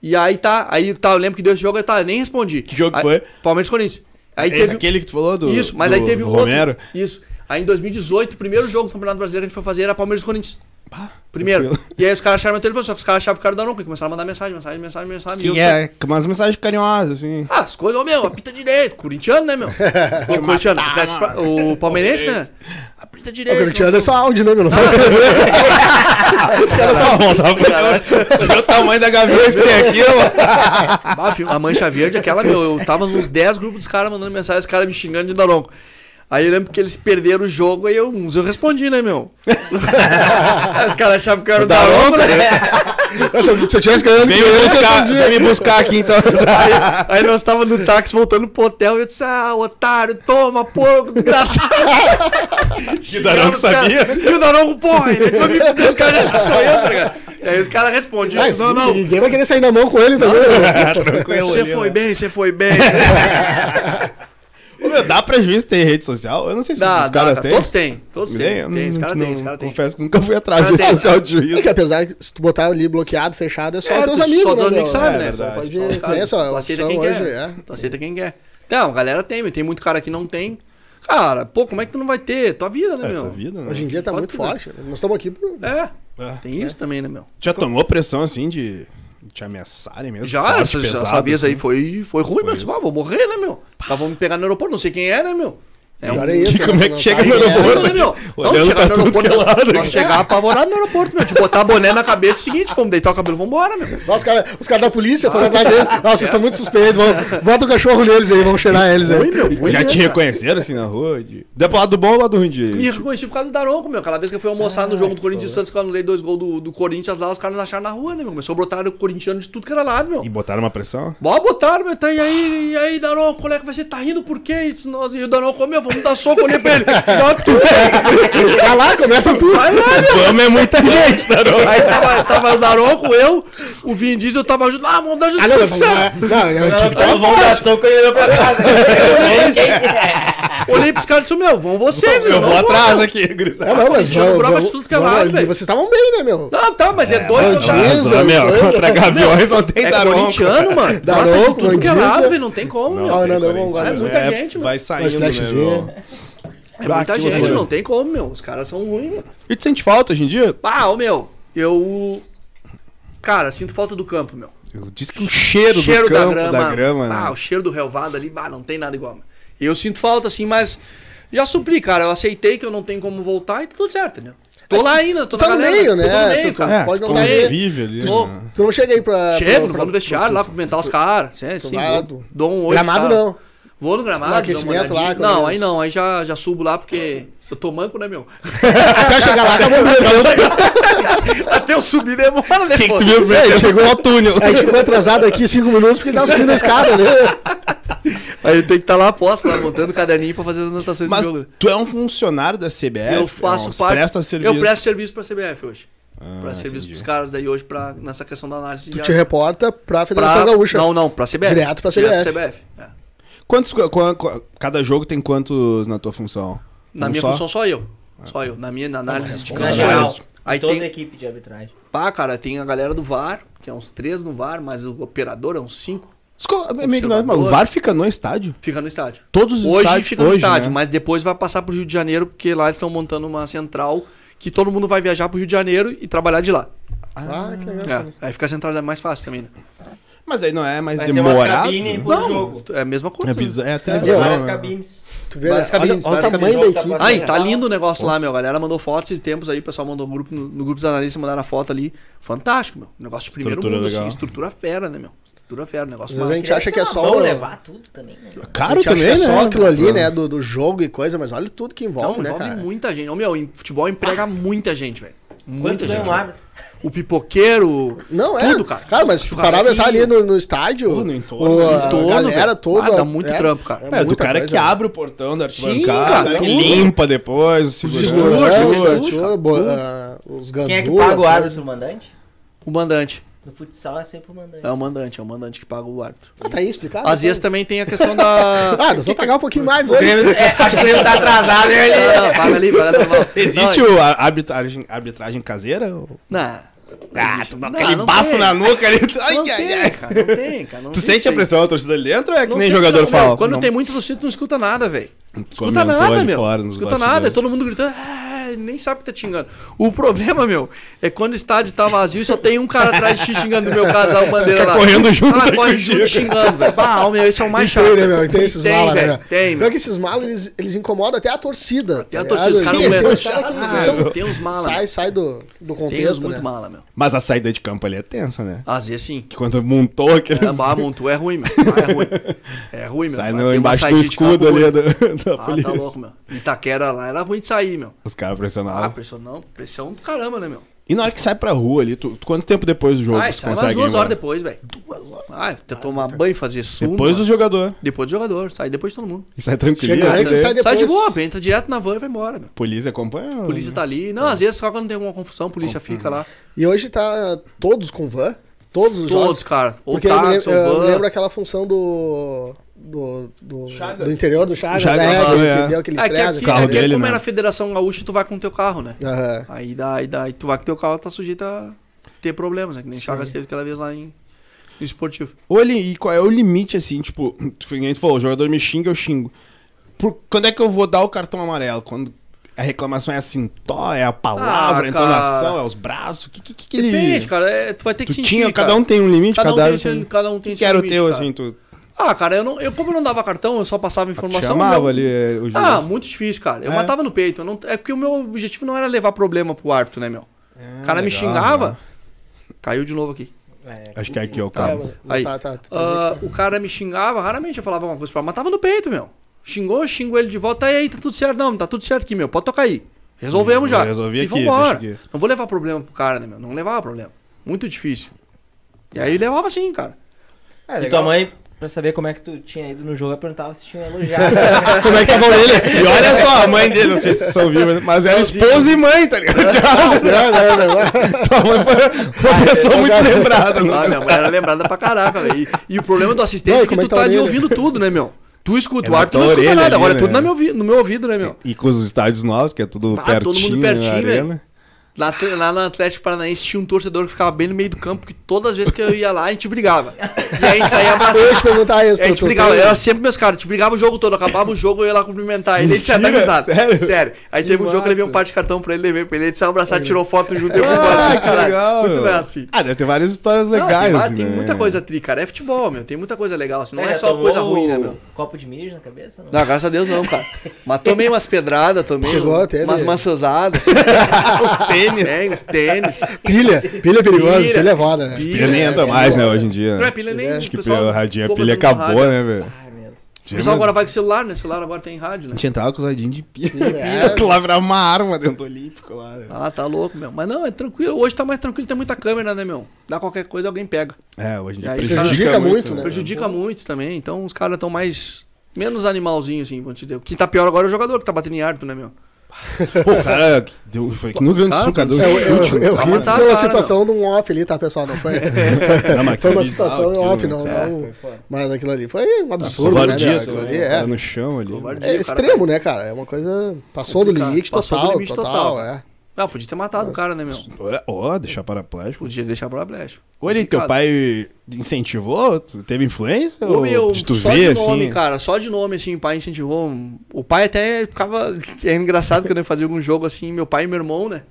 S4: E aí tá, aí tá, eu lembro que deu esse jogo, eu tá, nem respondi. Que
S3: jogo
S4: aí,
S3: foi?
S4: Palmeiras e Corinthians. Aí
S3: Esse
S4: teve
S3: aquele que tu falou do
S4: Isso, mas
S3: do-
S4: aí teve
S3: do
S4: o outro.
S3: Romero.
S4: Isso. Aí em 2018, o primeiro jogo do Campeonato Brasileiro que a gente foi fazer era Palmeiras e Corinthians. Primeiro.
S3: tranquilo.
S4: E aí os caras acharam meu telefone, só que os caras achavam que era o Daronco, e começaram a mandar mensagem, mensagem, mensagem, mensagem. e eu
S3: Que
S4: só-
S3: é, com umas mensagens carinhosas, assim.
S4: ah, as coisas, ô meu, apita direito. Corintiano, né, meu? O corintiano, Atlético Pa- o palmeirense, né? Apita
S2: O
S4: direito.
S2: Corinthians
S4: não
S2: é
S4: sei
S2: só áudio, né, meu? Não sabe escrever.
S3: Tá Você viu o tamanho da gaveta que tem aqui, mano?
S4: o quê. Bah, filho, A mancha verde, aquela, meu, eu tava nos 10 grupos dos caras mandando mensagem, os caras me xingando de daronco. Aí eu lembro que eles perderam o jogo, aí eu, uns eu respondi, né, meu? [laughs] Aí os caras achavam que eu era o daronco, né?
S2: Se eu tivesse ganhando,
S3: Vem me buscar, vem me buscar aqui, então.
S4: [laughs] Aí, aí nós tava no táxi voltando pro hotel e eu disse, ah, otário, toma, porco, desgraçado.
S3: Que Daronco sabia?
S4: E o Daronco, porra, ele é entrou me fudeu, os caras acham que sou eu, tá ligado? E aí os caras respondiam,
S2: Mas,
S4: não, não,
S2: Ninguém vai querer sair na mão com ele também. né?
S4: você
S3: ali,
S4: foi
S3: ó.
S4: bem, você foi bem.
S3: Ô, meu, dá prejuízo ter rede social? Eu não sei se
S4: Dá,
S3: os
S4: dá,
S3: caras
S4: dá.
S3: têm.
S4: todos têm, todos têm,
S3: Eu
S4: tem, os
S3: não-
S4: caras têm, os
S3: não-
S4: caras têm.
S3: Confesso que nunca fui atrás de
S4: Os caras
S3: rede
S4: têm.
S3: social de juízo.
S2: Porque apesar que se tu botar ali bloqueado, fechado, é só
S4: É,
S2: teus
S4: tu-
S2: amigos.
S4: só teus
S2: né,
S4: amigos
S2: meu?
S4: sabem,
S2: É,
S4: né?
S2: só Pode
S4: Só os
S2: ver,
S4: caras-
S2: conheça a
S4: tu aceita
S2: opção
S4: quem
S2: hoje.
S4: quer.
S2: é.
S4: Tu aceita quem quer. Não, a galera tem, meu, tem muito cara que não tem. Cara, pô, como é que tu não vai ter? Tua vida, né,
S3: É,
S4: meu?
S3: tua vida, né?
S2: Hoje em dia tá
S4: Pode
S2: muito
S4: ver.
S2: forte. né? Nós estamos aqui por.
S4: É,
S3: É.
S4: tem isso também, né, meu?
S3: Já tomou pressão, assim, de de te ameaçarem mesmo?
S4: Já,
S3: Forte,
S4: essa, essa
S3: pesado,
S4: vez
S3: assim?
S4: aí foi, foi ruim, meu. Eu
S3: isso.
S4: disse, "Ah, vou morrer, né, meu? Tá, vão me pegar no aeroporto, não sei quem é, né, meu? É
S2: Pior
S4: um
S2: é isso,
S4: [laughs]
S3: Que-
S2: né?
S3: como é
S2: Não
S3: que chega
S2: sabe quem
S3: no
S2: é.
S3: aeroporto?
S4: absurdo, né, meu?
S3: Olhando
S4: Não,
S3: pra
S4: chegar no
S3: tudo
S4: aeroporto,
S3: que é lado,
S4: nós,
S3: cara.
S4: nós chegar apavorado no aeroporto, meu. De botar boné na cabeça, é o seguinte, vamos deitar o cabelo, vambora,
S3: Né?
S4: meu.
S2: Nossa, os caras os caras da polícia foram atrás
S4: [laughs]
S2: deles. Nossa, vocês estão muito suspeitos. Vamos, bota o cachorro neles aí, vamos cheirar eles aí.
S3: Já te
S4: né,
S3: reconheceram, assim, na rua? De... Deu pro lado do bom ou lado ruim de...
S4: Me reconheci por causa do Daronco, meu. Aquela vez que eu fui almoçar
S3: Ah,
S4: no jogo do Corinthians e Santos, que eu anulei dois gols do, do Corinthians lá, os caras nos acharam na rua, né, meu? Começou a botar o corintiano de tudo que era lado, meu.
S3: E botaram uma pressão?
S4: Bora botar, meu, tá, e aí, e aí, Daron, qual é que vai ser? Tá rindo por quê? E disse, "Nós-" E o Daron, comeu, vamos dar soco ali
S3: [laughs]
S4: pra ele. Dá tudo.
S2: Vai lá, começa tudo.
S4: Vai lá, meu.
S3: Vamos é muita gente, Daronco.
S4: Aí tava, tava o Daronco, eu, o Vin Diesel tava ajudando. Ah, vamos dar
S2: Ah, não,
S4: justiça.
S2: mas- não, eu-
S1: Então vão dar soco e ele olhou pra
S4: [laughs]
S1: casa.
S4: Olhei pros caras e disse, meu, vão vocês,
S3: Eu
S4: meu,
S3: vou
S4: não
S3: atrás aqui, gurizada.
S2: É, não, mas
S4: Corinthians
S2: vamos,
S4: prova
S2: vamos,
S4: de tudo que é
S2: vamos
S4: lado,
S2: ali.
S4: velho.
S2: Vocês estavam bem, né, meu?
S4: Não, tá, mas é, dois
S2: bandido.
S4: contra um.
S3: Mas, ó, meu, contra gaviões não tem
S4: É
S3: Daronco.
S4: corintiano, mano.
S2: Daronco,
S4: Mata de tudo que é
S2: Vin
S4: lado,
S2: Diesel.
S4: velho, não tem como, meu.
S2: Não,
S3: tem
S2: não, não,
S3: Corinthians.
S2: vamos
S4: lá. É muita gente, mano.
S3: Vai saindo, né,
S2: Mas flashzinho.
S3: meu?
S4: É muita
S3: Ah, que
S4: gente,
S3: loucura.
S4: não tem como, meu. Os caras são ruins, mano.
S3: E tu sente falta hoje em dia?
S4: Pá, ô, meu, eu... Cara, sinto falta do campo, meu.
S3: Eu disse que o cheiro,
S4: cheiro
S3: do campo,
S4: da grama.
S3: da grama, né?
S4: ah, o cheiro do relvado ali, bah, não tem nada igual. meu. Eu sinto falta, assim, mas já supli, cara. Eu aceitei que eu não tenho como voltar e tá tudo certo, entendeu? Tô lá ainda, tô
S2: tu tá
S4: na
S2: no
S4: galera.
S2: meio,
S4: Tô
S2: né?
S4: no meio,
S2: Tu- tu-
S4: cara.
S3: é,
S2: pode
S3: tu
S2: não dar
S3: convive ali,
S4: tá Tô- [laughs]
S3: né?
S2: Tu não chega aí pra.
S4: Chego,
S2: pra-
S4: vamos no um vestiário lá, cumprimentar os caras. Sim, sim,
S2: vai lá,
S4: dou,
S2: tu-
S4: dou um oi. pros
S2: Gramado
S4: caras.
S2: não.
S4: Vou no gramado,
S2: No
S4: dou uma
S2: aquecimento lá,
S4: olhadinha.
S2: quando
S4: Não,
S2: eles-
S4: aí não, aí já, já subo lá porque eu tô manco, né, meu? [laughs]
S2: Até chegar lá, acabou mesmo.
S4: Até eu subir demora, né,
S3: que
S4: pô?
S3: tu viu,
S4: [laughs]
S3: velho? Chegou só túnel.
S4: É,
S2: A gente ficou atrasado aqui cinco minutos porque ele tava subindo a escada, né?
S4: Aí tem que estar lá aposta, lá, montando o caderninho pra fazer as anotações
S3: Mas
S4: do jogo.
S3: tu é um funcionário da CBF?
S4: eu faço
S3: não, tu
S4: parte.
S3: Presta serviço.
S4: Eu presto serviço pra CBF hoje.
S3: Ah,
S4: presto serviço
S3: entendi.
S4: pros caras daí hoje pra, nessa questão da análise
S2: Tu te reporta pra Federação
S4: pra-
S2: Gaúcha.
S4: Não, não, pra CBF.
S2: Direto pra CBF.
S4: CBF. é.
S3: Quantos, qua- qua- cada jogo tem quantos na tua função?
S4: Na
S3: Um
S4: minha
S3: só?
S4: função só eu.
S3: Ah.
S4: Só eu. Na
S3: Tá
S4: minha na análise de
S3: então
S1: Na
S4: campo, só
S1: geral,
S4: eu. Aí
S1: toda a
S4: tem,
S1: equipe de arbitragem.
S4: pá, cara, tem a galera do VAR, que é uns três no VAR, mas o operador é uns cinco.
S3: Esco- é meio que nós- mas o VAR fica no estádio?
S4: Fica no estádio.
S3: Todos os
S4: hoje
S3: estádios-
S4: fica no
S3: hoje,
S4: estádio,
S3: né?
S4: mas depois vai passar pro Rio de Janeiro, porque lá eles estão montando uma central que todo mundo vai viajar pro Rio de Janeiro e trabalhar de lá.
S2: Ah, que legal. cara.
S4: É, aí fica a central é mais fácil também. né?
S3: Mas aí não é mais
S1: Vai ser umas
S3: demorado?
S1: cabines por
S4: Não,
S1: jogo.
S4: é a mesma coisa.
S3: É, bizar- é a
S1: Tem
S3: televisão,
S1: várias
S3: né?
S1: cabines.
S2: Tu vê, né?
S4: Várias
S2: Olha,
S4: cabines,
S2: olha o
S4: várias
S2: tamanho da
S1: cabines.
S2: equipe.
S1: Ah,
S4: Ai,
S2: né?
S4: tá lindo o negócio lá, meu. A galera mandou fotos esses tempos aí, o pessoal mandou um grupo no, no grupo dos analistas, mandaram a foto ali. Fantástico, meu. Negócio de primeiro
S3: Estrutura
S4: mundo,
S3: legal.
S4: assim, estrutura fera, né, meu? Estrutura fera,
S2: Às
S4: negócio
S2: vezes a
S4: massa.
S2: gente acha que é só
S1: Vão
S2: o-
S1: levar tudo também. né?
S2: A
S3: Caro
S2: gente acha
S3: também,
S2: que é
S3: né?
S2: só aquilo ali, né? Do, do jogo e coisa, mas olha tudo que
S4: Não,
S2: envolve,
S4: envolve
S2: né, cara? Ah.
S4: muita gente. Ô, meu, em futebol emprega muita gente, velho. Muita
S1: Quanto ganha
S4: gente.
S1: um
S4: velho.
S1: árbitro?
S2: Tá
S4: O pipoqueiro,
S2: Não, é.
S4: tudo, cara.
S2: Cara, mas se tu parar pra pensar ali no, no estádio,
S3: Pô, no entorno,
S2: o-
S3: no
S2: a
S4: entorno,
S2: galera
S4: velho.
S2: toda...
S4: Ah, dá muito trampo, cara.
S3: É, do
S2: muita
S3: cara
S2: coisa,
S3: que
S2: né?
S3: abre o portão da
S4: Sim,
S3: arquibancada,
S4: cara,
S3: cara, que
S4: tudo.
S3: limpa depois, o
S4: Os
S3: segurança.
S4: escuros,
S2: Segurança,
S4: Tudo,
S2: tudo,
S4: tudo,
S2: tudo, bo- ah, Os gandulas...
S1: Quem é que paga o
S2: tudo.
S1: árbitro? O mandante?
S4: O mandante.
S1: No futsal é sempre o mandante.
S4: É o mandante, é o mandante que paga o árbitro.
S2: Ah, tá aí explicado?
S4: Às vezes também tem a questão
S2: [laughs]
S4: da.
S2: Ah, nós vamos pagar um pouquinho mais hoje.
S3: [laughs]
S1: É, acho que ele tá atrasado, né? Ele-
S4: Não, não, paga ali, paga ali, paga ali. [laughs]
S3: Existe o a- arbitragem, arbitragem caseira? Ou-
S4: Não.
S3: Ah,
S4: Existe.
S3: tu dá
S4: Não,
S3: aquele
S4: não
S3: bafo
S4: tem.
S3: na nuca ali. tu- Ai,
S4: Não
S3: ai,
S4: tem,
S3: ai.
S4: cara, não tem, cara. não
S3: Tu
S4: tem
S3: sente
S4: isso
S3: a
S4: aí.
S3: pressão da torcida ali dentro ou é que
S4: Não
S3: nem
S4: sente
S3: jogador
S4: não, meu.
S3: fala?
S4: Quando
S3: Não-
S4: tem muito torcida, tu não escuta nada, velho. Escuta
S3: Comentou
S4: nada,
S3: ali
S4: meu.
S3: fora nos
S4: escuta
S3: bastidores.
S4: nada, é todo mundo gritando. "Ah", nem sabe que tá te xingando. O problema, meu, é quando o estádio tá vazio e só tem um cara atrás de ti xingando no meu caso, lá, o bandeira
S3: Fica
S4: lá.
S3: correndo junto
S4: Ah,
S3: aí
S4: corre
S3: contigo.
S4: junto xingando, velho. Bah, ô, meu, esse é o mais chato.
S2: Tem, né, meu? Tem esses malas, né?
S4: velho.
S2: meu?
S4: Tem,
S2: Pior
S4: meu.
S2: que esses malas, eles, eles incomodam até a torcida.
S4: Tem a
S2: tá
S4: torcida, os
S2: ligado?
S4: caras
S2: Tem
S4: não
S2: os caras que
S4: levam. Ah,
S2: são-
S4: meu, Tem uns malas,
S2: Sai,
S4: meu.
S2: sai do, do
S4: Tem uns
S2: contexto, né?
S4: muito mala, meu.
S3: Mas a saída de campo ali é tensa, né?
S4: Às vezes sim.
S3: Que quando montou aquele.
S4: Ah, bah, montou, é ruim, meu. Ah, é ruim. É ruim,
S3: [laughs]
S4: meu.
S3: Sai
S4: Bah,
S3: no-
S4: tem uma
S3: embaixo do
S4: saída de
S3: escudo
S4: campo
S3: ali
S4: ruim.
S3: da, [laughs] da
S4: Ah,
S3: polícia.
S4: tá louco, meu. Itaquera lá era ruim de sair, meu.
S3: Os caras
S4: Ah,
S3: pressionavam.
S4: pressão não, pressão do caramba, né, meu?
S3: E na hora que sai pra rua ali, tu- tu- quanto tempo depois do jogo
S4: Ah,
S3: você
S4: sai umas
S3: consegue?
S4: duas
S3: ir
S4: horas
S3: embora?
S4: depois, velho. Duas horas. Ah, tem que tomar banho, fazer sumo.
S3: Depois do
S4: mano.
S3: jogador.
S4: Depois do jogador, sai depois de todo mundo.
S3: E sai tranquilo.
S2: Chega
S3: assim,
S2: antes e
S3: né?
S2: sai depois.
S4: Sai de boa, entra direto na van e vai embora, meu.
S3: Polícia acompanha.
S4: A polícia tá ali. Não, às vezes só quando tem alguma confusão, a polícia fica lá.
S2: E hoje tá todos com van, todos os
S4: Todos,
S2: jogos.
S4: cara. Ou
S2: Porque eu me
S4: táxi,
S2: lembro,
S4: ou
S2: eu me lembro
S4: van.
S2: aquela função do. Do, do,
S1: Chagas.
S2: do interior do Chagas,
S3: Chagas,
S2: né?
S3: ah,
S2: que,
S3: é.
S2: que deu aquele
S4: É que
S2: estresse.
S4: aqui,
S3: carro
S4: carro
S2: aquele-
S3: dele,
S4: como
S3: né?
S4: era a Federação Gaúcha, tu vai com o teu carro, né?
S2: Aham.
S4: Aí dá, aí dá. E tu vai com o teu carro, tá sujeito a ter problemas, né? Que nem Chagas teve aquela vez lá em, no esportivo.
S3: Olha, e qual é o limite, assim, tipo, tu- ninguém falou, o jogador me xinga, eu xingo. Por- quando é que eu vou dar o cartão amarelo? Quando a reclamação é assim, tó, é a palavra, a
S4: Ah, cara.
S3: entonação, é os braços? O que, que, que, que ele.
S4: Depende, cara. é- tu vai ter que
S3: tu
S4: sentir,
S3: tinha,
S4: cara.
S3: cada um tem um limite,
S4: Cada
S3: cada,
S4: um tem
S3: um
S4: seu-
S3: tem
S4: cada um
S3: O
S4: tem
S3: que, que
S4: seu
S3: era o
S4: limite,
S3: teu,
S4: cara.
S3: assim, tu tu
S4: Ah, cara, eu não. Eu, como eu não dava cartão, eu só passava
S3: te
S4: informação.
S3: chamava
S4: meu-
S3: ali é, o jogo.
S4: Ah, muito difícil, cara. Eu
S3: É.
S4: matava no peito. eu não- É porque o meu objetivo não era levar problema pro árbitro, né, meu? o cara me
S3: É, legal,
S4: xingava. Caiu de novo aqui.
S1: É,
S3: Acho que é aqui, ó, o
S2: Tá,
S3: cabo.
S2: mano,
S4: Aí.
S2: tá, tá, tá.
S4: Ah, o cara me xingava, raramente eu falava alguma coisa pra matava no peito, meu. Xingou, eu xingo ele de volta. Tá, E aí, tá tudo certo? Não, tá tudo certo aqui, meu. Pode tocar aí. Resolvemos
S3: Eu
S4: já.
S3: resolvi
S4: e
S3: aqui,
S4: vambora.
S3: deixa aqui.
S4: Não vou levar problema pro cara, né, meu? Não levava problema. Muito difícil. E aí levava sim, cara. É
S1: e tua mãe, pra saber como é que tu tinha ido no jogo, ela perguntava se tinha
S4: [laughs]
S1: elogiado. né?
S3: Como é que tava ele? E olha só, a mãe dele, não sei se vocês são vivos, mas era esposa e mãe, tá ligado? [laughs]
S2: Não, não, não, não.
S3: Tua mãe foi uma
S4: tá
S3: pessoa muito lembrada. não
S4: Ah,
S3: sei se-
S4: minha mãe era lembrada pra caraca, velho. E, e o problema do assistente
S2: Não, e
S4: é que
S2: como é
S4: tu
S2: que tá
S4: tá
S2: a
S4: ali
S2: orelha?
S4: ouvindo tudo, né, meu? Tu escuta,
S3: É
S4: o
S3: na
S4: árbitro
S3: tua
S4: não escuta
S3: orelha
S4: nada.
S3: ali,
S4: Agora
S3: né?
S4: é tudo na meu ouvi- no meu ouvido, né, meu?
S3: E com os estádios novos, que é tudo
S4: Tá,
S3: pertinho.
S4: todo
S3: né,
S4: mundo
S3: na
S4: pertinho,
S3: arena.
S4: velho. Lá, t- lá no Atlético Paranaense tinha um torcedor que ficava bem no meio do campo, que todas as vezes que eu ia lá, a gente brigava. E aí a gente saía abraçado.
S2: Eu ia te perguntar isso.
S4: A gente
S2: tu- tu
S4: brigava,
S2: tem-
S4: era sempre meus caras, a gente brigava o jogo todo, acabava o jogo, eu ia lá cumprimentar ele, ele tinha até
S3: Mentira,
S4: avisado.
S3: sério?
S4: Sério? Aí teve um jogo que eu levei um
S2: massa.
S4: par de cartão pra ele, levei pra ele, ele saiu abraçado, tirou foto junto, eu
S3: Ah,
S4: fui
S3: que legal.
S4: Muito
S3: meu.
S4: bem assim.
S3: Ah, deve ter várias histórias
S4: Não,
S3: legais.
S4: tem, va-
S3: assim,
S4: tem
S3: né?
S4: muita coisa tri, cara. É futebol, meu. Tem muita coisa legal. Assim. Não
S1: Já
S4: é só
S1: tomou
S4: coisa ruim, né, meu?
S1: Copo de mijo na cabeça? Não.
S4: Não, graças a Deus não, cara. Mas tomei umas pedradas também.
S2: Chegou
S4: um-
S2: até,
S4: Umas
S2: né?
S4: maçãzadas. [laughs]
S3: Os tênis.
S4: Tem, uns tênis.
S2: Pilha, pilha é perigosa,
S4: Pilha.
S2: pilha é foda, né?
S3: Pilha nem entra mais, né, hoje em dia.
S4: Não é
S3: Né?
S4: pilha nem.
S2: Acho
S4: o
S3: Acho que
S4: pessoal
S3: pilha, radinha, a
S4: ficou
S3: pilha
S4: botando no
S3: acabou,
S4: rádio.
S3: né, velho?
S1: Ah, mesmo.
S4: O pessoal agora vai com celular, né? Celular agora tem rádio,
S3: A
S4: né?
S3: gente entrava com os radinhos de pilha.
S4: [laughs]
S3: [laughs]
S2: É.
S3: Tu lá virava uma arma dentro do Olímpico lá. né?
S4: Ah, tá louco, meu. Mas não, é tranquilo. Hoje tá mais tranquilo, tem muita câmera, né, meu? Dá qualquer coisa, alguém pega.
S3: É, hoje em dia
S4: Aí
S3: prejudica,
S2: prejudica
S3: muito,
S2: muito, né?
S4: Prejudica muito também. Então os caras estão mais. Menos animalzinho, assim, vamos te dizer. O que tá pior agora é o jogador que tá batendo em árbitro, né, meu?
S3: Pô, o cara, deu, foi aqui no Rio Grande do Sul, cara, deu
S4: é
S2: Eu,
S3: um
S2: eu,
S3: chute.
S2: É, eu, eu
S4: Pra
S2: ri
S4: matar a
S2: pela
S4: cara,
S2: situação de um off ali, tá, pessoal? Não [laughs] foi,
S3: Não,
S2: [laughs]
S3: mas
S2: foi uma
S3: aquilo ali-
S2: situação
S3: aquilo,
S2: off,
S3: né,
S2: não.
S4: cara, Tá,
S2: não-
S1: foi foda.
S2: mas aquilo ali foi um absurdo, né?
S3: Covardia,
S2: velho?
S3: sei
S2: Aquilo
S3: lá,
S2: ali
S3: o
S2: é.
S3: cara no chão ali.
S4: Covardia,
S2: É
S4: cara.
S2: extremo, né, cara? É uma coisa. Passou do
S4: Complicado.
S2: limite
S4: Passou do
S2: total.
S4: limite
S2: total,
S4: total.
S2: é.
S4: Não, podia ter matado o cara, né, meu?
S3: Ó, ó, deixar paraplégico.
S4: Podia deixar pra Blast.
S3: Olha, e teu pai incentivou? Tu Teve influência?
S4: Ô, meu,
S3: ou de tu
S4: só
S3: vê,
S4: de nome,
S3: assim?
S4: cara, só de nome, assim, o pai incentivou. O pai até ficava. [laughs] É engraçado quando eu fazia algum jogo assim, meu pai e meu irmão, né?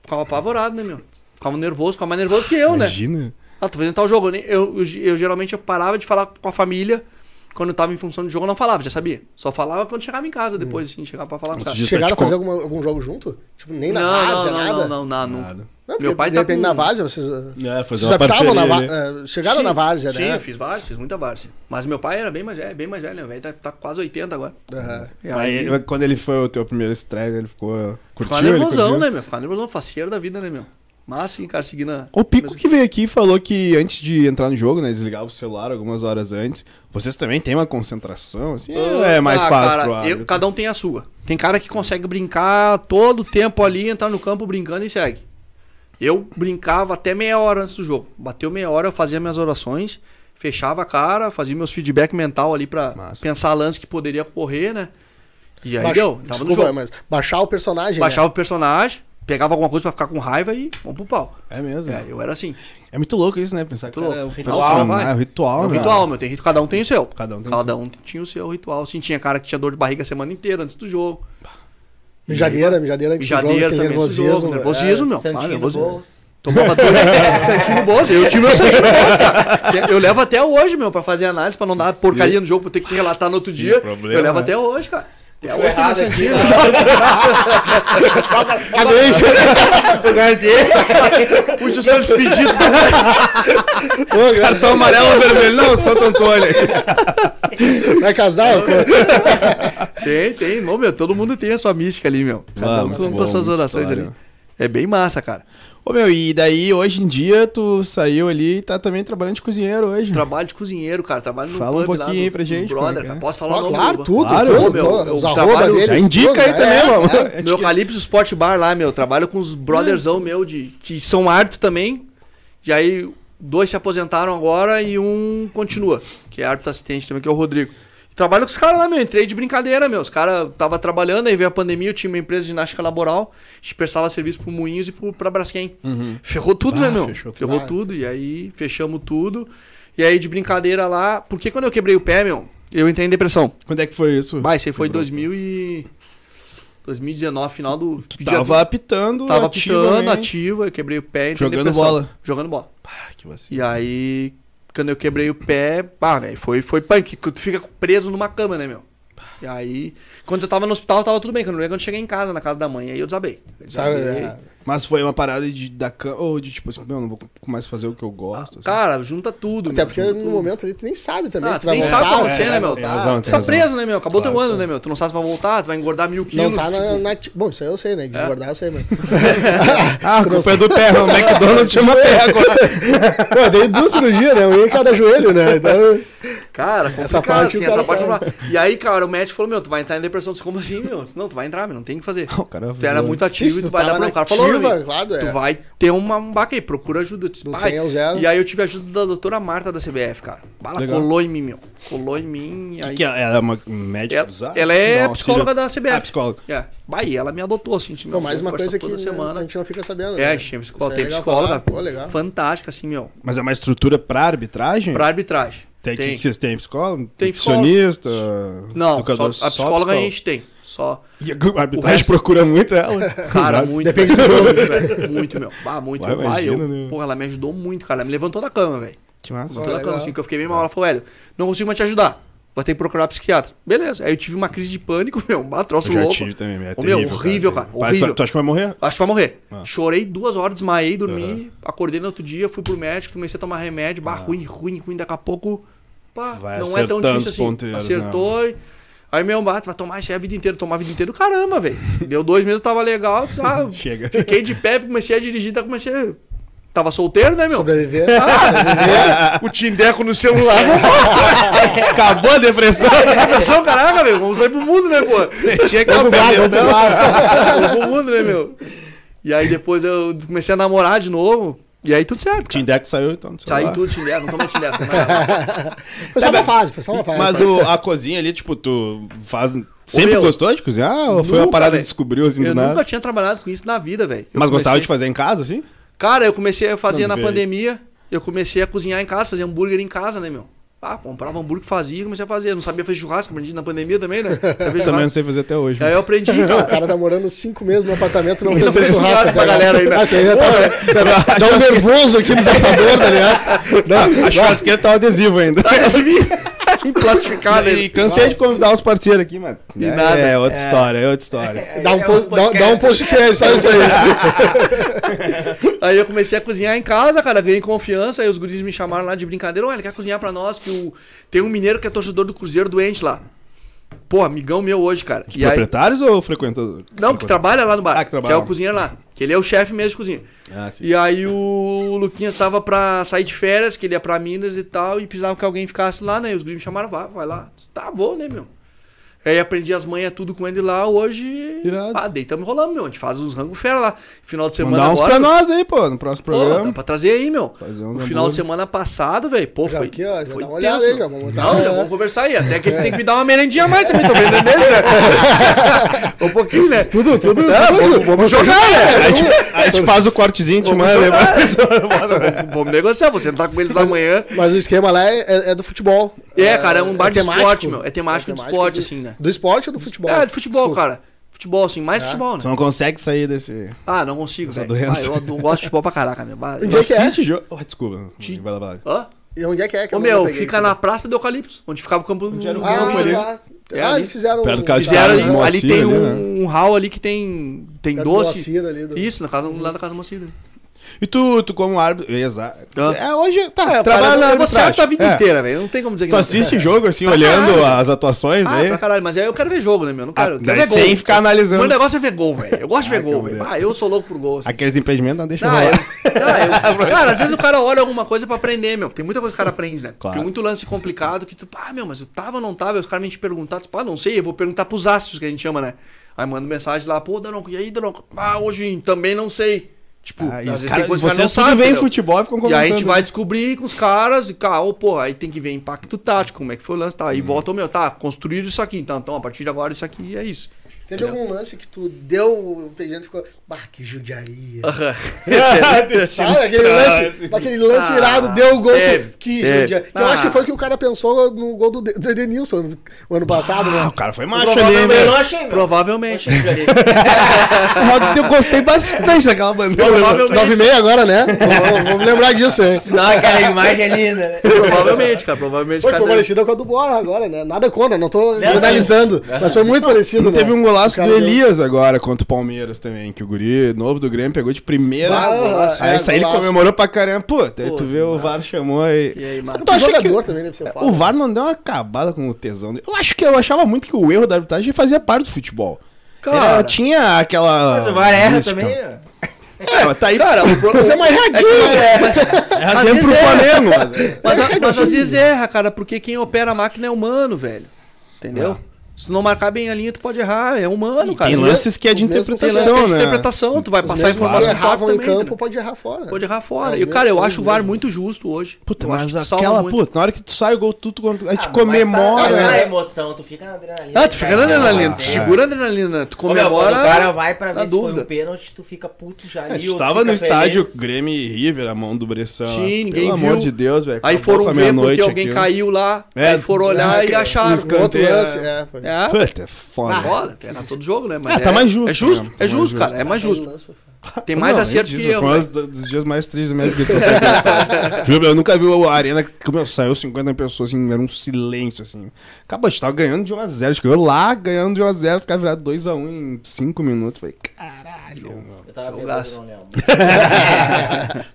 S4: Ficava apavorado, né, meu? Ficava nervoso, ficava mais nervoso que eu, né?
S3: Imagina.
S4: Ah, tô fazendo tal jogo. Eu, nem- eu, eu, eu geralmente eu parava de falar com a família. Quando eu tava em função de jogo, eu não falava, já sabia. Só falava quando chegava em casa depois,
S2: Hum.
S4: assim, chegava pra falar com os
S3: Antes
S4: caras.
S3: de-
S2: Chegaram a
S3: Tipo,
S2: fazer alguma- algum jogo junto? Tipo, nem na
S4: Não,
S2: várzea,
S4: não,
S2: nada?
S4: não, não, não, não,
S3: Nada.
S2: Não,
S4: Meu
S2: porque,
S4: pai
S2: de
S4: tá
S2: repente
S4: com-
S2: na várzea, vocês. eh,
S3: É, fazer
S2: vocês
S3: uma
S2: já estavam na
S3: parceria né?
S2: va-
S3: ali.
S2: eh, Chegaram na várzea,
S4: Sim,
S2: né?
S4: eu fiz várzea, fiz muita várzea. Mas meu pai era bem mais velho, bem mais velho, né? Velho tá, tá quase 80 agora.
S2: Aham.
S4: E
S3: Aí,
S4: aí-
S3: quando ele foi o teu primeiro stress, ele ficou. Curtiu,
S4: Ficar
S3: ele
S4: nervosão,
S3: curtiu?
S4: né, meu? Ficar nervosão, faceiro da vida, né, meu? Mas sim, cara, seguindo a...
S3: O Pico
S4: Mas-
S3: que veio aqui falou que antes de entrar no jogo, né, desligava o celular algumas horas antes. Vocês também têm uma concentração, assim, ou é mais
S4: Ah,
S3: fácil
S4: cara,
S3: pro
S4: eu-
S3: árbitro.
S4: Cada um tem a sua. Tem cara que consegue brincar todo o tempo ali, entrar no campo brincando e segue. Eu brincava até meia hora antes do jogo. Bateu meia hora, eu fazia minhas orações, fechava a cara, fazia meus feedback mental ali pra
S3: Massa.
S4: pensar lance que poderia correr, né? E aí
S2: Baixa-
S4: deu, tava no
S2: Desculpa,
S4: jogo.
S2: mas baixar o personagem. né?
S4: Baixava o personagem, pegava alguma coisa pra ficar com raiva e vamos pro pau.
S3: É mesmo.
S4: É,
S3: É,
S4: eu era assim.
S3: muito louco isso, né? Pensar que
S4: Muito
S3: cara,
S4: louco.
S3: é um
S4: Ritual,
S3: profissional,
S4: vai.
S3: é um ritual,
S4: É um
S3: né?
S4: ritual, meu. Tem, rit- cada um tem o seu.
S3: Cada um tem o
S4: cada um tinha o seu ritual. Sim, tinha cara que tinha dor de barriga a semana inteira antes do jogo.
S2: Mijadeira, mijadeira. antes do jogo, é
S4: Mijadeira
S2: aquele
S4: também antes do jogo. Nervosismo, meu. Ah,
S1: Santinho no
S4: nervosismo.
S1: bolso.
S4: Tomava [laughs] dor. Santinho no bolso. Eu tive meu santinho no bolso, cara. Eu levo até hoje, meu, pra fazer análise, pra não dar porcaria no jogo, pra eu ter que relatar no outro
S3: Sim,
S4: dia.
S3: problema,
S4: Eu levo
S3: né?
S4: até hoje, cara. Até
S1: Puxou
S4: hoje tem meu
S1: errado aqui,
S4: É
S1: né?
S4: santinho. um.
S3: né?
S4: Puxa o seu despedido.
S3: Cartão amarelo ou vermelho? Não, Santo Antônio.
S2: Vai casar?
S4: Tem, tem. Não, meu, todo mundo tem a sua mística ali, meu. Cada
S3: Ah,
S4: um
S3: muito
S4: com
S3: bom,
S4: as suas
S3: muita
S4: orações
S3: história.
S4: ali. É bem massa, cara.
S3: Ô, meu, e daí, hoje em dia, tu saiu ali e tá também trabalhando de cozinheiro hoje.
S4: Trabalho de cozinheiro, cara. Trabalho no
S3: Fala um
S4: pub lá
S3: pouquinho
S4: do-
S3: aí pra
S4: dos
S3: gente, como é
S4: Brother,
S3: que
S4: cara.
S3: é?
S4: Posso falar o
S2: Ó,
S4: nome
S2: claro,
S4: do-
S2: tudo,
S3: Claro,
S2: tudo.
S4: meu,
S2: pô,
S4: eu
S2: os arroba
S4: trabalho-
S2: dele.
S3: Já indica aí
S2: tudo,
S3: também,
S2: é,
S3: mano.
S2: é.
S3: É
S4: né? Meu Calypso Sport Bar lá, meu. Trabalho com os brotherzão meu, de, que são árbitro também. E aí, dois se aposentaram agora e um continua, que é árbitro assistente também, que é o Rodrigo. Trabalho com os caras lá, meu. Entrei de brincadeira, meu. Os caras tava trabalhando, aí veio a pandemia, eu tinha uma empresa de ginástica laboral, dispersava serviço pro Moinhos e pro, pra Braskem.
S3: Uhum.
S4: Ferrou tudo,
S3: Bah,
S4: né, meu?
S3: fechou
S4: Ferrou,
S3: tudo.
S2: Ah,
S4: tudo. E aí, fechamos tudo. E aí, de brincadeira lá... Porque quando eu quebrei o pé, meu, eu entrei em depressão.
S3: Quando é que foi isso?
S4: Mas isso aí foi
S3: Quebrou.
S4: 2000 e... 2019, final do.
S3: Tu tava apitando,
S4: tava
S3: ativamente.
S4: pitando, ativa, eu quebrei o pé. entrei em
S3: Jogando
S4: depressão.
S3: bola.
S4: Jogando bola.
S3: Ah, que vacilo.
S4: E aí, quando eu quebrei o pé, pá, velho, foi, foi punk. que Tu fica preso numa cama, né, meu? E aí, quando eu tava no hospital, tava tudo bem. Quando eu, quando eu cheguei em casa, na casa da mãe, aí eu desabei. Eu
S2: Sabe,
S4: desabei.
S2: é,
S3: Mas foi uma parada de, da cama, ou de tipo assim, meu, não vou mais fazer o que eu gosto. assim.
S4: Cara, junta tudo,
S2: Até
S4: meu,
S2: porque
S4: junta
S2: no
S4: tudo.
S2: momento ali tu nem sabe também
S4: Ah,
S2: se
S4: tu
S2: vai
S4: nem
S2: voltar, É,
S4: sabe pra
S2: se
S4: você,
S2: vai
S4: né, meu?
S2: voltar.
S3: Tem razão,
S4: Tu
S3: tem
S4: tá
S3: razão.
S4: preso, né, meu? Acabou
S3: Claro,
S4: teu ano,
S3: claro.
S4: né, meu? Tu não sabe se vai voltar, tu vai engordar mil quilos.
S2: Não tá na,
S4: tipo, É.
S2: na- Bom, isso aí eu sei, né? De engordar eu
S4: [laughs]
S2: sei, mas.
S3: Ah, a culpa é do pé, o McDonald's
S4: [laughs]
S2: [laughs]
S3: chama pé agora.
S2: Pô, eu dei duas cirurgias, né? Um em cada joelho, né? Então,
S4: Cara,
S2: Essa
S4: complicado,
S2: parte
S4: assim,
S2: o cara tá-
S4: essa parte
S2: sabe.
S4: complicada. E aí, cara, o médico falou, meu, tu vai entrar em depressão. Eu disse, como assim, meu? Eu disse, não, tu vai entrar, meu, não tem o que fazer.
S3: O cara
S2: tá
S4: tu era
S3: falou,
S4: é muito ativo
S2: se
S4: e tu
S2: tu
S4: vai dar
S2: tava
S4: pra... O cara
S2: nativa,
S4: falou, meu,
S2: tá claro, é.
S4: tu vai ter uma, um baque aí, procura ajuda. Eu disse,
S2: Do
S4: "Pai."
S2: 100 ao zero.
S4: E aí eu tive a ajuda da doutora Marta da CBF, cara. Ela
S3: Legal.
S4: colou em mim, meu. Colou em mim. e aí...
S3: Que ela ela é uma médica
S4: Ela,
S3: dos atos?
S4: ela é
S3: Não, auxílio-
S4: psicóloga da CBF.
S3: Ah, psicóloga.
S4: É. Bah, e ela me adotou, assim. Tipo,
S2: Não, mais uma coisa
S4: conversa
S2: que
S4: toda
S2: né, a
S4: semana.
S2: gente não fica sabendo. né?
S4: É, a gente tem psicóloga,
S2: Isso é
S4: tem né?
S2: legal
S4: psicóloga
S2: falar. Pô, legal.
S4: fantástica, assim, meu.
S3: Mas é uma estrutura pra arbitragem?
S4: Pra arbitragem.
S3: Tem, que- que vocês têm psicólogo?
S4: Tem psicólogo.
S3: Nutricionista?
S4: Não, só,
S3: educador-
S4: a psicóloga a
S3: psicólogo?
S4: gente tem. Só...
S3: E a arbitragem
S4: resto-
S3: procura muito ela.
S4: Cara,
S3: [laughs] Exato.
S4: muito. Depende do jogo, velho. Muito, meu. Ah, muito.
S3: Vai,
S4: meu. Bah, eu,
S3: imagina, né?
S4: Porra, ela me ajudou muito, cara. Ela me levantou da cama, velho.
S3: Que massa.
S4: Levantou da
S2: legal.
S4: cama, assim, que eu fiquei bem mal. Ela falou, velho, não consigo mais te ajudar. Vai ter que procurar psiquiatra. Beleza. Aí eu tive uma crise de pânico, [laughs] meu. Um troço
S3: Eu já
S4: louco.
S3: tive também, é
S4: Ô, meu,
S3: terrível,
S4: horrível,
S3: cara.
S4: cara.
S3: Parece que-
S4: Horrível.
S3: Tu acha que vai
S4: [laughs]
S3: morrer?
S4: Acho que vai morrer.
S3: Ah.
S4: Chorei duas horas, desmaiei, dormi. Acordei no outro dia, fui pro médico, comecei a tomar remédio. Bah, ruim, ruim, ruim. Daqui a pouco, pá,
S3: Ah. Vai
S4: não é tão
S3: acertando os
S4: difícil assim.
S3: ponteiros, né,
S4: Acertou. e- Aí meu bato, vai tomar isso aí a vida inteira, tomar a vida inteira.
S3: [laughs]
S4: Caramba, velho. Deu dois meses, tava legal, sabe?
S3: Chega.
S4: Fiquei de pé, comecei a dirigir, tá, comecei a Tava solteiro, né, meu?
S2: Sobreviver.
S4: [laughs] o Tindeco no celular.
S3: Acabou a depressão.
S4: É,
S3: [laughs]
S4: Depressão, caraca, meu. Vamos sair pro mundo, né, pô? Tinha que
S3: Vamos pro bar, vamos
S4: né?
S3: pro
S4: Vamos pro mundo, né, meu? E aí depois eu comecei a namorar de novo. E aí tudo certo. cara.
S3: Tindeco saiu, então. do
S4: Saí
S3: celular.
S4: tudo, Tindeco. Não toma Tindeco.
S3: [laughs]
S4: toma ela.
S2: Foi só uma fase, foi só uma fase.
S3: Mas o- a cozinha ali, tipo, tu faz. Sempre
S4: meu,
S3: gostou de cozinhar? Ou foi uma
S4: nunca,
S3: parada que
S4: velho.
S3: descobriu assim do
S4: Eu
S3: nada?
S4: nunca tinha trabalhado com isso na vida, velho. Eu
S3: Mas gostava
S4: comecei-
S3: de fazer em casa, assim?
S4: Cara, eu comecei, eu fazia
S3: Não
S4: na
S3: veio.
S4: pandemia, eu comecei a cozinhar em casa, fazia hambúrguer em casa, né, meu? Ah, comprava hambúrguer, fazia, comecei a fazer. Eu não sabia fazer churrasco, aprendi na pandemia
S3: [laughs]
S4: também, né? Sabia
S3: Eu também não
S4: churrasco.
S3: sei fazer até hoje.
S4: Aí É, eu aprendi, então.
S2: O
S3: [laughs]
S4: cara.
S2: cara tá morando cinco meses no apartamento, não
S4: Isso
S2: fez
S4: fez
S2: churrasco
S4: churrasco pra galera aí, né?
S2: Nossa, aí já
S3: [laughs]
S2: tá, dá um nervoso aqui no assador, tá ligado? Dá- um-
S3: A churrasqueira tá adesivo ainda. [laughs]
S4: Emplastificado
S3: E
S4: ele.
S3: cansei de convidar os parceiros aqui, mano.
S4: E
S3: é,
S4: nada.
S3: é outra história, é outra história.
S2: Dá um,
S1: É
S2: po- dá, dá um podcast, sabe isso aí?
S4: Aí eu comecei a cozinhar em casa, cara, ganhei confiança, aí os guris me chamaram lá de brincadeira, olha, quer cozinhar pra nós, que o... tem um mineiro que é torcedor do Cruzeiro doente lá. Pô, amigão meu hoje, cara.
S3: Os
S4: E aí-
S3: proprietários ou frequentadores?
S4: Não, tá- que trabalha lá no bar.
S3: Ah, que
S4: que,
S3: trabalha
S4: é o
S3: lá.
S4: cozinheiro lá. Que ele é o chefe mesmo de cozinha.
S3: Ah, sim.
S4: E aí o Luquinhas tava pra sair de férias, que ele ia pra Minas e tal, e precisava que alguém ficasse lá, né? E os gringos me chamaram, vai, vai lá. Disse, tá, vou, né, meu? Aí aprendi as manhas tudo com ele lá, hoje...
S3: Irado.
S4: Ah, deitamos rolando, meu. A gente faz uns rango fera lá. Final de semana
S3: Mandar uns pra
S4: agora...
S3: nós aí, pô, no próximo
S4: Pô, tá dá
S3: programa.
S4: pra trazer aí, meu.
S3: Fazer uns
S4: o final
S3: hambúrguer.
S4: de semana passado, velho, pô,
S2: Já
S4: foi,
S2: aqui, ó, já
S4: foi
S2: dá uma olhada aí,
S4: meu.
S2: já vamos É. botar-
S4: Não, já vamos conversar aí. Até que ele tem que me dar uma merendinha a mais também, tô vendo dele,
S2: [laughs]
S4: né? [laughs] um pouquinho, né?
S2: Tudo, tudo. tudo.
S4: Vamos jogar, né?
S3: A gente, a gente faz o cortezinho, te manda.
S4: é
S3: lembra?
S4: Vamos- Vamos negociar, você não tá com eles da manhã.
S2: Mas o esquema lá é, é- é do futebol.
S4: É, cara, é um bar de
S2: temático.
S4: esporte, meu. É temático de esporte,
S2: do-
S4: assim, né?
S2: Do esporte ou do futebol?
S4: É, de futebol, cara. Futebol, assim, mais futebol, né?
S3: Tu não consegue sair desse.
S4: Ah, não consigo, velho.
S3: doença.
S4: Ah, eu adoro- gosto de futebol pra caraca, meu. Bah,
S2: Onde é que é?
S3: Assiste o jogo. Oh, desculpa. Vai lá, vai lá.
S4: Hã?
S2: E onde é que é? Que
S4: Ô,
S2: eu
S4: meu,
S2: não peguei,
S4: fica na Praça do Eucalipto, onde ficava o campo do
S3: era o
S2: Ah,
S3: Não,
S2: tá.
S3: Corinthians.
S2: ah,
S4: É ali.
S2: eles fizeram.
S3: Perto do
S2: um-
S3: Carlos
S4: Fizeram
S3: Tá,
S4: ali, ali
S3: Moacir
S4: tem
S3: ali,
S4: um, um hall ali que tem, tem
S2: Perto do
S4: doce.
S2: Moacir ali do-
S4: Isso, na casa, lá da casa do Moacir. né?
S3: E tu, tu como árbitro. Exato.
S4: Ah.
S3: É, hoje. Tá,
S4: É,
S3: trabalha na
S4: eu vou
S3: arbitragem.
S4: certo a vida
S3: É.
S4: inteira, né? velho. Não tem como dizer que
S3: Tu
S4: não.
S3: assiste jogo, assim, olhando as atuações,
S4: Ah, pra
S3: né?
S4: caralho, mas aí eu quero ver jogo, né, meu? Eu Não quero,
S3: Ah,
S4: eu quero
S3: daí
S4: ver gol.
S3: sem ficar analisando.
S4: O meu negócio é ver gol, velho. Eu gosto de ver gol,
S3: que
S4: velho.
S3: merda.
S4: Ah, eu sou louco por gol, assim.
S3: Aqueles impedimentos não deixa
S4: Ah,
S3: rolar.
S4: eu-
S3: [laughs]
S4: ah, eu- cara, às vezes o cara olha alguma coisa pra aprender, meu. Tem muita coisa que o cara aprende, né?
S3: Claro.
S4: Tem muito lance complicado que tu, ah, meu, mas eu tava ou não tava? E os caras vêm te perguntar, tu, ah, não sei, eu vou perguntar pros astros que a gente chama, né? Aí manda mensagem lá, pô, Daronco, e aí, Daronco? Ah, hoje também não sei. Tipo,
S3: Ah,
S4: às
S3: e os
S4: vezes
S3: cara-
S4: tem coisa que o cara não
S3: vocês tudo
S4: sabe.
S3: vêm em
S4: entendeu?
S3: futebol e ficam
S4: E
S3: comentando.
S4: aí a gente
S3: né?
S4: vai descobrir com os caras e, cara, ô, porra, aí tem que ver impacto tático, como é que foi o lance, tá?
S3: Hum.
S4: Aí volta, ô, meu, tá, construíram isso aqui, então, então, a partir de agora isso aqui é isso.
S2: Teve algum lance que tu deu o pedido e ficou. Bah, que judiaria. Sabe, aquele
S3: assim.
S2: lance, aquele lance
S4: Ah,
S2: irado, deu o gol.
S4: teve,
S2: que- que
S4: teve.
S2: judiaria. Eu
S4: Ah.
S2: acho que foi o que o cara pensou no gol do, De- do Edenilson no- o ano passado,
S3: Ah,
S2: né?
S3: o cara foi macho
S4: é
S3: ali,
S1: Provavelmente, eu não
S3: né?
S1: achei, meu. Não
S4: Provavelmente.
S1: achei isso ali.
S3: Eu gostei bastante daquela bandeira.
S4: Provavelmente.
S2: 9 e meia agora,
S4: [laughs]
S2: né? Vamos- Vamos lembrar disso, hein?
S1: Não, aquela imagem é linda, né?
S4: [laughs] Provavelmente, cara, provavelmente.
S2: Foi, foi
S4: cada-
S2: parecido com a do Borra agora, né? Nada contra, não tô
S1: Não,
S2: analisando. Mas foi muito parecido, né?
S4: É.
S3: Teve um golaço
S2: O
S3: do
S2: cara deu-
S3: Elias agora contra o Palmeiras também, que o guri novo do Grêmio pegou de primeira.
S2: Ah, golaço,
S3: aí
S2: é,
S3: isso aí ele
S2: golaço.
S3: comemorou pra caramba. Pô, daí
S4: Pô,
S3: tu vê o VAR chamou aí.
S4: E aí, mano?
S3: Tu acha que
S2: jogador também, né, pra você falar.
S3: o VAR não deu uma acabada com o tesão dele? Eu acho que eu achava muito que o erro da arbitragem fazia parte do futebol.
S4: Cara.
S3: Era- tinha aquela.
S1: Mas o VAR erra
S3: mística.
S1: também, meu.
S3: É, tá aí, cara.
S2: Mas é uma erradinha!
S4: tá
S3: Erra
S4: Às
S3: sempre pro
S4: vezes é.
S1: [laughs]
S3: Flamengo. mas-
S4: Mas, a- mas às vezes erra, cara, porque quem opera a máquina é humano, velho. Entendeu? Se não marcar bem a linha, tu pode errar. É humano, cara.
S3: Tem
S4: Às vezes-
S3: lances que é de
S2: os mesmos-
S4: tem lance que é
S3: interpretação,
S4: de
S3: né?
S4: interpretação, tu vai
S2: Os
S4: passar a
S2: mesmos que
S4: informação
S2: erravam
S4: top
S2: em
S4: também,
S2: campo,
S4: né?
S2: pode errar fora. né?
S4: Pode errar fora.
S2: É,
S4: E, cara, eu
S2: mesmo,
S4: acho o VAR
S2: mesmo.
S4: muito justo hoje.
S3: Puta,
S4: Eu acho
S3: mas
S4: que salva
S3: aquela,
S4: muito.
S3: puta, na hora que tu sai o gol, tu, tu, tu- a gente
S1: Ah,
S3: comemora.
S1: Mas tá, tá na
S3: né?
S1: emoção, tu fica na adrenalina.
S4: Ah, tu fica na
S1: cara.
S4: adrenalina. Tu
S1: Ah,
S3: sim.
S4: segura a adrenalina. Tu
S1: Ô, meu,
S4: comemora.
S1: quando o cara vai pra
S4: na
S1: ver se foi
S4: dúvida.
S1: um pênalti, tu fica puto já.
S3: É, A
S1: ali,
S3: gente
S1: ou
S3: tava
S1: fica
S3: no estádio
S1: feliz.
S3: Grêmio e River, a mão do Bressan.
S4: Sim,
S3: lá.
S4: ninguém
S3: Pelo
S4: viu.
S3: amor de Deus, velho.
S4: Aí
S3: acabou
S4: foram
S3: com a
S4: ver porque
S3: meia-noite
S4: alguém
S3: aquilo.
S4: caiu lá.
S3: É,
S4: aí foram olhar e acharam.
S3: os
S2: Um outro
S3: Escanteio,
S2: lance,
S3: é.
S2: é, foi.
S4: É.
S3: [laughs] Puta, é foda.
S4: Ah, rola, pega todo jogo, né? Mas
S3: Ah, tá
S4: é-
S3: mais justo,
S4: É justo,
S3: né?
S4: é
S3: Mais
S4: justo,
S3: justo.
S4: cara. É mais justo. Tem mais
S3: Não,
S4: acerto
S3: nem
S4: que
S3: diz,
S4: eu. né?
S3: Foi um dos- dos dias mais tristes da minha vida que eu saí do
S4: [laughs]
S3: estádio. Juro, eu nunca vi a arena que meu, saiu 50 pessoas, assim, era um silêncio, assim. Acabou, a gente tava ganhando de 1x0. A gente ganhou lá, ganhando de 1x0, os caras viraram 2x1 em 5 minutos. Falei,
S1: Eu tava
S4: Jogaço.
S1: pensando, não lembro.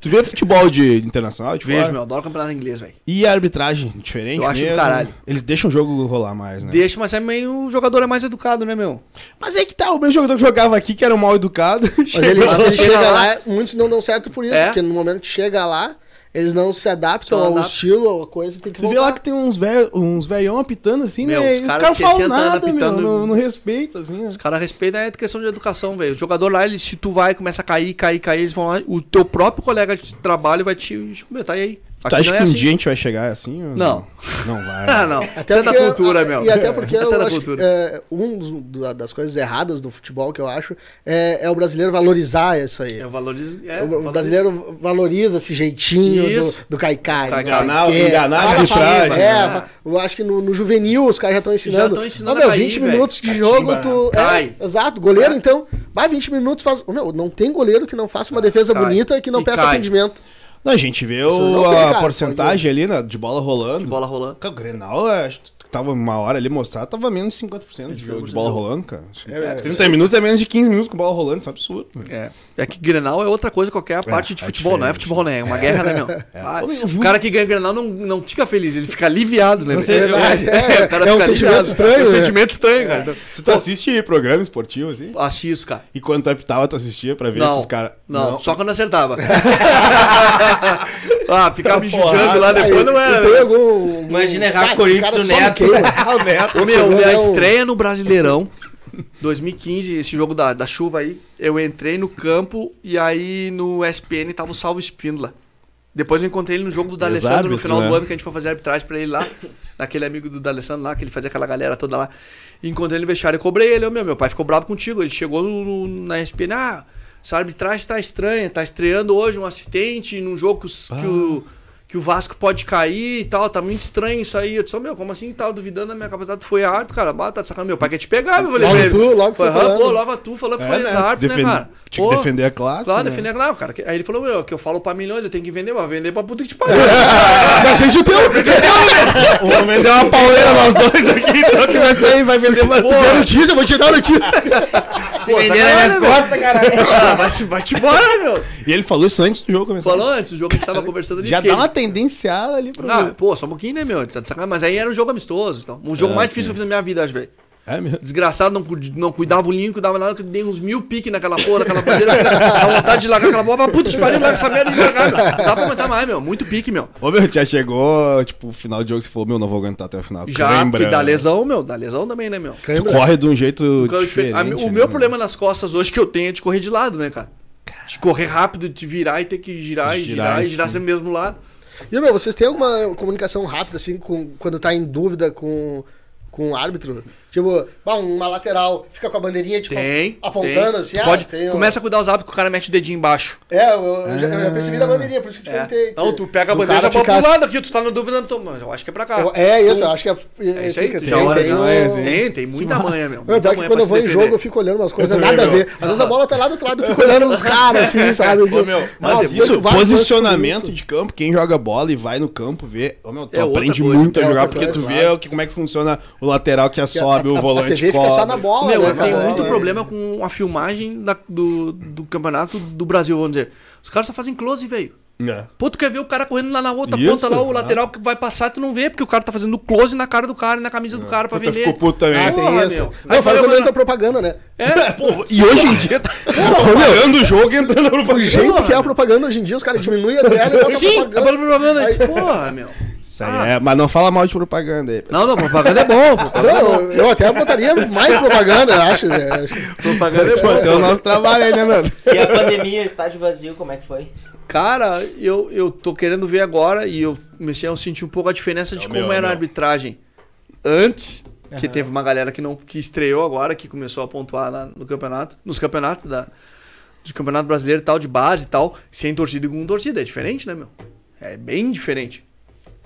S3: Tu vê futebol de internacional? de
S4: Vejo,
S3: fora?
S4: meu, adoro campeonato inglês, velho.
S3: E a arbitragem, diferente
S4: Eu acho do
S3: mesmo?
S4: caralho.
S3: Eles deixam o jogo rolar mais, né?
S4: Deixa, mas é meio. O jogador é mais educado, né, meu?
S3: Mas é que tá, o meu jogador que jogava aqui, que era um mal educado,
S6: [laughs]
S2: Mas ele,
S3: chegou
S2: Mas
S4: Ela
S2: ele chega
S4: chega
S2: lá,
S4: lá-
S2: muitos não dão certo por isso,
S4: É.
S2: porque no momento que chega lá, eles não se adaptam
S4: Só
S2: ao
S4: adapta.
S2: estilo, à coisa, tem que
S6: Tu vê lá que tem uns velhos uns velhão apitando assim,
S4: Meu,
S6: né?
S4: os
S6: E
S4: cara
S6: os caras
S4: de
S6: falam
S4: 60 anos
S6: nada, meu,
S4: apitando- um-
S6: não, não respeita, assim. né?
S4: Os caras respeitam a questão de educação, velho. O jogador lá, ele, se tu vai, começa a cair, cair, cair, eles vão lá. O teu próprio colega de trabalho vai te comentar, e aí?
S3: Tu
S4: Aqui
S3: acha que
S4: não é
S3: um
S4: assim.
S3: dia a gente vai chegar assim? ou
S4: Não.
S3: Não vai.
S4: [laughs] Ah, não. Isso é da
S2: porque-
S4: cultura,
S2: a-
S4: meu.
S2: E até porque
S4: [laughs] Isso é
S2: eu
S4: da
S2: acho que,
S4: cultura.
S2: é, um dos- da- das coisas erradas do futebol que eu acho é, é o brasileiro valorizar isso aí.
S4: Eu valorizo. É,
S2: o,
S4: valorizo.
S2: o brasileiro valoriza esse jeitinho
S4: Isso.
S2: do, do caicai. não
S4: Cai-
S2: sei o
S3: enganar-
S2: quê.
S3: enganar a
S2: Fala pra
S3: arbitragem,
S2: mim,
S3: né?
S2: É, fa- eu acho que no, no juvenil os caras já estão ensinando.
S4: tão ensinando
S2: Ó, meu,
S4: a cair,
S2: 20
S4: velho.
S2: minutos de
S3: Catimba,
S2: jogo, tu.
S4: né? Cai.
S2: É, exato, goleiro
S4: É.
S2: então. Vai 20 minutos, faz. Ô, meu, não tem goleiro que não faça uma defesa
S4: Cai.
S2: bonita e que não
S4: E
S2: peça
S4: cai.
S2: atendimento.
S3: Não, a gente vê o-
S2: não tem,
S3: a
S2: cara,
S3: porcentagem ali na- de bola rolando.
S4: Bola rolando.
S3: Cara, o Grenal, é, acho que tava uma hora ali mostrar, tava menos de
S4: É
S3: 50% de, jogo de bola rolando, cara.
S4: né?
S3: 30 minutos é menos de 15 minutos com bola rolando, isso é um absurdo. velho.
S4: É. é que Grenal é outra coisa, qualquer parte de
S3: é
S4: futebol, não é
S3: diferente.
S4: futebol, né? É uma guerra, né, meu? Ah, O cara que ganha Grenal não, não fica feliz, ele fica aliviado, né?
S3: Não sei,
S4: velho?
S3: eu-
S4: é, [laughs] o cara
S2: é um
S4: fica
S2: sentimento
S4: aliviado.
S2: estranho,
S4: É um
S2: né?
S4: sentimento estranho, cara. Então,
S3: Se tu assiste programa esportivo, assim,
S4: Assisto, cara.
S3: e quando tu apitava, tu assistia pra ver
S4: Não,
S3: esses caras...
S4: não, só quando acertava. [laughs] ah, ficar me
S3: Porrada.
S4: judiando lá depois não era.
S2: Então, Tem
S4: né?
S2: algum.
S1: Imagina errar
S2: Cara,
S1: o Corinthians,
S2: esse
S1: o
S2: cara só
S1: Neto.
S2: me queima.
S4: [laughs]
S3: o Neto...
S4: Ô, meu,
S2: Chegou,
S4: minha
S2: não.
S4: estreia no Brasileirão, [laughs] 2015, esse jogo da, da chuva aí, eu entrei no campo e aí no SPN tava o Salvo Espíndola. Depois eu encontrei ele no jogo do D'Alessandro no
S3: árbitros,
S4: final
S3: né?
S4: do ano, que a gente foi fazer arbitragem pra ele lá, [laughs] daquele amigo do D'Alessandro lá, que ele fazia aquela galera toda lá. E encontrei ele no vestiário, eu cobrei ele, ô, meu, meu pai ficou bravo contigo, ele chegou no- no- na SPN, ah, essa arbitragem tá estranha, tá estreando hoje um assistente num jogo
S3: Ah.
S4: que, os- que o que o Vasco pode cair e tal, tá muito estranho isso aí. Eu disse, "Ô, meu, como assim? Tava duvidando da minha capacidade, tu foi árbitro, cara. Bata, tá sacando meu pai quer te pegar, meu. Eu falei
S2: Logo
S4: pra ele.
S2: tu, logo tu
S4: Foi,
S2: tá
S4: "Ah,
S2: falando."
S4: Pô, logo tu, falou que
S3: É,
S4: foi
S3: né?
S4: ex-árbitro, né,
S3: Defende-
S4: cara?
S3: tinha que
S4: Pô,
S3: defender a classe,
S4: Claro,
S3: né?
S4: defender a classe, cara. Aí ele falou, meu, que eu falo pra milhões, eu tenho que vender, mas vender pra puta que te pariu.
S3: A gente deu... O homem deu uma pauleira nós dois aqui, então que vai sair, vai vender mais...
S2: Deu notícia, vou te dar notícia.
S1: Se vender nas minhas costas, cara.
S4: Ah, vai, se- vai te embora, né, meu.
S3: E ele falou isso antes do jogo começar.
S4: Falou antes, o jogo que a gente tava conversando ali.
S6: Já
S4: porque
S6: dá
S3: [laughs]
S6: uma tendenciada ali pra.
S4: Ah, pô, só um pouquinho, né, meu? Tá de sacanagem. Mas aí era um jogo amistoso. Então. Um jogo
S3: Ah,
S4: mais
S3: sim.
S4: difícil que eu fiz na minha vida, acho, velho.
S3: É mesmo.
S4: Desgraçado, não, cu- não cuidava o linho, cuidava nada, que eu dei uns mil piques naquela porra, naquela bandeira. Dá vontade de largar aquela bola, mas puta, espalhei, larga essa merda de largar, meu. Não dá pra aguentar mais, meu. Muito pique, meu.
S3: Ô, meu, já chegou, tipo, o final do jogo, você falou, meu, não vou aguentar até o final.
S4: Já,
S3: Cãibra.
S4: porque dá lesão, meu. Dá lesão também, né, meu?
S3: Tu corre de um jeito
S4: Porque eu-
S3: diferente.
S4: a- o
S3: né?
S4: meu problema nas costas hoje que eu tenho é de correr de lado, né, cara? De correr rápido, de virar e ter que girar e
S3: Girar,
S4: girar e
S3: sim.
S4: girar sempre mesmo lado.
S2: E, meu, vocês têm alguma comunicação rápida, assim, com, quando tá em dúvida com, com o árbitro? Tipo, bah, uma lateral fica com a bandeirinha, tipo,
S4: Tem.
S2: apontando,
S4: tem.
S2: assim,
S4: Tu
S2: ah,
S4: Pode,
S2: tem o-
S4: começa a cuidar os hábitos que o cara mete o dedinho embaixo.
S2: É, eu, eu já, eu já percebi da bandeirinha, por isso que eu te perguntei.
S4: Ah. É. Não, tu pega a
S2: Do
S4: bandeira e já
S2: cara
S4: bota pro
S2: ficar-
S4: lado
S3: assim.
S4: aqui, tu tá na dúvida, tu- mas eu acho que é pra cá.
S2: Eu- é isso, eu acho que é.
S4: É isso aí,
S2: fica-
S4: tu já
S2: tem-
S4: olha,
S2: tem
S4: não
S2: o-
S4: é assim? Tem, tem muita manha, meu.
S2: Meu, pior
S4: Muita
S2: que
S4: manha
S2: quando
S4: pra
S2: eu
S4: se
S2: vou em
S4: defender.
S2: jogo, eu fico olhando umas coisas,
S3: também,
S2: nada a
S3: meu.
S2: ver. Às vezes a bola tá lá do outro lado, eu fico olhando os caras,
S4: [laughs]
S2: assim, sabe? Ô,
S3: meu, Mas isso, posicionamento de campo, quem joga bola e vai no campo vê, ô, meu, tu
S4: É outra
S3: aprende
S4: coisa.
S3: muito a
S2: É
S3: jogar,
S2: outra
S3: porque tu
S2: coisa,
S3: vê
S2: claro.
S3: o que, como é que funciona o lateral que sobe, o
S2: A TV
S3: volante
S2: fica só na
S3: cola.
S2: bola,
S4: Meu,
S2: né,
S4: eu
S2: cara?
S4: tenho muito
S2: É.
S4: problema com a filmagem da- do, do campeonato do Brasil, vamos dizer. Os caras só fazem close, velho.
S3: É.
S4: Pô, tu quer ver o cara correndo lá na outra
S3: Isso,
S4: ponta, lá o
S3: né?
S4: lateral que vai passar, tu não vê, porque o cara tá fazendo close na cara do cara e na camisa do cara pra
S3: Puta,
S4: vender.
S3: ficou puto também.
S2: Ah,
S4: Porra,
S2: tem isso.
S4: meu.
S2: Não,
S4: Aí
S2: fala
S4: eu
S2: quando
S4: falei,
S2: entra propaganda, né?
S4: É, pô,
S3: E hoje em [laughs] dia tá olhando o jogo e entrando no
S2: O jeito que é a propaganda hoje em dia, os caras diminuem a tela e botam
S4: sim, a
S2: propaganda.
S4: tá propaganda. eu disse, Porra, meu.
S3: Isso aí é, mas não fala mal de propaganda aí.
S4: Não, não, propaganda é bom. Propaganda
S2: Não, eu- eu até botaria mais propaganda, eu acho. né? Acho-
S4: propaganda é bom.
S3: Pô, tem o nosso trabalho aí, né, Nando?
S1: E a pandemia, estádio vazio, como é que foi?
S4: Cara, eu, eu tô querendo ver agora e eu comecei a sentir um pouco a diferença de
S3: É o
S4: como
S3: meu, é o
S4: era a
S3: meu.
S4: arbitragem antes, que teve uma galera que não que estreou agora, que começou a pontuar na- no campeonato, nos campeonatos da do campeonato brasileiro e tal de base e tal, sem torcida e com torcida, é diferente, né, meu? É bem diferente.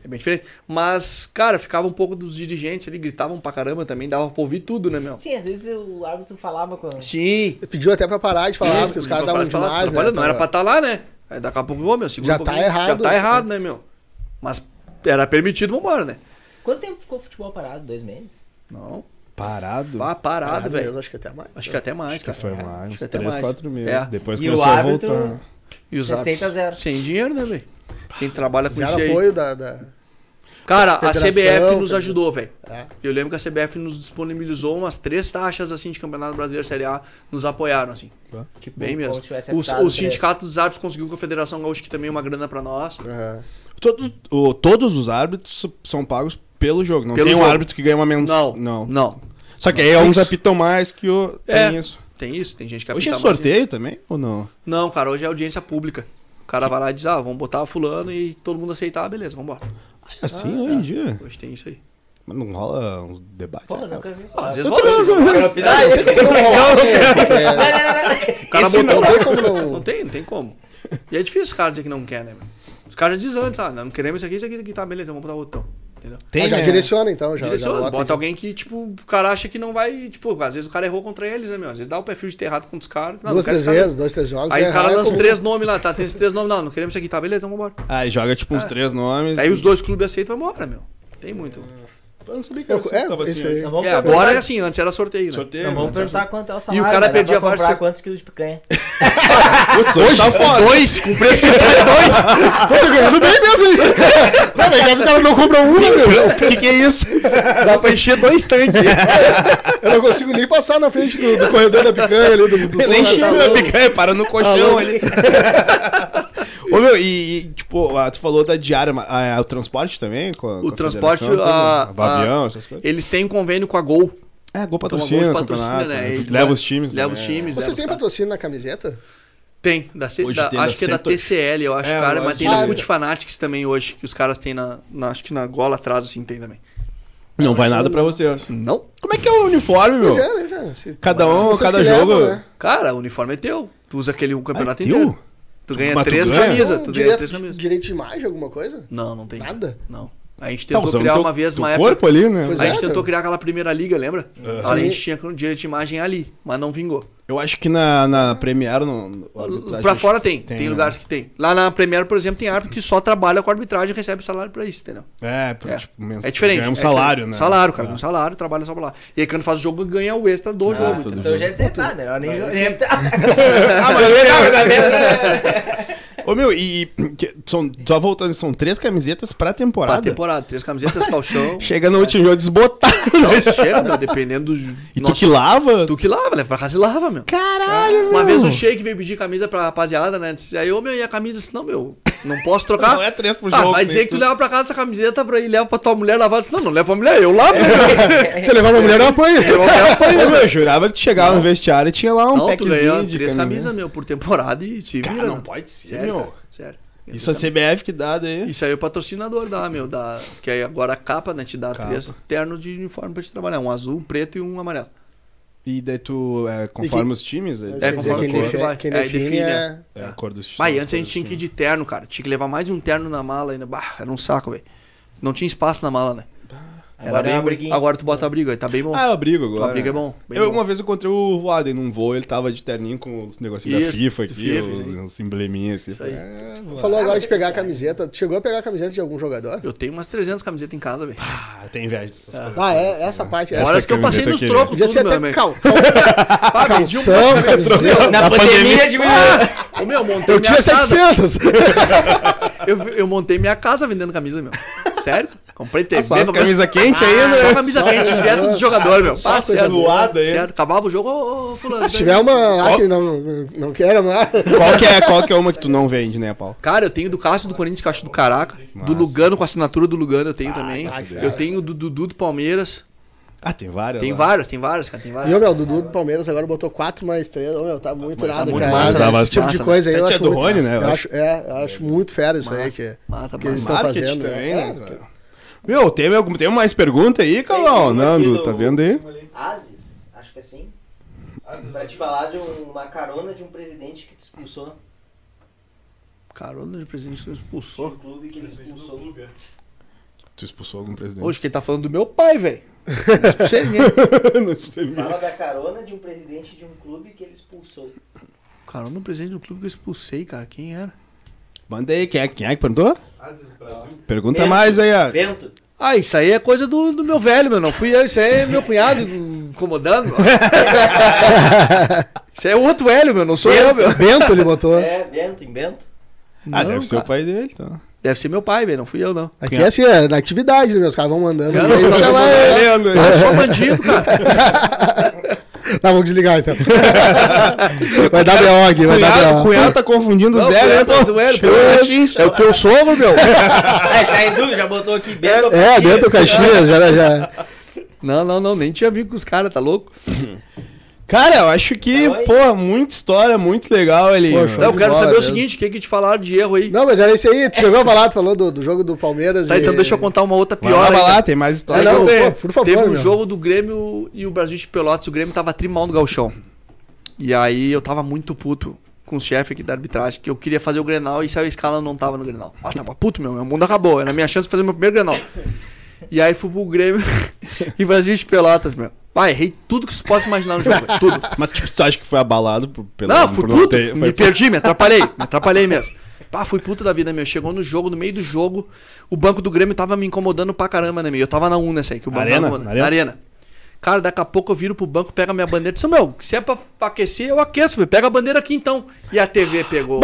S4: É bem diferente. Mas, cara, ficava um pouco dos dirigentes ali, gritavam pra caramba também, dava pra ouvir tudo, né, meu?
S1: Sim, às vezes o árbitro falava com...
S4: Sim.
S2: Pediu até pra parar de falar, porque os caras estavam
S4: Pra parar de falar,
S2: demais, né?
S4: atrapalha, Não era pra estar lá, né? Aí daqui a pouco, ô, meu, segura
S2: Já
S4: um
S2: tá
S4: pouquinho. Já
S2: errado.
S4: tá errado, né, meu? Mas era permitido, vambora, né?
S1: Quanto tempo ficou o futebol parado? Dois meses?
S4: Não,
S3: Parado.
S4: pá,
S2: Ah,
S4: parado,
S2: beleza,
S4: velho.
S2: Acho que até mais.
S4: Acho que até mais, cara.
S3: Foi
S4: É,
S3: mais,
S4: acho que
S3: uns
S4: até
S3: 3,
S4: mais.
S3: 4 meses.
S4: É.
S3: Depois
S1: E
S3: começou
S1: o
S3: a
S1: árbitro-
S3: voltar.
S4: E os
S1: 60 a
S4: árbitros
S1: zero.
S4: sem dinheiro, né, velho? Quem trabalha com
S2: Era
S4: isso aí.
S2: apoio da. da-
S4: Cara, a
S2: Federação,
S4: CBF nos
S2: federação.
S4: ajudou, velho.
S2: Tá.
S4: Eu lembro que a CBF nos disponibilizou umas três taxas assim de Campeonato Brasileiro Série A, nos apoiaram assim.
S1: Tipo,
S4: Bem
S1: como
S4: mesmo.
S1: se tivesse
S4: Os,
S1: apitado
S4: os
S1: três.
S4: sindicatos dos árbitros conseguiu com a Federação Gaúcha que também é uma grana pra nós.
S2: Aham.
S3: Todo- o- todos os árbitros são pagos pelo jogo. Não
S4: Pelo
S3: tem um
S4: jogo.
S3: árbitro que ganha uma
S4: Não,
S3: menção.
S4: não,
S3: não. Só que aí uns
S4: Isso.
S3: apitam mais que o.
S4: É.
S3: Tem isso.
S4: Tem isso, tem gente que
S3: Hoje é
S4: apita mais, né?
S3: sorteio também ou não?
S4: Não, cara, hoje é audiência pública. O cara vai lá e diz, ah, vamos botar fulano e todo mundo aceitar, beleza, vambora.
S3: É assim hoje em dia.
S4: Hoje tem isso aí.
S3: Mas não rola uns debates.
S1: Pô,
S3: né?
S1: não quero ver.
S4: Ah, às
S1: falar.
S4: vezes rola, assim,
S1: Eu quero opinar,
S2: [laughs]
S1: eu quero-
S2: É,
S4: o cara
S3: Esse
S4: botou. um
S2: não tem como não-
S4: Não tem, não tem como. E é difícil os caras dizer que não quer, né? meu? Os caras já dizem antes, ah, não queremos isso aqui, isso aqui, isso aqui, tá, beleza, vamos botar outro então. Entendeu?
S3: Tem,
S2: ah, já
S3: né?
S2: direciona então, já.
S4: Direciona,
S2: já
S4: bota alguém que, tipo, o cara acha que não vai. Tipo, às vezes o cara errou contra eles, né, meu? Às vezes dá o perfil de ter errado contra os caras. Não,
S2: Duas,
S4: não
S2: três
S4: quero esse cara.
S2: vezes, dois, três jogos.
S4: Aí
S2: é
S4: o cara
S2: raro,
S4: lança
S2: como-
S4: três nomes lá, tá? Tem esses três nomes, não, não queremos isso aqui, tá, beleza, vamos embora.
S3: Aí joga tipo uns três nomes.
S4: Aí os dois clubes aceitam, vai embora, meu. Tem muito.
S3: Eu não sabia que
S2: Eu-
S3: era assim,
S2: É,
S3: tava assim,
S2: isso
S3: ó.
S2: aí.
S1: Não vamos
S4: É,
S1: perguntar-
S4: agora é assim, antes era sorteio, né?
S3: Sorteio.
S1: Não vamos perguntar quanto é o salário.
S4: E o cara
S1: né? Dá
S4: perdia
S1: pra comprar
S4: vários-
S1: quantos quilos de picanha.
S3: Putz, hoje tá foda.
S4: Dois, com preço que é dois.
S2: Tá ganhando bem mesmo, hein? Não, mas caso o cara não compra um, né, meu?
S3: O que, que é isso?
S4: Dá pra encher
S3: [laughs]
S4: dois tanques.
S2: Eu não consigo nem passar na frente do, do corredor da picanha ali, do, do
S3: Nem
S2: som,
S3: chega
S2: tá
S3: na
S2: louco.
S3: picanha, para no colchão ali. [laughs] Ô meu, e, e, tipo, ah, tu falou da diária, mas, ah, é, o transporte também? com a- com a
S4: transporte, ah,
S3: federação, tudo?
S4: a-
S3: avião, essas coisas.
S4: Eles têm convênio com a Gol.
S3: É, gol
S4: Então, a
S3: patrocínio,
S4: Gol
S3: gol
S4: te patrocina, né? E-
S3: Leva os times.
S4: Leva
S3: né?
S4: os times. leva
S2: Vocês
S4: os
S2: têm
S4: caras.
S2: patrocínio na camiseta?
S4: Tem, da, C-
S3: Hoje
S4: da-
S3: tem
S4: acho
S3: da
S4: que é da
S3: Centro-
S4: TCL, eu acho,
S3: É,
S4: cara,
S3: eu
S4: mas
S3: acho
S4: tem na
S3: que-
S4: Foot Fanatics também hoje, que os caras têm na, na- acho que na gola atrás assim tem também.
S3: Não vai nada pra vocês.
S4: Não?
S3: Como é que é o uniforme, meu?
S2: Pois é, né, cara? Se-
S3: Cada
S2: se
S3: um,
S2: vocês
S3: cada
S2: que
S3: jogo.
S2: levam, né?
S4: Cara, o uniforme é teu. Tu usa aquele um campeonato
S3: Ah, é teu?
S4: inteiro. Tu ganha
S3: Mas tu
S4: três
S3: ganha?
S4: camisas,
S2: Então,
S4: tu ganha
S2: direito,
S4: três camisas.
S2: direito de imagem, alguma coisa?
S4: Não, não tem.
S2: Nada?
S4: Não. A gente
S3: Tá
S4: tentou
S3: usando
S4: criar
S3: teu-
S4: uma vez,
S3: teu
S4: uma época. é.
S3: corpo ali, né?
S2: Pois
S4: A gente
S2: Exato.
S4: tentou criar aquela primeira liga, lembra? A gente tinha direito de imagem ali, mas não vingou.
S3: Eu acho que na, na Premiere... No, no- arbitragem-
S4: Pra fora tem, tem,
S3: né?
S4: lugares que tem. Lá na Premier, por exemplo, tem árbitro que só trabalha com arbitragem e recebe salário pra isso, entendeu?
S3: É, pra,
S4: É,
S3: tipo, mens-
S4: é diferente.
S3: ganha
S4: é
S3: um salário,
S4: diferente.
S3: né?
S4: Salário, cara.
S3: Ah.
S4: Um salário, trabalha só pra lá. E aí quando faz o jogo, ganha o extra do jogo.
S3: tudo
S4: entendeu?
S1: Então eu já ia dizer, tá, melhor
S4: É,
S1: nem [laughs] jogar.
S4: Tá,
S1: né?
S3: Ah, mas Ô meu, e que- são, só voltando, são três camisetas pra
S4: Pra
S3: temporada.
S4: temporada.
S3: [laughs]
S4: Três camisetas, calchão.
S3: Chega no último jogo desbotar.
S4: Nossa, chega, meu, dependendo do.
S3: E tu
S4: Nossa,
S3: que lava?
S4: tu que lava, leva pra casa e lava, meu.
S3: Caralho,
S4: Uma vez o Sheik veio pedir camisa pra rapaziada, né? Disse, aí, ô meu, e a camisa? Disse, não, meu, não posso trocar.
S3: Não é três por
S4: Ah,
S3: jogo,
S4: vai
S3: né,
S4: dizer que tu
S3: tu-
S4: leva pra casa essa camiseta pra ir leva pra tua mulher lavar. Disse, não, não leva pra mulher, eu lavo. né?" meu. é-
S2: Se eu levar uma mulher, não apanha.
S3: Ô, meu, eu jurava que tu chegava no vestiário e tinha lá um
S4: Não, tu ganhou
S3: packzinho de
S4: três
S3: camiseta.
S4: camisas, meu, por temporada e se
S3: Cara,
S4: vira.
S3: não
S4: né?
S3: pode ser,
S4: sério,
S3: meu.
S4: cara, sério.
S3: Isso é CBF que dá daí.
S4: Isso aí é o patrocinador dá, meu. Dá, que aí agora a capa, né? Te dá
S3: Capa.
S4: três ternos de uniforme pra te trabalhar. Um azul, um preto e um amarelo.
S3: E daí tu, é,
S2: E
S3: conforme
S2: quem-
S3: os times...
S2: Quer
S4: É,
S2: dizer,
S4: conforme
S2: quem
S4: for,
S2: define-
S4: vai.
S2: Quem
S4: É,
S2: define
S4: define,
S2: é...
S3: É, a cor dos times.
S4: Mas
S3: as
S4: antes a gente
S3: coisas
S4: tinha que ir
S3: assim.
S4: de terno, cara. Tinha que levar mais um terno na mala ainda. Bah, era um saco, velho. Não tinha espaço na mala, né? Era
S1: Agora é uma
S4: bem
S1: briguinha.
S4: Agora tu bota a briga, aí tá bem bom.
S3: Ah, eu brigo agora.
S4: A briga é bom, bem
S3: eu,
S4: bom.
S3: Uma vez eu encontrei o Voaden num voo, ele tava de terninho com os negocinhos da
S4: Isso,
S3: FIFA
S4: do
S3: aqui,
S4: FIFA,
S3: os,
S4: né?
S3: uns embleminhas assim. Isso
S4: aí.
S2: Falou agora de pegar a camiseta. Tu Chegou a pegar a camiseta de algum jogador?
S4: Eu tenho umas 300 camisetas em casa, velho.
S3: Ah, tem inveja dessas coisas.
S2: Ah, é, essa parte.
S3: Essa
S4: Fora as que eu
S3: camiseta eu
S4: passei nos
S3: queria.
S4: trocos,
S2: Podia
S4: tudo,
S2: ser
S4: meu
S2: até
S4: amigo. Ah,
S2: cal,
S4: [laughs]
S2: calção, camiseta.
S1: Na
S3: pandemia.
S1: pandemia diminuiu.
S4: Ô, meu, eu montei
S2: Eu
S4: minha
S2: tinha
S4: casa. [laughs]
S2: 700.
S4: Eu, eu montei minha casa vendendo camisa, meu. Sério? Comprei TV.
S3: Só as
S4: comprei-
S3: camisa quente aí,
S4: Ah,
S3: né?
S4: só camisa quente, direto dos jogadores, meu.
S3: Só
S4: Ah,
S3: coisa
S4: sério,
S3: é zoada aí.
S4: Sério, acabava o jogo, ô, ô, fulano. né?
S2: Se tiver uma... Ah, que não, não quero mais.
S3: Qual que, é, qual que é uma que tu não vende, né, Paulo?
S4: Cara, eu tenho do Cássio do Corinthians, que eu acho do Caraca.
S3: Massa. tá
S4: Do Lugano, com a assinatura do Lugano, eu tenho também.
S2: vai, vai.
S4: eu tenho do Dudu do Palmeiras.
S3: Ah, tem várias.
S4: Tem
S3: lá.
S4: várias, tem várias, cara, tem
S2: E, ô,
S4: várias.
S2: meu, o Dudu do Palmeiras agora botou 4 mais 3. Ô, meu, tá muito irado,
S4: muito
S2: cara.
S4: massa,
S2: essa-
S3: massa,
S2: esse tipo
S4: massa.
S2: de coisa aí. eu
S3: Sete é
S2: acho
S3: do
S2: muito-
S3: Rony, né, eu
S2: Eu acho, é, eu acho muito fera isso aí. Que...
S4: Mata,
S2: que eles
S4: mata.
S2: estão
S3: Marketing
S2: fazendo, né?
S3: também,
S2: É,
S3: né? cara? Meu, tem, algum- tem mais pergunta aí, Calão?
S1: uma aqui
S3: Nando,
S1: do-
S3: tá vendo aí?
S1: Asis, acho que é assim. Pra te falar de um- uma carona de um presidente que te expulsou.
S4: Carona de presidente que me
S1: De
S4: expulsou.
S1: um clube que ele
S5: do
S1: expulsou.
S5: clube, é.
S3: Tu expulsou algum presidente?
S4: Hoje, quem tá falando do meu pai, velho. Não expulsei
S2: [laughs]
S4: ninguém.
S3: [laughs] não expulsei ninguém.
S1: Fala da carona de um presidente de um clube que ele expulsou.
S4: Carona do presidente do clube que eu expulsei, cara. Quem era?
S3: Manda aí, quem é, quem é que perguntou?
S5: Às vezes, Brasil.
S3: Pergunta
S1: Bento.
S3: mais aí, ó.
S1: Bento.
S4: Ah, isso aí é coisa do, do meu velho, meu. Não fui eu, isso aí é meu cunhado incomodando. [laughs] isso aí é outro velho, meu. Não sou [laughs] eu, meu.
S2: Bento ele botou.
S1: É, Bento, em Bento.
S3: Ah,
S4: Não,
S3: deve ser o pai dele, então.
S4: Deve ser meu pai, velho. Não fui eu, não.
S2: Aqui é assim, é na atividade, né? Os caras vão mandando.
S4: Não,
S2: e aí
S4: não,
S2: já
S4: não,
S2: vai-
S4: não,
S2: é.
S3: Leandro,
S4: Eu [laughs] sou um bandido,
S3: [laughs]
S4: cara.
S2: Tá, vamos desligar então. vai dar blog, vai dar
S3: Cunhado,
S2: blog.
S3: cunhado tá confundindo o
S4: Não,
S3: Zé, né?
S4: cunhado,
S3: pô?
S4: zoeiro,
S3: Show.
S4: É o teu sogro, meu.
S1: É, tá em dúvida, já botou aqui dentro.
S2: É, dentro do Caxias, já, já.
S4: Não, não, não. Nem tinha vindo com os caras, tá louco?
S3: Cara, eu acho que,
S1: Oi.
S3: pô, muita história, muito legal ele.
S2: Poxa.
S4: Não, eu quero
S6: bola
S4: saber o
S3: né?
S6: mesmo.
S4: seguinte: o que que te falaram de erro aí?
S2: Não, mas era isso aí. Tu chegou a falar, tu falou do, do jogo do Palmeiras.
S4: Tá,
S2: e-
S4: então deixa eu contar uma outra
S3: é. Vai
S4: pior.
S3: lá,
S4: aí,
S3: vai
S4: tá?
S3: lá, tem mais
S2: É,
S3: história.
S2: não, pô,
S3: que eu tenho.
S2: por favor.
S4: Teve um
S2: meu.
S4: jogo do Grêmio e o Brasil de Pelotas. O Grêmio tava trimal no galchão. E aí eu tava muito puto com o chefe aqui da arbitragem, que eu queria fazer o Grenal e saiu a escala não tava no Grenal. Ah, tava puto, meu. Meu mundo acabou. Era a minha chance de fazer meu primeiro Grenal. E aí fui pro Grêmio [laughs] e Brasil de Pelotas, meu. Pai, errei tudo que vocês possam imaginar no jogo. velho, Tudo.
S3: Mas tipo, você acha que foi abalado por, pelo
S4: Não, fui
S3: por
S4: puto.
S3: ter-
S4: me
S3: foi-
S4: perdi, me atrapalhei. [laughs] Me atrapalhei mesmo. Pá, fui puto da vida, meu. Chegou no jogo, no meio do jogo, o banco do Grêmio tava me incomodando pra caramba, né, meu? Eu tava na 1 nessa aí, que o banco
S3: Arena?
S4: tava me incomodando.
S3: Arena?
S4: Na arena. Cara, daqui a pouco eu viro pro banco, pega minha bandeira e disse, meu, se é pra pra aquecer, eu aqueço, velho. Pega a bandeira aqui então. E a TV pegou.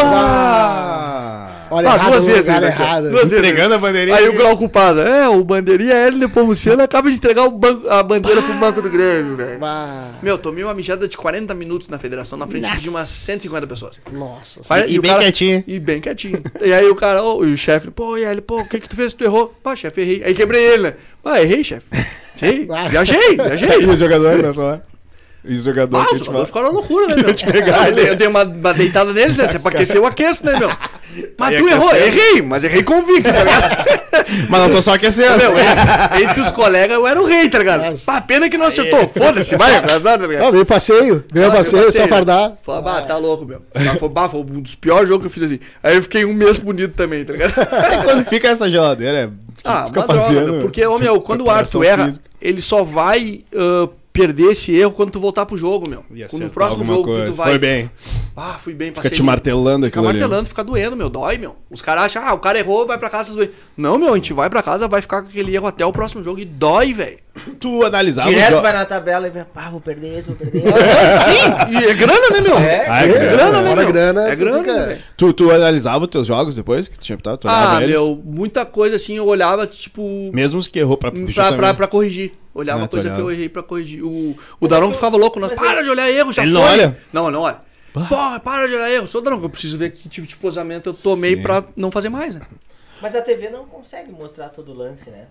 S3: Ah!
S2: Olha,
S4: Ah,
S2: errado, um
S4: duas vezes
S2: lugar
S4: ainda aqui, ó.
S2: errado.
S4: Duas vezes.
S3: Entregando a bandeirinha.
S4: né? Aí o Glauco Paz, é, o bandeirinha Hélio Nepomuceno acaba de entregar o banco- a bandeira pro banco do Grêmio, velho.
S2: Bah,
S4: Meu, tomei uma mijada de 40 minutos na federação, na frente de umas 150 pessoas.
S2: Nossa.
S4: Aí,
S3: E- e
S4: o
S3: bem quietinho.
S4: E bem quietinho. E aí o cara, ô, e o chefe, pô, e aí ele, pô, o que que tu fez? Tu errou? Pá, chefe, errei. Aí quebrei ele, né? Ah, errei, chefe. [laughs] Errei.
S2: Ah.
S4: Viajei, viajei.
S3: E os jogadores nessa hora? E os jogadores
S4: É Ah,
S3: que a
S4: os
S3: gente
S4: jogadores
S3: fala?
S4: ficaram uma loucura, [laughs] né, meu? Ah, Eu dei, eu dei uma, uma deitada neles, [laughs] né? Se é pra aquecer, eu aqueço, né, meu? Mas
S3: Aí
S4: tu errou,
S3: aqueceu.
S4: errei, mas errei convicto, tá [laughs] ligado?
S3: Mas não tô só
S4: [laughs]
S3: aquecendo.
S4: Meu, entre, entre os colegas, eu era o rei, tá ligado? Pá, pena que não acertou. Foda-se, vai, atrasado, tá ligado?
S2: Não, veio passeio, veio
S4: Ah,
S2: passeio,
S4: meu
S2: só fardar.
S4: Fala, bah, tá louco, meu. Bah, foi, bah, foi um dos piores jogos que eu fiz assim. Aí eu fiquei um mês bonito também, tá ligado?
S3: E É quando fica essa geladeira? O que
S4: ah,
S3: tu fica
S4: uma droga,
S3: fazendo?
S4: meu, porque, ô, meu, quando o
S3: Preparação
S4: Arthur erra,
S3: física.
S4: ele só vai ah, perder esse erro quando tu voltar pro jogo, meu.
S3: Ia
S4: Quando
S3: acertar
S4: no próximo
S3: é alguma
S4: jogo
S3: coisa.
S4: que tu vai.
S3: Foi bem.
S4: Ah, fui bem,
S3: Fica te martelando
S4: Fica
S3: aquilo ali. né?
S4: martelando, fica doendo, meu. Dói, meu. Os caras acham, ah, o cara errou, vai pra casa. doendo. Não, meu, a gente vai pra casa, vai ficar com aquele erro até o próximo jogo e dói, velho.
S3: Tu analisava o
S1: Direto
S3: jogo.
S1: vai na tabela e vê, pá, vou perder esse, vou
S2: [laughs]
S1: perder esse.
S4: Sim, e é grana, né, meu?
S1: É,
S3: Ah, é
S2: É,
S3: grana,
S2: grana,
S4: né,
S2: né,
S4: meu?
S2: grana.
S4: É
S2: tu
S4: grana,
S2: fica-
S4: né, velho?
S3: Tu, tu analisava os teus jogos depois que tu tinha pitado? Tu
S4: Ah,
S3: olhava eles?
S4: meu, muita coisa assim, eu olhava, tipo,
S3: Mesmo os que errou pra
S4: pra,
S3: Ah, justamente-
S4: pra, pra corrigir. Olhava
S3: Ah,
S4: a coisa
S3: tô
S4: que eu
S3: olhando.
S4: errei pra corrigir. O, o Daronco ficava louco. Nós,
S1: mas
S4: para
S1: ele-
S4: de olhar erro, já
S3: Ele
S4: foi.
S3: não olha?
S4: Não, não olha. Porra, para de olhar erro. Sou Daronco, eu preciso ver que tipo de posamento eu tomei
S3: Sim.
S4: pra não fazer mais, né?
S1: Mas a TV não consegue mostrar todo o lance, né?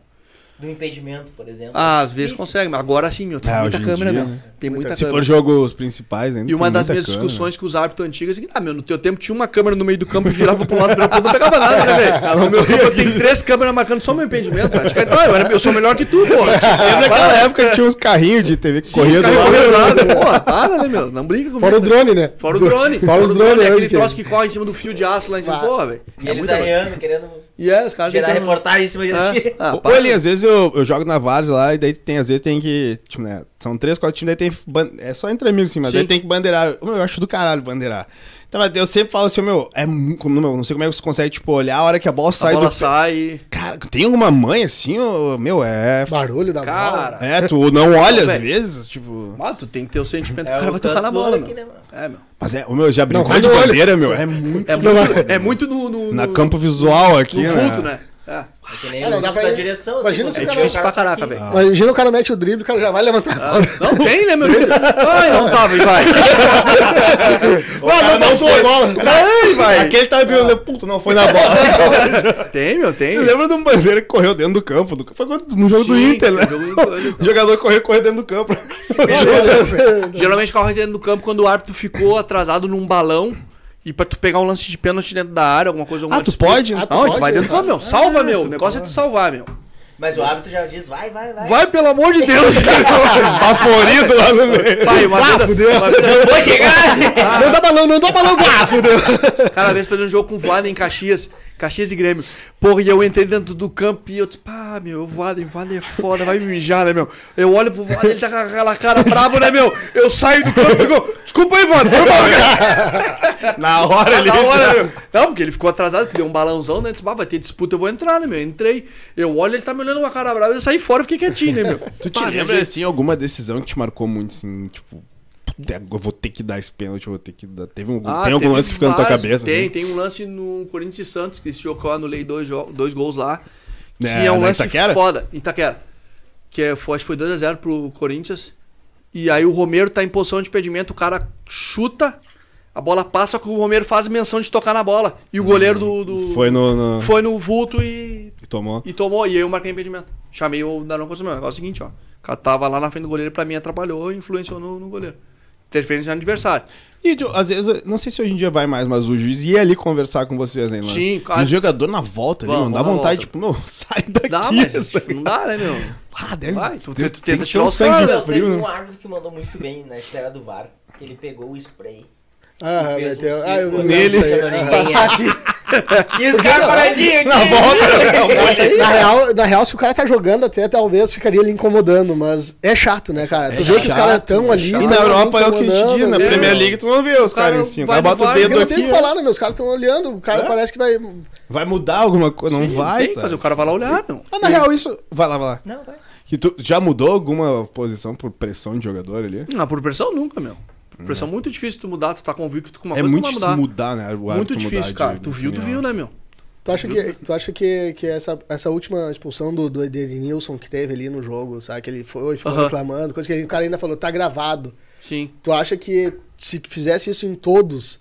S1: Do impedimento, por exemplo. É
S4: Ah, às vezes
S1: difícil.
S4: consegue, mas agora sim, meu. Tem
S3: Ah,
S4: muita
S3: hoje em
S4: câmera,
S3: dia,
S4: meu. Tem muita
S3: Se
S4: câmera.
S3: for jogos principais ainda.
S4: E uma
S3: tem
S4: das
S3: muita
S4: minhas
S3: câmera.
S4: discussões com os árbitros antigos é que, ah, meu, no teu tempo tinha uma câmera no meio do campo e virava pro lado e virava pro outro, não pegava nada, né, velho? No meu tempo eu tenho três câmeras marcando só meu impedimento, praticamente. Ah, eu, era, eu sou melhor que tu, pô.
S3: Lembra aquela época que tinha uns carrinhos de TV que
S4: Sim, os
S3: corria do
S4: caras
S3: lado?
S4: correram do lado. Porra, para, né, meu? Não briga comigo.
S2: Fora o
S4: né?
S2: drone, né?
S4: Fora o drone.
S2: Fora os
S4: o
S2: drones,
S4: É
S2: né,
S4: aquele
S2: que-
S4: troço que corre em cima do fio de aço lá em cima.
S2: Vai.
S4: Porra, velho.
S1: E
S4: É
S1: eles
S4: muita coisa.
S1: aranhando, querendo
S4: E é, os caras
S1: gerar
S4: tentando-
S1: reportagem em cima de
S4: [laughs]
S1: ti.
S4: Ah, ah,
S3: Ô,
S4: para.
S3: Eli, às vezes eu, eu jogo na Várzea lá e daí tem, às vezes tem que. Tipo, né? São três, quatro times, daí tem. ban- É só entre amigos, assim, mas
S4: Sim.
S3: daí tem que bandeirar. Ô, meu, eu acho do caralho bandeirar. Então, mas eu sempre falo assim, ô, meu, é mu- como- meu, não sei como é que você consegue, tipo, olhar a hora que a bola
S4: A
S3: sai
S4: bola
S3: do.
S4: sai.
S3: Cara, tem alguma mãe assim, ô, meu, é.
S2: Barulho da bola.
S4: Cara.
S3: É, tu não olha
S4: Não,
S3: às
S4: velho.
S3: vezes, tipo.
S4: Ah, tu tem que ter o sentimento.
S1: É
S4: o cara
S1: o
S4: vai tocar
S1: tanto
S4: na
S1: do
S4: bola,
S1: olho aqui,
S4: meu.
S1: né, mano?
S4: É, meu.
S3: Mas é, ô, meu, já brincou
S2: vai
S3: de
S2: no olho.
S3: bandeira, meu, é muito.
S4: É muito, é muito no, no,
S3: Na
S4: no-
S3: campo visual aqui,
S4: no
S3: né?
S4: vulto, né? É.
S1: É que nem
S2: Ah, não,
S1: os
S2: dá
S1: da
S2: pra ir-
S1: direção.
S2: Imagina
S1: assim,
S2: se
S1: quando
S2: o
S1: você vê
S4: cara-
S1: o
S4: pra
S1: tá
S4: caraca,
S1: aqui.
S4: velho.
S2: Imagina o cara mete o drible, o cara já vai levantar.
S4: [laughs]
S2: a bola.
S4: Não tem, né, meu? Ai, não tava, e [laughs] vai.
S2: Ah, não passou a bola.
S4: Ai, vai.
S3: Aquele tava pensando, puto, não foi na bola. [laughs]
S4: Tem, meu, tem.
S3: Você lembra de um bandeira que correu dentro do campo? Do... Foi quando- no jogo do
S4: Sim,
S3: Inter, né?
S4: no jogo do Inter.
S3: O jogador correu, correu dentro do campo.
S4: Geralmente corre dentro do campo quando o árbitro ficou atrasado num balão e pra tu pegar um lance de pênalti dentro da área, alguma coisa. um alguma disputa.
S2: Ah, tu
S4: Não, tu
S2: pode?
S4: vai dentro do campo, meu. Salva, meu. O negócio é te salvar, meu.
S1: Mas o árbitro já diz, vai, vai, vai.
S4: Vai, pelo amor de [laughs]
S3: [laughs]
S4: Deus, cara.
S3: Um
S4: Ah,
S3: Esbaforido lá no meio.
S4: Vai, uma vez, uma vez-
S1: Vou chegar!
S2: Não dá balão, não dá balão, ah, fudeu.
S4: Cara, uma vez fez um jogo com o Voaden em Caxias, Caxias e Grêmio. Porra, e eu entrei dentro do campo e eu disse, pá, meu, o Voaden, o Voaden é foda, vai me mijar, né, meu? Eu olho pro Voaden, ele tá com aquela cara brabo, né, meu? Eu saio do campo e digo, desculpa aí, Voaden, foi mal, cara.
S3: [laughs] Na Tá, hora ali.
S4: Ah, Na hora, meu. Não, porque ele ficou atrasado, que deu um balãozão, né? Disse, "Bah, vai ter disputa, eu vou entrar, né, meu? Entrei, eu olho, ele tá me olhando uma cara brava, eu saí fora, fiquei quietinho, né, meu?
S3: [laughs] Tu te
S4: Pá,
S3: lembra,
S4: viajei.
S3: assim, alguma decisão que te marcou muito, assim, tipo... puta, eu vou ter que dar esse pênalti, eu vou ter que dar. Teve um,
S4: Ah,
S3: tem algum
S4: teve
S3: lance que fica na tua
S4: vários.
S3: cabeça?
S4: Tem,
S3: assim?
S4: tem um lance no Corinthians e Santos, que esse jogo que eu anulei dois, jo- dois gols lá. Que
S3: É,
S4: é, um
S3: na
S4: lance
S3: Itaquera?
S4: foda. Itaquera. Que é, foi- acho que foi 2x0 pro Corinthians. E aí o Romero tá em posição de impedimento, o cara chuta, a bola passa, que o Romero faz menção de tocar na bola. E o goleiro do. do-
S3: Foi no. no-
S4: foi no vulto e,
S3: que Tomou.
S4: e tomou. E aí eu marquei impedimento. Chamei o Danão contra o meu. O negócio é o seguinte, ó. O cara tava lá na frente do goleiro, pra mim atrapalhou e influenciou no, no goleiro. Interferência no adversário.
S6: E de- às vezes, não sei se hoje em dia vai mais, mas o juiz ia ali conversar com vocês, hein, Lance?
S4: Sim, claro.
S6: E o jogador na volta ali,
S4: Vamos,
S6: mano, dá
S4: vamos na
S6: vontade, tipo,
S4: volta.
S6: meu,
S3: [laughs]
S6: sai daqui.
S4: Dá, mas
S6: isso.
S4: não dá, né, meu?
S6: Ah, deve...
S4: Vai, tu,
S6: tem-
S4: tu
S6: tem
S4: tenta
S6: que
S4: tirar
S6: ter
S4: o
S6: um sangue
S4: sangue.
S6: Cara,
S1: Não, teve
S6: frio, né?
S1: um árbitro que mandou muito bem na história do VAR, que ele pegou o spray.
S2: Ah,
S1: Fez um
S2: meteu.
S1: círculo
S2: Ah, eu vi
S1: nele.
S2: isso aí.
S1: Passar E os caras paradinhos aqui.
S3: Na
S4: um
S3: volta,
S2: Na real, na real, se o cara tá jogando até, talvez ficaria ali incomodando, mas é chato, né, cara? Tu vê que os caras tão ali.
S3: E
S2: tão
S3: na
S2: ali
S3: Europa é o que a gente
S2: incomodando,
S3: diz, na
S2: ali.
S3: Premier League tu não vê os
S4: né? O cara
S3: caras em cima. O
S4: vai
S3: cara
S4: no
S3: bota o
S4: VAR,
S3: dedo
S2: Não tem o
S3: aqui.
S2: que falar, né, meu? Os caras tão olhando, o cara
S3: É?
S2: parece que vai.
S6: Vai mudar alguma coisa? Não
S4: Sim,
S6: vai,
S4: tem que
S6: tá?
S4: fazer, o cara vai lá olhar, meu.
S6: Ah, na real, isso... Vai lá, vai lá.
S1: Não, vai.
S3: Que tu já mudou alguma posição por pressão de jogador ali?
S4: Não, por pressão nunca, meu. Por pressão é muito difícil tu mudar, tu tá convicto com uma
S3: é
S4: coisa,
S3: muito
S4: tu
S3: difícil
S4: vai mudar.
S3: mudar, né? o
S4: muito
S3: árbitro
S4: difícil,
S3: mudar
S4: cara.
S3: de-
S4: Tu viu,
S3: de
S4: tu
S3: opinião.
S4: viu, né, meu?
S2: Tu acha que, tu acha que, que essa, essa última expulsão do, do Edenilson que teve ali no jogo, sabe? Que ele foi, ficou
S4: Aham.
S2: reclamando, coisa que ele- o cara ainda falou, tá gravado.
S4: Sim.
S2: Tu acha que se fizesse isso em todos,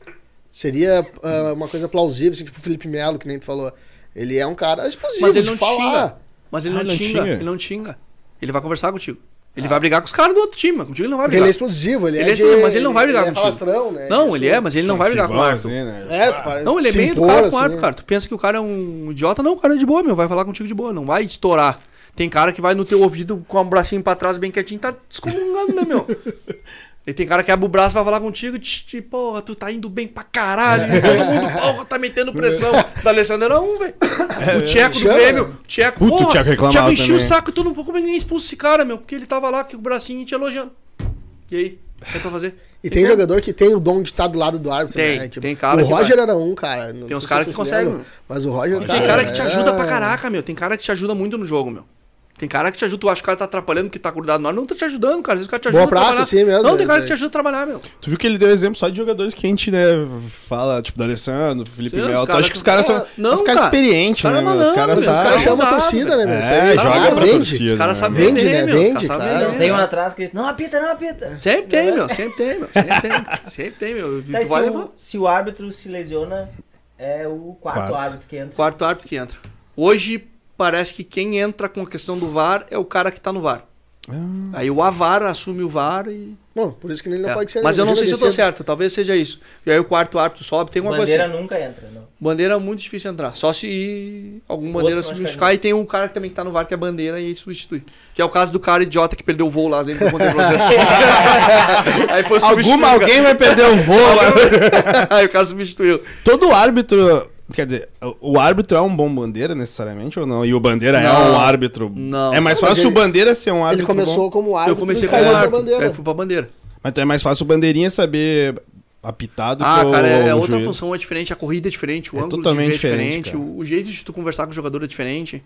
S2: seria ah, uma coisa plausível, assim, tipo o Felipe Melo, que nem tu falou. Ele é um cara explosivo
S4: Mas ele
S2: de
S4: não
S2: falar.
S4: xinga. Mas ele
S3: Ah,
S4: não,
S3: ele não
S4: xinga,
S3: xinga?
S4: ele não xinga. Ele vai conversar contigo. Ele vai brigar com os caras do outro time, mas contigo ele não vai
S2: Porque ele é
S4: brigar.
S2: explosivo, ele,
S4: Ele é
S2: é,
S4: explosivo, mas ele não vai brigar
S2: ele é
S4: contigo.
S2: falastrão, né?
S4: Não, ele é, mas ele não vai brigar com o
S3: Sim,
S4: árbitro.
S3: sim, né?
S2: É, tu parece
S4: Não, ele é
S2: se
S4: meio
S2: impor,
S4: educado com o
S2: assim,
S4: árbitro,
S2: né?
S4: cara. Tu pensa que o cara é um idiota? Não, o cara é de boa, meu. Vai falar contigo de boa, não vai estourar. Tem cara que vai no teu ouvido com o bracinho pra trás bem quietinho, tá descomungando, né,
S2: [laughs]
S4: meu? E tem cara que abre o braço, vai falar contigo, tch, tch, porra, tu tá indo bem pra caralho,
S2: É.
S4: todo mundo, porra, tá metendo pressão.
S2: [laughs]
S4: Da Alessandro era um, velho. O Tcheco do
S2: É, Chama,
S4: Grêmio, o Tcheco,
S3: Puta, o
S4: porra,
S3: Tcheco reclamava
S4: Tcheco encheu o
S3: também.
S4: saco, tu não pouco ninguém expulsa esse cara, meu, porque ele tava lá com o bracinho te elogiando. E aí, o que é pra fazer?
S2: E tem jogador que tem o dom de estar do lado do árbitro,
S4: Tem,
S2: né? Tipo,
S4: tem cara
S2: O
S4: que
S2: Roger era um, cara. Não
S4: Tem
S2: sei
S4: uns
S2: se
S4: caras
S2: vocês
S4: que conseguem,
S2: lembram, Mas o Roger.
S4: Tem cara que te
S2: é-
S4: ajuda pra caraca, meu. Tem cara que te ajuda muito no jogo, meu. Tem cara que te ajuda. Tu acha que o cara tá atrapalhando, que tá grudado no ar. Não tá te ajudando, cara. Às vezes o cara te ajuda
S2: Boa praça,
S4: a trabalhar.
S2: assim mesmo,
S4: não, tem
S2: velho,
S4: cara
S2: velho.
S4: que te ajuda a trabalhar, meu.
S3: Tu viu que ele deu exemplo só de jogadores que a gente, né, fala, tipo, do Alessandro, Felipe
S4: Sim, os
S3: Melo. Tu
S4: caras
S3: acha que
S4: que-
S3: os caras são.
S4: Ah, não,
S3: os caras
S4: cara.
S3: experientes,
S4: Os caras
S3: né? meu?
S4: malandro,
S3: caras
S2: Mas os
S4: Tá
S2: caras
S3: sabem.
S2: chamam a
S4: rodado,
S2: torcida, né,
S3: É,
S2: meu? Isso aí
S3: joga pra
S2: vende.
S3: torcida.
S4: Os caras
S3: né,
S4: sabem
S3: meu?
S2: Vende,
S4: vender,
S2: né?
S4: meu. Os
S2: Vende,
S4: caras sabem
S2: cara.
S4: vender.
S1: Tem um atrás que ele. Não apita, não apita.
S4: Sempre tem, meu. Sempre tem, meu. Sempre tem. Sempre tem, meu. E
S1: Tá,
S4: Tu
S1: e
S4: vai
S1: se,
S4: levar.
S1: o, se o árbitro se lesiona, é o quarto,
S3: Quarto.
S1: árbitro que entra.
S4: Quarto árbitro que entra. Hoje, parece que quem entra com a questão do VAR é o cara que tá no VAR. Aí o AVAR assume o VAR e.
S2: Bom, por isso que ele Ah. não
S4: É.
S2: pode ser.
S4: Mas eu não sei se eu tô
S2: agradecido.
S4: certo, talvez seja isso. E aí o quarto árbitro sobe, tem uma coisa.
S1: Bandeira
S4: assim.
S1: nunca entra, não.
S4: Bandeira é muito difícil entrar. Só se algum
S1: Outro
S4: bandeira
S1: machucar
S4: substituir. E tem um cara que também que tá no VAR que é bandeira e ele substitui. Que é o caso do cara idiota que perdeu o voo lá dentro do contei pra você. Aí foi substituído,
S3: Alguma, alguém vai perder o voo. vai-
S4: cara. [laughs] Aí o cara substituiu.
S3: Todo árbitro. Quer dizer, o árbitro é um bom bandeira, necessariamente, ou não? E o bandeira é
S4: Não.
S3: um árbitro.
S4: Não.
S3: É mais
S2: Não, mas
S3: fácil o
S2: ele-
S3: bandeira ser um
S2: Ele
S3: árbitro.
S2: começou
S3: bom,
S2: como árbitro.
S4: Eu comecei
S2: e
S4: com o
S2: Ah, caiu pra
S4: VAR.
S2: bandeira.
S4: Aí fui pra bandeira.
S3: Mas então é mais fácil o bandeirinha saber apitado
S4: Ah,
S3: que
S4: cara,
S3: o,
S4: é, é
S3: o
S4: outra
S3: juiz.
S4: função, é diferente, a corrida é diferente, o
S3: É
S4: ângulo
S3: totalmente
S4: de ver é diferente,
S3: diferente, cara.
S4: o, o jeito de tu conversar com o jogador é diferente.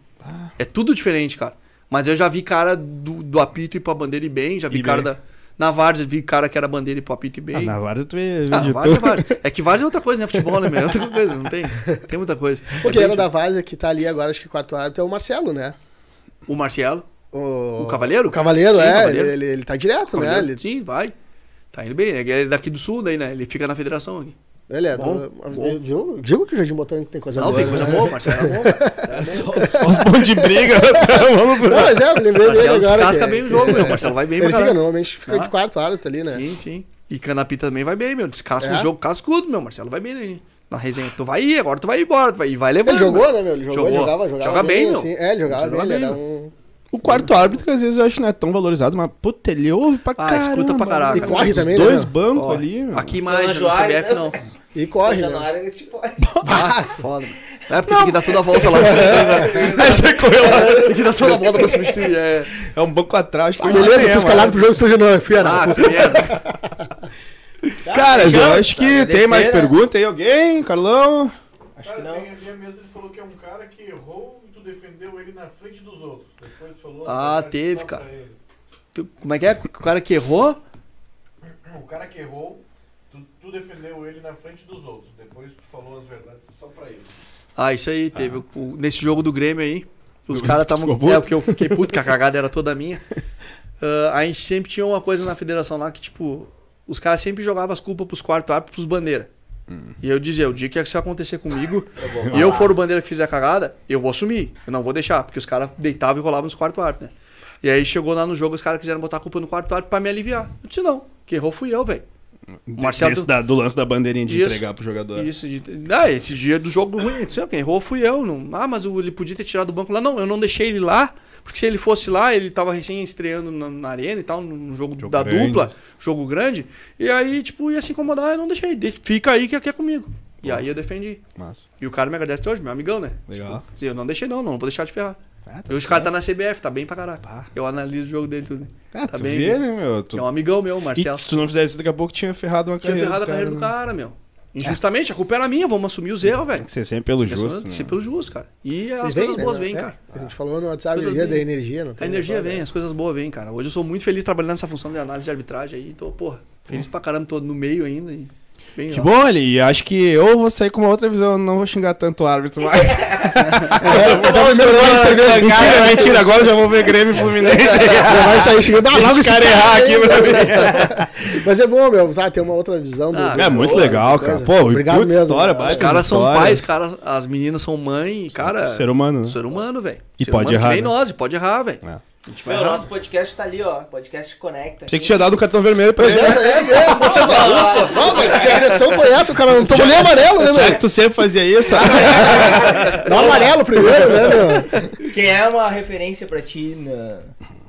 S4: É tudo diferente, cara. Mas eu já vi cara do, do apito ir pra bandeira e bem, já vi
S3: E
S4: cara
S3: bem.
S4: da. Na Vargas, vi cara que era bandeira e pro apito e bem.
S3: Ah, na Varsa tu é
S4: Ah,
S3: de
S4: Várzea é
S3: tudo.
S4: Várzea. É que Várzea é outra coisa, né? Futebol, né? meu? É outra coisa, não tem? Tem muita coisa.
S2: O
S4: É
S2: que
S4: bem
S2: era da
S4: difícil.
S2: Várzea que tá ali agora, acho que quarto árbitro, é o Marcelo, né?
S4: O Marcelo,
S2: O,
S4: o Cavaleiro?
S2: O Cavaleiro,
S4: Sim,
S2: é.
S4: o Cavaleiro.
S2: Ele, ele, ele tá direto,
S4: O Cavaleiro.
S2: né? Ele,
S4: Sim, vai. Tá indo bem, né? Ele é daqui do sul, daí, né? Ele fica na federação aqui.
S2: ele é.
S4: Bom,
S2: do-
S4: bom.
S2: Viu? Digo que o Jardim Botânico tem coisa
S4: Não,
S2: boa.
S4: tem coisa
S2: né?
S4: boa, o Marcelo é
S2: [laughs]
S4: bom. cara.
S3: Só [laughs] os bons de briga,
S4: [laughs]
S3: os caras vão pro-
S2: Não, mas é, eu me
S4: O
S2: lembrei dele
S4: Marcelo
S2: agora.
S4: descasca
S2: que- é.
S4: bem o jogo, meu. O Marcelo vai bem
S2: Ele
S4: pra
S2: fica,
S4: caralho.
S2: normalmente fica de
S4: Ah.
S2: quarto árbitro ali, né?
S4: Sim, sim. E Canapi também vai bem, meu. Descasca
S2: É?
S4: o jogo, cascudo, meu. Marcelo vai bem né? na resenha. Tu vai ir, agora tu vai ir embora, tu vai, ir, vai levando.
S2: Ele jogou,
S4: meu.
S2: né, meu? Ele jogou,
S4: Jogou.
S2: jogava, jogava.
S4: Joga bem, meu.
S2: assim. É, ele jogava, bem,
S4: Joga
S2: ele
S4: bem,
S2: era
S4: meu.
S2: um...
S6: O quarto árbitro, que às vezes eu acho que não é tão valorizado, mas, puta, ele ouve pra
S4: Ah,
S6: caramba.
S4: escuta pra caraca.
S2: E corre
S6: Os
S2: também, né,
S6: dois
S2: meu?
S6: bancos
S4: Ó,
S6: ali, meu.
S4: Aqui
S1: São
S4: mais, na
S1: Januário,
S4: CBF
S1: né?
S4: não.
S2: E corre,
S1: São
S2: né?
S1: Januário, esse tipo-
S3: [laughs]
S4: Ah, foda. É porque tem que dar toda a volta lá. né?
S3: [laughs] Aí você correu lá.
S4: Tem que dar toda a volta pra substituir. É.
S3: É um banco atrás. acho que hoje
S2: Beleza,
S3: tem,
S2: fui
S3: mano.
S2: escalado pro jogo de São Januário. Fui
S4: Ah,
S2: era.
S4: que merda.
S3: Cara, eu
S1: Chegamos,
S3: acho que
S1: agradecer,
S3: tem mais
S1: né?
S3: pergunta aí, alguém? Carlão?
S1: Tá, Acho que
S5: Cara,
S1: não.
S5: tem ali a mesa, ele falou que é um cara que errou e tu defendeu ele na frente dos outros. Depois tu falou...
S4: Ah,
S5: "Ah,
S4: teve,
S5: toca
S4: cara."
S5: ele."
S4: Tu- Como é que é? O cara que errou?
S5: O cara que errou, tu, tu defendeu ele na frente dos outros. Depois tu falou as verdades só pra ele.
S4: Ah, isso aí, teve. o- nesse jogo do Grêmio aí, os
S3: Tu
S4: caras estavam.
S3: ficou puto?
S4: É, porque eu fiquei puto, que a cagada era toda [laughs] minha. Ah, a gente sempre tinha uma coisa na federação lá que, tipo, os caras sempre jogavam as culpas pros quartos árbitros, pros bandeira. E eu dizia, o dia que isso acontecer [laughs] comigo e eu for o bandeira que fizer a cagada, eu vou assumir. Eu não vou deixar, porque os caras deitavam e rolavam nos quartos árbitros, né? E aí chegou lá no jogo, os caras quiseram botar a culpa no quarto árbitro pra me aliviar. Eu disse, não, que errou fui eu, velho. O Marcelo- tá-
S3: Desse da- do lance da bandeirinha de
S4: Isso.
S3: entregar pro jogador.
S4: Isso, de, ah, esse dia do jogo ruim, não sei quem errou fui eu. Não, ah, mas o- ele podia ter tirado do banco lá. Não, eu não deixei ele lá, porque se ele fosse lá, ele tava recém estreando na, na arena e tal, num jogo,
S3: Jogo
S4: da
S3: grande.
S4: dupla, jogo grande. E aí, tipo, ia se incomodar, eu não deixei. De- fica aí que aqui é comigo. E aí eu defendi.
S6: Massa.
S4: E o cara me agradece até hoje, meu amigão, né?
S6: Legal.
S4: Tipo, assim, eu não deixei não, não, vou deixar de ferrar.
S6: Ah,
S4: Hoje o cara tá na CBF, tá bem pra caralho. Eu analiso o jogo dele tudo. né?
S6: Ah,
S4: tá
S6: tu
S4: bem,
S6: vê,
S4: viu?
S6: né, meu? Tu...
S4: É um amigão meu,
S3: E
S4: Marcelo.
S3: se tu não fizesse isso, daqui a pouco tinha ferrado uma
S4: Tinha
S3: carreira.
S4: ferrado a carreira do
S3: né? É.
S4: cara, meu. Injustamente, a culpa era minha, vamos assumir os erros, velho.
S3: Tem que ser sempre pelo
S4: Isso
S3: justo.
S4: é
S3: né?
S4: sempre pelo justo, cara. E
S2: Eles
S4: as coisas
S2: vêm, né,
S4: boas
S2: né?
S4: vêm,
S2: É,
S4: cara.
S2: A gente falou no WhatsApp
S4: Coisas
S2: dia
S4: vêm.
S2: da energia, não
S4: A
S2: tem
S4: energia
S2: negócio,
S4: vem,
S2: né?
S4: as coisas boas vêm, cara. Hoje eu sou muito feliz trabalhando nessa função de análise de arbitragem aí. Tô, porra, feliz pra caramba, tô no meio ainda. E bem
S3: Que
S4: [laughs] lá.
S3: bom, ali. e Acho que eu vou sair com uma outra visão. Não vou xingar tanto o árbitro mais.
S2: É,
S3: Eu
S2: tá
S3: tava esperando ele ser grande. mentira, mentira. Agora eu já vou ver Grêmio e Fluminense.
S2: É. [laughs] Já vai sair chegando "Ah, logo
S3: Os
S2: esse
S3: caras
S2: cara
S3: errar
S2: aí,
S3: aqui pra
S2: meu."
S3: mim.
S2: Mas é bom, meu, tá, tem uma outra visão do.
S4: Ah,
S2: do-
S3: É muito
S2: outra
S3: legal,
S2: coisa.
S3: cara. Pô,
S2: Obrigado
S3: puta
S2: mesmo,
S3: história,
S2: cara.
S3: baita
S4: Os caras são
S3: história.
S4: pais, cara, as meninas são mãe, cara.
S3: Ser humano, né?
S4: Ser humano, velho.
S3: E
S4: Ser
S3: pode
S4: humano
S3: errar,
S4: Que nem
S3: né?
S4: nós, e pode errar, velho.
S3: É.
S4: A gente vai
S1: Meu,
S4: errar.
S1: nosso podcast tá ali, ó. Podcast Conecta.
S3: Pensei que tinha dado o cartão vermelho pra
S2: Pois é,
S3: ele.
S2: é, é, pô, tá maluco. Não, mas que agressão foi essa? O cara não tomou nem amarelo, né,
S3: Já É que
S2: meu?
S3: tu sempre fazia isso.
S2: [laughs] Dá um amarelo primeiro, né, meu?
S1: Quem é uma referência pra ti na-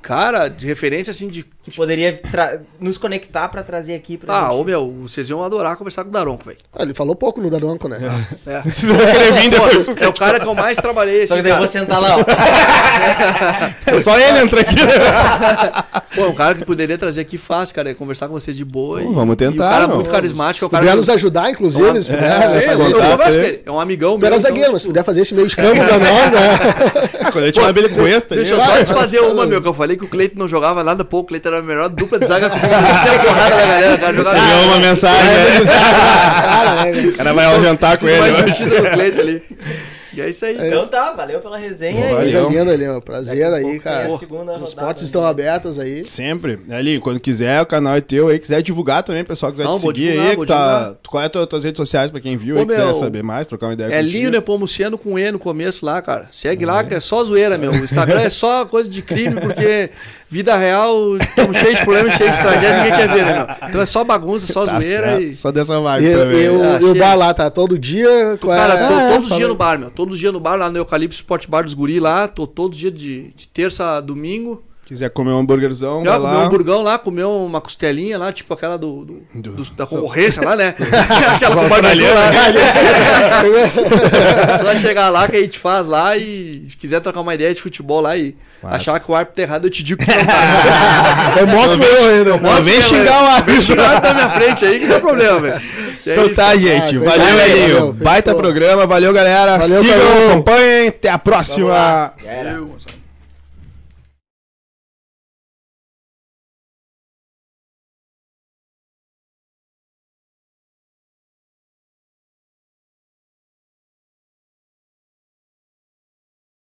S4: Cara, de referência assim de.
S1: que poderia tra- nos conectar pra trazer aqui pra
S4: Ah,
S1: gente?
S4: ô meu, vocês iam adorar conversar com o Daronco, velho.
S2: Ah, Ele falou pouco no Daronco, né?
S4: É.
S3: Vocês vão querer vir depois.
S4: Pô, é o cara que eu mais trabalhei.
S1: Só
S4: Assim,
S1: que daí eu
S4: cara.
S1: vou sentar lá, ó.
S3: [laughs] É Só ele entra aqui. né?
S4: Pô, é o cara que poderia trazer aqui fácil, cara, é conversar com vocês de boa.
S3: Pô, vamos
S4: e,
S3: tentar,
S4: E o cara
S3: meu.
S4: muito carismático, é o cara.
S2: Puder
S4: que-
S2: nos ajudar, inclusive,
S4: Claro.
S2: se puder, né,
S3: É,
S4: Sim,
S3: essa
S4: eu
S2: sabe?
S3: coisa.
S4: converso
S3: contato,
S4: com
S3: hein?
S4: ele. É um amigão
S2: Tu era
S4: meu. então,
S2: zagueiro, mas se
S4: tipo,
S2: puder fazer esse meio de
S3: [laughs]
S2: campo pra nós, né?
S3: Quando eu tinha é uma abelha com esta,
S4: Deixa eu
S3: né?
S4: só desfazer uma, meu, que eu falei que o Cleiton não jogava nada pouco. O Cleiton era a melhor dupla de zaga com a porrada da galera. Cara, jogava
S3: Recebeu uma mensagem. né?
S2: Ah, Cara, né,
S3: O cara vai ao jantar com
S4: Tudo mais
S3: ele. hoje.
S4: divertido do Cleiton ali. E é isso aí. então.
S1: Então tá, valeu pela resenha.
S3: Valeu.
S1: aí.
S2: Coisa linda ali, ó. Prazer
S1: Daqui a
S2: aí,
S1: pouco tem
S2: cara.
S1: a segunda
S2: Os
S1: rodada
S2: portas
S1: aí.
S2: estão abertas aí.
S3: Sempre. Ali, quando quiser, o canal é teu aí. Quiser divulgar também, pessoal, quiser
S4: Não,
S3: te
S4: vou
S3: seguir
S4: divulgar,
S3: aí.
S4: vou
S3: que Tá...
S4: divulgar.
S3: Qual é as tua, tuas redes sociais pra quem viu
S4: Ô,
S3: aí, quiser
S4: meu,
S3: saber mais, trocar uma ideia
S4: É
S3: contigo.
S4: Linho Nepomuciano com E no começo lá, cara. Segue lá, que é só zoeira, meu. O Instagram é só coisa de crime, porque vida real, estamos cheios de problemas, cheios de tragédia, ninguém quer ver, né, meu? Então é só bagunça, só
S3: Tá
S4: zoeira
S3: certo.
S4: e.
S3: Só dessa
S2: E,
S3: vibe também.
S2: e o-
S4: Ah,
S2: e o
S4: chega.
S2: bar lá tá todo dia. com a-
S3: É,
S4: Cara, tô
S2: Ah,
S4: todos os
S2: falei.
S4: dias no bar, meu. Todos os dias no bar, lá no Eucalipto Sport Bar dos Guri, lá. Tô todos os dias de, de terça a domingo.
S3: Quiser comer um hambúrguerzão,
S4: Já
S3: vai
S4: comeu
S3: lá.
S4: um hamburgão lá, comeu uma costelinha lá, tipo aquela do, do- do- da concorrência lá, [laughs] né? aquela
S3: Os
S4: concorrência
S3: australianos,
S4: lá. É [laughs] só chegar lá que a gente faz lá e se quiser trocar uma ideia de futebol lá e
S3: Massa.
S4: achar que o árbitro tá errado, eu te digo que não [laughs] tá.
S3: [laughs] Eu mostro eu ainda. Não vem xingar o
S4: Vem
S3: árbitro.
S4: xingar na minha frente aí que não é problema, velho. É
S3: Então
S4: isso.
S3: tá, gente.
S2: Ah,
S3: Valeu,
S2: valeu,
S3: Elinho.
S2: valeu,
S3: Baita
S2: fechou.
S3: programa. Valeu, galera.
S2: Valeu,
S3: Sigam,
S2: galera.
S3: acompanhem. Até a próxima.
S1: Já era.
S4: Eu, moçada.